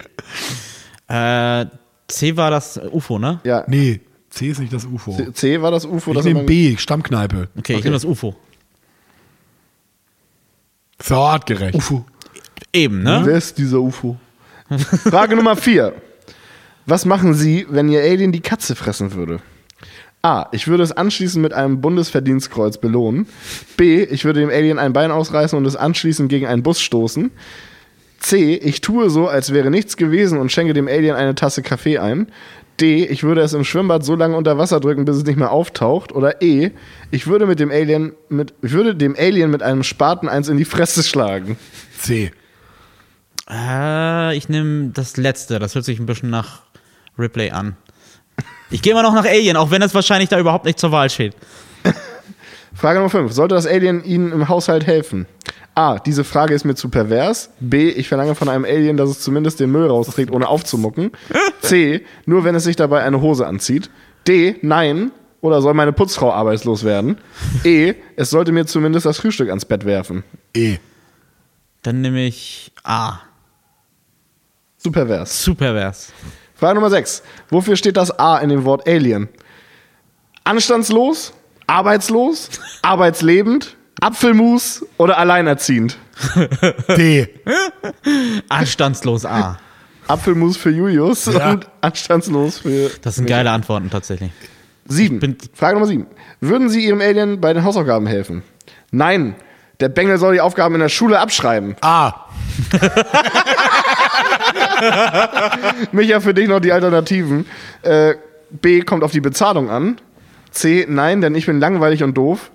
Speaker 2: Äh, C war das UFO, ne?
Speaker 3: ja.
Speaker 1: Nee, C ist nicht das UFO.
Speaker 3: C war das UFO,
Speaker 1: Ich
Speaker 3: das in
Speaker 1: nehme
Speaker 3: meinem
Speaker 1: B, Stammkneipe.
Speaker 2: Okay, ich nehme das UFO.
Speaker 1: So artgerecht. UFO.
Speaker 2: Eben,
Speaker 1: Mhm.
Speaker 2: ne?
Speaker 3: Wer ist dieser UFO? Frage Nummer 4. Was machen Sie, wenn Ihr Alien die Katze fressen würde? A. Ich würde es anschließend mit einem Bundesverdienstkreuz belohnen. B. Ich würde dem Alien ein Bein ausreißen und es anschließend gegen einen Bus stoßen. C. Ich tue so, als wäre nichts gewesen und schenke dem Alien eine Tasse Kaffee ein. D. Ich würde es im Schwimmbad so lange unter Wasser drücken, bis es nicht mehr auftaucht. Oder E. Ich würde mit dem Alien mit, ich würde dem Alien mit einem Spaten eins in die Fresse schlagen.
Speaker 1: C.
Speaker 2: Äh, ich nehme das letzte. Das hört sich ein bisschen nach Ripley an. Ich gehe mal noch nach Alien, auch wenn das wahrscheinlich da überhaupt nicht zur Wahl steht.
Speaker 3: Frage Nummer 5. Sollte das Alien Ihnen im Haushalt helfen? A. Diese Frage ist mir zu pervers. B. Ich verlange von einem Alien, dass es zumindest den Müll rausträgt, ohne aufzumucken. C. Nur wenn es sich dabei eine Hose anzieht. D. Nein. Oder soll meine Putzfrau arbeitslos werden? E. Es sollte mir zumindest das Frühstück ans Bett werfen.
Speaker 1: E.
Speaker 2: Dann nehme ich A.
Speaker 3: Zu pervers.
Speaker 2: Zu pervers.
Speaker 3: Frage Nummer 6. Wofür steht das A in dem Wort Alien? Anstandslos, arbeitslos, arbeitslebend, Apfelmus oder alleinerziehend?
Speaker 1: D.
Speaker 2: Anstandslos A.
Speaker 3: Apfelmus für Julius
Speaker 1: Ja.
Speaker 3: und anstandslos für
Speaker 2: Das sind geile Antworten tatsächlich.
Speaker 3: Sieben.
Speaker 2: bin-
Speaker 3: Frage Nummer sieben. Würden Sie Ihrem Alien bei den Hausaufgaben helfen? Nein. Der Bengel soll die Aufgaben in der Schule abschreiben.
Speaker 1: A.
Speaker 3: Micha, für dich noch die Alternativen. Äh, B kommt auf die Bezahlung an. C, nein, denn ich bin langweilig und doof.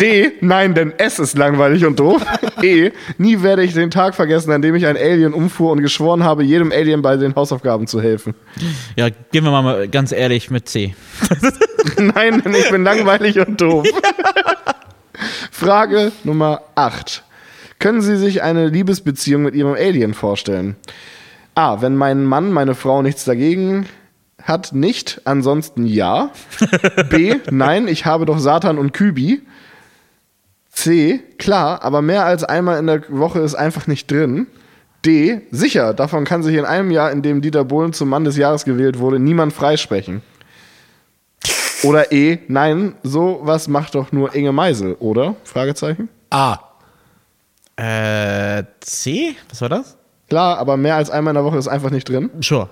Speaker 3: D, nein, denn es ist langweilig und doof. E, nie werde ich den Tag vergessen, an dem ich ein Alien umfuhr und geschworen habe, jedem Alien bei den Hausaufgaben zu helfen.
Speaker 2: Ja, gehen wir mal ganz ehrlich mit C.
Speaker 3: Nein, denn ich bin langweilig und doof. Frage Nummer 8. Können Sie sich eine Liebesbeziehung mit Ihrem Alien vorstellen? A. Wenn mein Mann, meine Frau nichts dagegen hat, nicht. Ansonsten ja. B. Nein, ich habe doch Satan und Kübi. C. Klar, aber mehr als einmal in der Woche ist einfach nicht drin. D. Sicher, davon kann sich in einem Jahr, in dem Dieter Bohlen zum Mann des Jahres gewählt wurde, niemand freisprechen. Oder E, nein, sowas macht doch nur Inge Meisel, oder? Fragezeichen.
Speaker 1: A.
Speaker 2: Äh, C? Was war das?
Speaker 3: Klar, aber mehr als einmal in der Woche ist einfach nicht drin.
Speaker 2: Sure.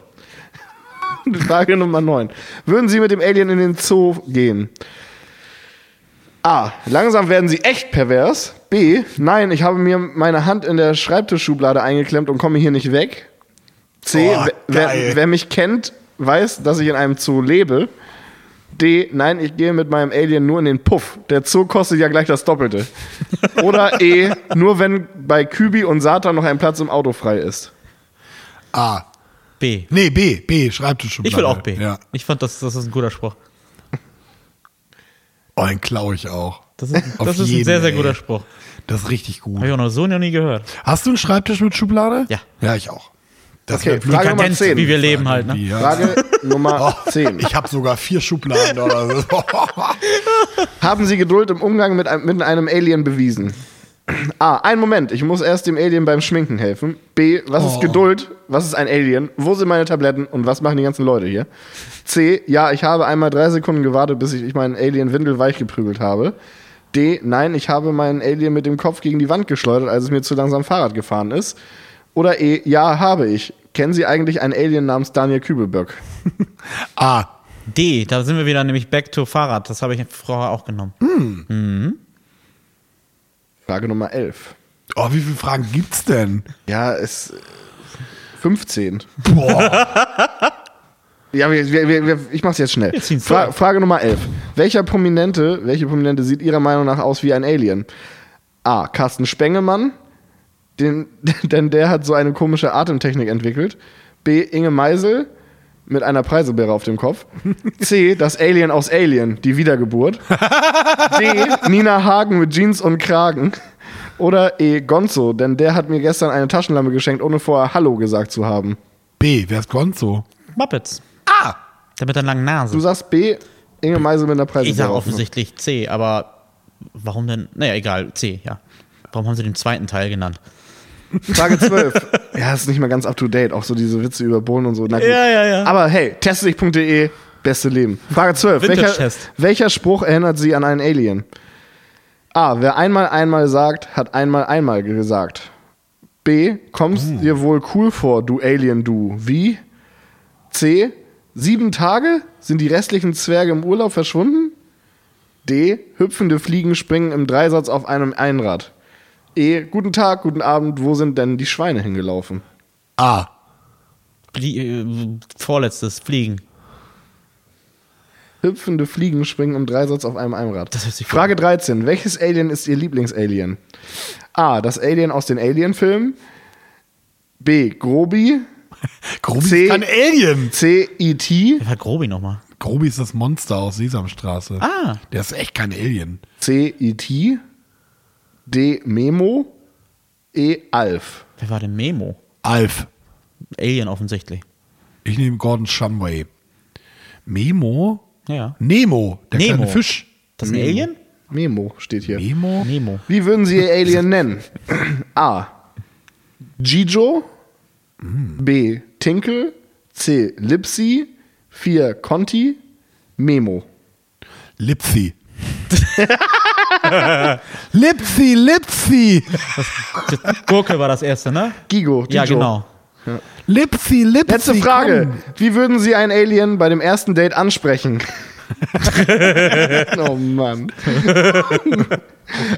Speaker 3: Frage Nummer 9. Würden Sie mit dem Alien in den Zoo gehen? A. Langsam werden Sie echt pervers. B. Nein, ich habe mir meine Hand in der Schreibtischschublade eingeklemmt und komme hier nicht weg. C.
Speaker 1: Oh,
Speaker 3: wer- wer,
Speaker 1: geil.
Speaker 3: wer mich kennt, weiß, dass ich in einem Zoo lebe. D. Nein, ich gehe mit meinem Alien nur in den Puff. Der Zoo kostet ja gleich das Doppelte. Oder E. Nur wenn bei Kübi und Satan noch ein Platz im Auto frei ist.
Speaker 1: A.
Speaker 2: B.
Speaker 1: Nee, B. B. Schreibtisch schon.
Speaker 2: Ich will auch B.
Speaker 1: Ja.
Speaker 2: Ich fand, das, das ist ein guter Spruch.
Speaker 1: Oh, den klaue ich auch.
Speaker 2: Das ist,
Speaker 1: Auf
Speaker 2: das ist ein
Speaker 1: jeden,
Speaker 2: sehr, sehr
Speaker 1: ey.
Speaker 2: guter Spruch.
Speaker 1: Das ist richtig gut.
Speaker 2: Habe ich auch noch so noch nie gehört.
Speaker 1: Hast du einen Schreibtisch mit Schublade?
Speaker 2: Ja.
Speaker 1: Ja, ich auch. Das
Speaker 3: Okay,
Speaker 1: wär blöd.
Speaker 3: Frage Nummer
Speaker 2: Kadenz,
Speaker 3: 10.
Speaker 2: wie wir leben halt, ne?
Speaker 1: Ja.
Speaker 3: Frage Nummer 10.
Speaker 1: Oh, Ich habe sogar vier Schubladen oder so.
Speaker 3: Haben Sie Geduld im Umgang mit einem, mit einem Alien bewiesen? A. Ein Moment, ich muss erst dem Alien beim Schminken helfen. B. Was ist
Speaker 1: Oh.
Speaker 3: Geduld? Was ist ein Alien? Wo sind meine Tabletten? Und was machen die ganzen Leute hier? C. Ja, ich habe einmal drei Sekunden gewartet, bis ich, ich meinen Alien windelweich geprügelt habe. D. Nein, ich habe meinen Alien mit dem Kopf gegen die Wand geschleudert, als es mir zu langsam Fahrrad gefahren ist. Oder E. Ja, habe ich. Kennen Sie eigentlich einen Alien namens Daniel Kübelböck?
Speaker 1: A.
Speaker 2: D. Da sind wir wieder nämlich back to Fahrrad. Das habe ich vorher auch genommen.
Speaker 3: Frage Nummer 11.
Speaker 1: Oh, wie viele Fragen gibt's denn?
Speaker 3: Ja, es. 15.
Speaker 1: Boah.
Speaker 3: Ja, wir, wir, wir, wir- ich mach's jetzt schnell.
Speaker 2: Wir ziehen's
Speaker 3: Fra
Speaker 2: durch.
Speaker 3: Frage Nummer 11. Welcher Prominente, welche Prominente sieht Ihrer Meinung nach aus wie ein Alien? A. Carsten Spengemann, den, denn der hat so eine komische Atemtechnik entwickelt. B. Inge Meisel mit einer Preiselbeere auf dem Kopf. C. Das Alien aus Alien, die Wiedergeburt. D. Nina Hagen mit Jeans und Kragen. Oder E. Gonzo, denn der hat mir gestern eine Taschenlampe geschenkt, ohne vorher Hallo gesagt zu haben.
Speaker 1: B. Wer ist Gonzo?
Speaker 2: Muppets.
Speaker 1: A.
Speaker 2: Der mit der langen
Speaker 3: Du
Speaker 2: Nase.
Speaker 3: sagst also B, Inge Meisel mit einer Preiselbeere.
Speaker 2: Ich sage
Speaker 3: auf dem Kopf.
Speaker 2: offensichtlich C, aber warum denn? Naja, egal. C, ja. Warum haben sie den zweiten Teil genannt?
Speaker 3: Frage 12. ja, ist nicht mehr ganz up to date. Auch so diese Witze über Bohnen und so. Na gut.
Speaker 2: Ja, ja, ja.
Speaker 3: Aber hey, testdich.de, E, beste Leben. Frage 12. Welcher,
Speaker 2: Vintage-Test.
Speaker 3: welcher Spruch erinnert Sie an einen Alien? A. Wer einmal einmal sagt, hat einmal einmal gesagt. B. Kommst dir wohl cool vor, du Alien, du. Wie? C. Sieben Tage? Sind die restlichen Zwerge im Urlaub verschwunden? D. Hüpfende Fliegen springen im Dreisatz auf einem Einrad. E. Guten Tag, guten Abend, wo sind denn die Schweine hingelaufen?
Speaker 1: A.
Speaker 2: Flie äh, vorletztes, Fliegen.
Speaker 3: Hüpfende Fliegen springen im Dreisatz auf einem Einrad.
Speaker 2: Das hört sich
Speaker 3: Frage 13. Welches Alien ist Ihr Lieblingsalien? A. Das Alien aus den Alien-Filmen. B. Grobi.
Speaker 1: Grobi
Speaker 3: C.
Speaker 1: ist kein Alien.
Speaker 3: C. E E.T.
Speaker 2: Wer war Grobi nochmal?
Speaker 1: Grobi ist das Monster aus Sesamstraße.
Speaker 2: Ah.
Speaker 1: Der ist echt kein Alien.
Speaker 3: C. E.T. E D. Memo, E. Alf.
Speaker 2: Wer war denn Memo?
Speaker 1: Alf.
Speaker 2: Alien offensichtlich.
Speaker 1: Ich nehme Gordon Shumway. Memo?
Speaker 2: Ja.
Speaker 1: Nemo, der
Speaker 2: Nemo.
Speaker 1: kleine Fisch.
Speaker 2: Das ist ein Alien?
Speaker 3: Memo steht hier.
Speaker 1: Memo?
Speaker 2: Nemo.
Speaker 3: Wie würden Sie Ihr Alien nennen? A. Gijo.
Speaker 2: Mm.
Speaker 3: B. Tinkel. C. Lipsy. 4. Conti. Memo.
Speaker 1: Lipsi. Lipsi, Lipsi.
Speaker 2: Gurke war das erste, ne?
Speaker 3: Gigo. Gijo.
Speaker 2: Ja, genau.
Speaker 1: Lipsi, Lipsi.
Speaker 3: Letzte Frage. Wie würden Sie ein Alien bei dem ersten Date ansprechen? oh Mann.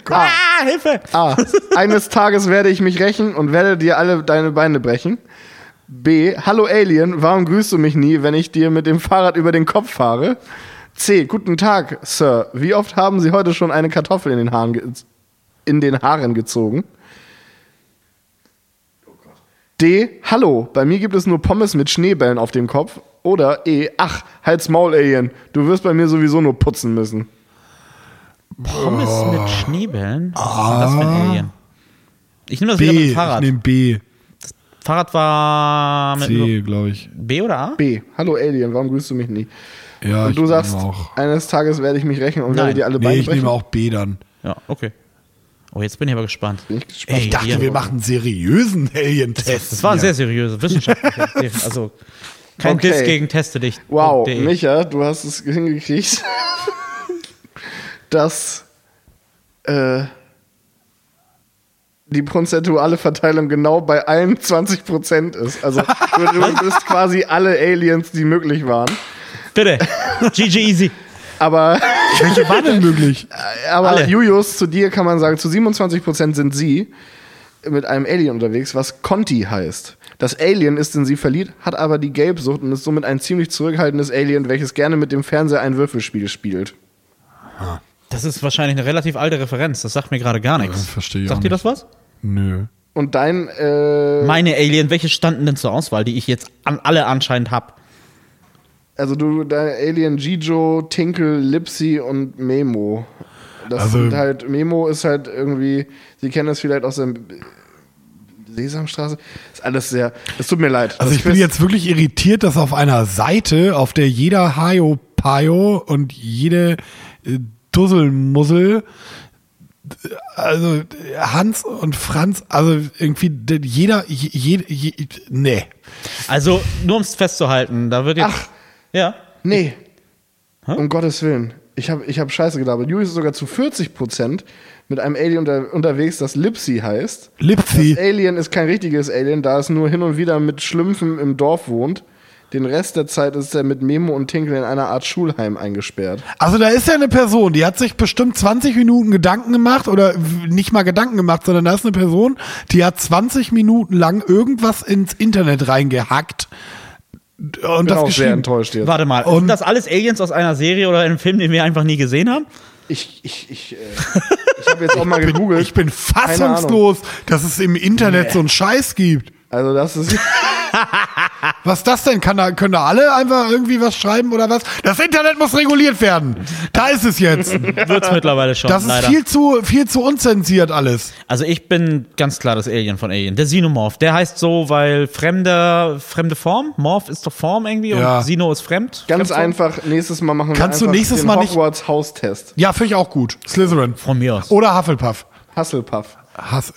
Speaker 3: A.
Speaker 2: Ah, Hilfe!
Speaker 3: A. Eines Tages werde ich mich rächen und werde dir alle deine Beine brechen. B. Hallo Alien, warum grüßt du mich nie, wenn ich dir mit dem Fahrrad über den Kopf fahre? C. Guten Tag, Sir. Wie oft haben Sie heute schon eine Kartoffel in den Haaren, ge in den Haaren gezogen? D. Hallo, bei mir gibt es nur Pommes mit Schneebällen auf dem Kopf. Oder E. Ach, halt's Maul, Alien. Du wirst bei mir sowieso nur putzen müssen.
Speaker 2: Pommes mit Schneebällen? Was ist denn das für ein Alien? Ich nehme das wieder mit
Speaker 1: B.
Speaker 2: dem
Speaker 1: Ich
Speaker 2: Fahrrad.
Speaker 1: nehme B.
Speaker 2: Fahrrad war mit
Speaker 1: C, glaube ich.
Speaker 2: B oder A?
Speaker 3: B. Hallo Alien, warum grüßt du mich nie?
Speaker 1: Ja,
Speaker 3: Und
Speaker 1: ich
Speaker 3: du sagst,
Speaker 1: nehme auch.
Speaker 3: eines Tages werde ich mich rächen und werde
Speaker 2: Nein.
Speaker 3: dir alle
Speaker 1: Nee,
Speaker 3: Beine
Speaker 1: ich
Speaker 3: brechen.
Speaker 1: nehme auch B dann.
Speaker 2: Ja, okay. Oh, jetzt bin ich aber gespannt.
Speaker 3: Bin ich gespannt.
Speaker 1: Ich dachte,
Speaker 2: hier.
Speaker 1: wir machen einen seriösen Alien-Test.
Speaker 2: Das war ein sehr seriöses wissenschaftlicher Test. Also kein
Speaker 3: Okay.
Speaker 2: Diss gegen Teste dich.
Speaker 3: Wow,
Speaker 2: .de.
Speaker 3: Micha, du hast es hingekriegt, dass äh, die prozentuale Verteilung genau bei allen 20% ist. Also du, du bist quasi alle Aliens, die möglich waren.
Speaker 2: Bitte. GG Easy.
Speaker 3: Aber,
Speaker 1: Welche war denn möglich?
Speaker 3: Äh, aber
Speaker 2: Alle.
Speaker 3: Julius, zu dir kann man sagen, zu 27% sind sie mit einem Alien unterwegs, was Conti heißt. Das Alien ist in sie verliebt, hat aber die Gelbsucht und ist somit ein ziemlich zurückhaltendes Alien, welches gerne mit dem Fernseher ein Würfelspiel spielt.
Speaker 2: Das ist wahrscheinlich eine relativ alte Referenz. Das sagt mir gerade gar nichts.
Speaker 1: Ja, verstehe ich
Speaker 2: Sagt
Speaker 1: auch
Speaker 2: dir
Speaker 1: nicht.
Speaker 2: das was?
Speaker 1: Nö.
Speaker 3: Und dein, äh,
Speaker 2: Meine Alien, welche standen denn zur Auswahl, die ich jetzt an alle anscheinend hab?
Speaker 3: also du, dein Alien Gijo, Tinkel, Lipsy und Memo. Das
Speaker 1: Also-
Speaker 3: sind halt, Memo ist halt irgendwie, Sie kennen das vielleicht aus der Sesamstraße. Ist alles sehr, es tut mir leid.
Speaker 1: Also
Speaker 3: Das
Speaker 1: ich bin
Speaker 3: Quiz-
Speaker 1: jetzt wirklich irritiert, dass auf einer Seite, auf der jeder Hajo Pajo und jede äh, Dusselmussel, äh, also äh, Hans und Franz, also irgendwie d- jeder, je, je, ne, je, nee.
Speaker 2: Also, nur um es festzuhalten, da wird jetzt.
Speaker 3: Ach.
Speaker 2: Ja.
Speaker 3: Nee. Um Gottes Willen. Ich habe ich hab Scheiße gelabert. Julius ist sogar zu 40% mit einem Alien unter, unterwegs, das Lipsy heißt.
Speaker 1: Lipsi,
Speaker 3: Das Alien ist kein richtiges Alien, da es nur hin und wieder mit Schlümpfen im Dorf wohnt. Den Rest der Zeit ist er mit Memo und Tinkel in einer Art Schulheim eingesperrt.
Speaker 1: also da ist ja eine Person, die hat sich bestimmt 20 Minuten Gedanken gemacht oder w- nicht mal Gedanken gemacht, sondern da ist eine Person, die hat 20 Minuten lang irgendwas ins Internet reingehackt und
Speaker 3: Bin
Speaker 1: das
Speaker 3: auch sehr
Speaker 1: geschrieben.
Speaker 3: enttäuscht jetzt.
Speaker 2: Warte mal,
Speaker 1: Und-
Speaker 2: sind das alles Aliens aus einer Serie oder einem Film, den wir einfach nie gesehen haben?
Speaker 3: Ich, ich, ich, äh, ich habe jetzt auch mal gegoogelt.
Speaker 1: Ich bin fassungslos, dass es im Internet so einen Scheiß gibt.
Speaker 3: Also das ist...
Speaker 1: Was das denn? Kann da, können da alle einfach irgendwie was schreiben oder was? Das Internet muss reguliert werden. Da ist es jetzt.
Speaker 2: Wird's mittlerweile schon,
Speaker 1: Das ist
Speaker 2: leider.
Speaker 1: viel zu, viel zu unzensiert alles.
Speaker 2: Also ich bin ganz klar das Alien von Alien. Der Xenomorph. Der heißt so, weil fremde, fremde Form. Morph ist doch Form irgendwie
Speaker 1: Ja.
Speaker 2: und Xeno ist fremd.
Speaker 3: Ganz einfach, nächstes Mal machen wir
Speaker 1: Kannst du
Speaker 3: einfach
Speaker 1: nächstes
Speaker 3: den
Speaker 1: Mal nicht-
Speaker 3: Hogwarts-Haustest.
Speaker 1: Ja, finde ich auch gut. Slytherin.
Speaker 2: Von mir aus.
Speaker 1: Oder Hufflepuff.
Speaker 3: Hufflepuff.
Speaker 1: Hass.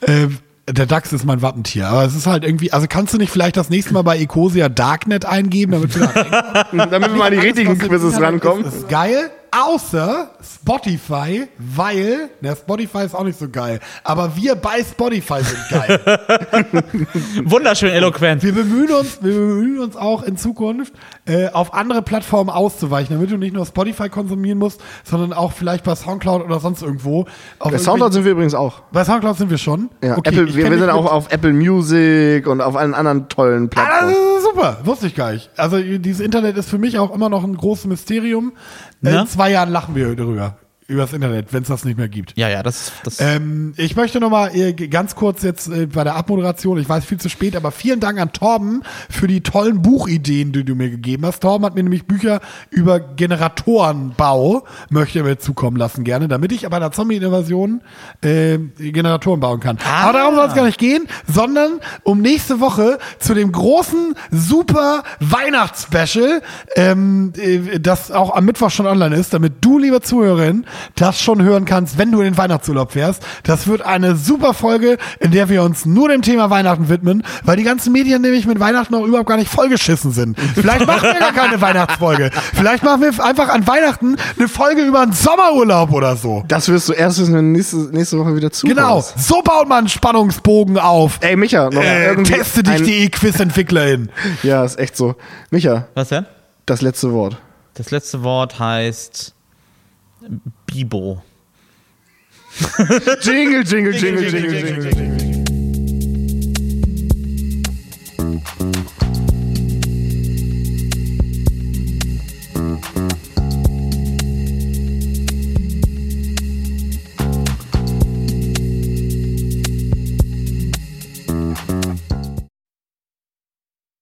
Speaker 1: äh, der Dachs ist mein Wappentier. Aber es ist halt irgendwie, also kannst du nicht vielleicht das nächste Mal bei Ecosia Darknet eingeben, damit wir
Speaker 3: Damit wir mal an die richtigen Quizzes rankommen.
Speaker 1: Das ist geil, außer Spotify, weil, na, Spotify ist auch nicht so geil, aber wir bei Spotify sind geil.
Speaker 2: Wunderschön eloquent.
Speaker 1: wir bemühen uns, wir bemühen uns auch in Zukunft, äh, auf andere Plattformen auszuweichen, damit du nicht nur Spotify konsumieren musst, sondern auch vielleicht bei Soundcloud oder sonst irgendwo. Auf
Speaker 3: Bei
Speaker 1: irgendwie-
Speaker 3: Soundcloud sind wir übrigens auch.
Speaker 1: bei Soundcloud sind wir schon.
Speaker 3: Ja,
Speaker 1: Okay,
Speaker 3: Apple,
Speaker 1: ich
Speaker 3: wir,
Speaker 1: kenn
Speaker 3: wir sind
Speaker 1: mich
Speaker 3: auch
Speaker 1: mit-
Speaker 3: auf Apple Music und auf allen anderen tollen
Speaker 1: Ah, das
Speaker 3: Plattformen.
Speaker 1: ist super, wusste ich gar nicht. Also dieses Internet ist für mich auch immer noch ein großes Mysterium.
Speaker 2: Ne?
Speaker 1: In zwei Jahren lachen wir darüber. Übers Internet, wenn es das nicht mehr gibt.
Speaker 2: Ja, ja, das, das
Speaker 1: Ähm, ich möchte nochmal äh, g- ganz kurz jetzt äh, bei der Abmoderation, ich weiß viel zu spät, aber vielen Dank an Torben für die tollen Buchideen, die du mir gegeben hast. Torben hat mir nämlich Bücher über Generatorenbau, möchte er mir zukommen lassen gerne, damit ich bei einer Zombie-Invasion äh, Generatoren bauen kann. Aber darum soll es gar nicht gehen, sondern um nächste Woche zu dem großen, super Weihnachtsspecial, ähm, äh, das auch am Mittwoch schon online ist, damit du, liebe Zuhörerin, das schon hören kannst, wenn du in den Weihnachtsurlaub fährst. Das wird eine super Folge, in der wir uns nur dem Thema Weihnachten widmen, weil die ganzen Medien nämlich mit Weihnachten auch überhaupt gar nicht vollgeschissen sind. Vielleicht machen wir gar keine Weihnachtsfolge. Vielleicht machen wir einfach an Weihnachten eine Folge über einen Sommerurlaub oder so.
Speaker 3: Das wirst du erst wissen, wenn du nächste, nächste Woche wieder zu.
Speaker 1: Genau, so baut man einen Spannungsbogen auf.
Speaker 3: Ey, Micha, noch
Speaker 1: Äh,
Speaker 3: irgendwie.
Speaker 1: teste
Speaker 3: ein-
Speaker 1: dich.de Quizentwicklerin.
Speaker 3: Ja, ist echt so. Micha,
Speaker 2: was denn?
Speaker 3: das letzte Wort.
Speaker 2: Das letzte Wort heißt Bibo.
Speaker 3: jingle, jingle, jingle, jingle, jingle. jingle, jingle.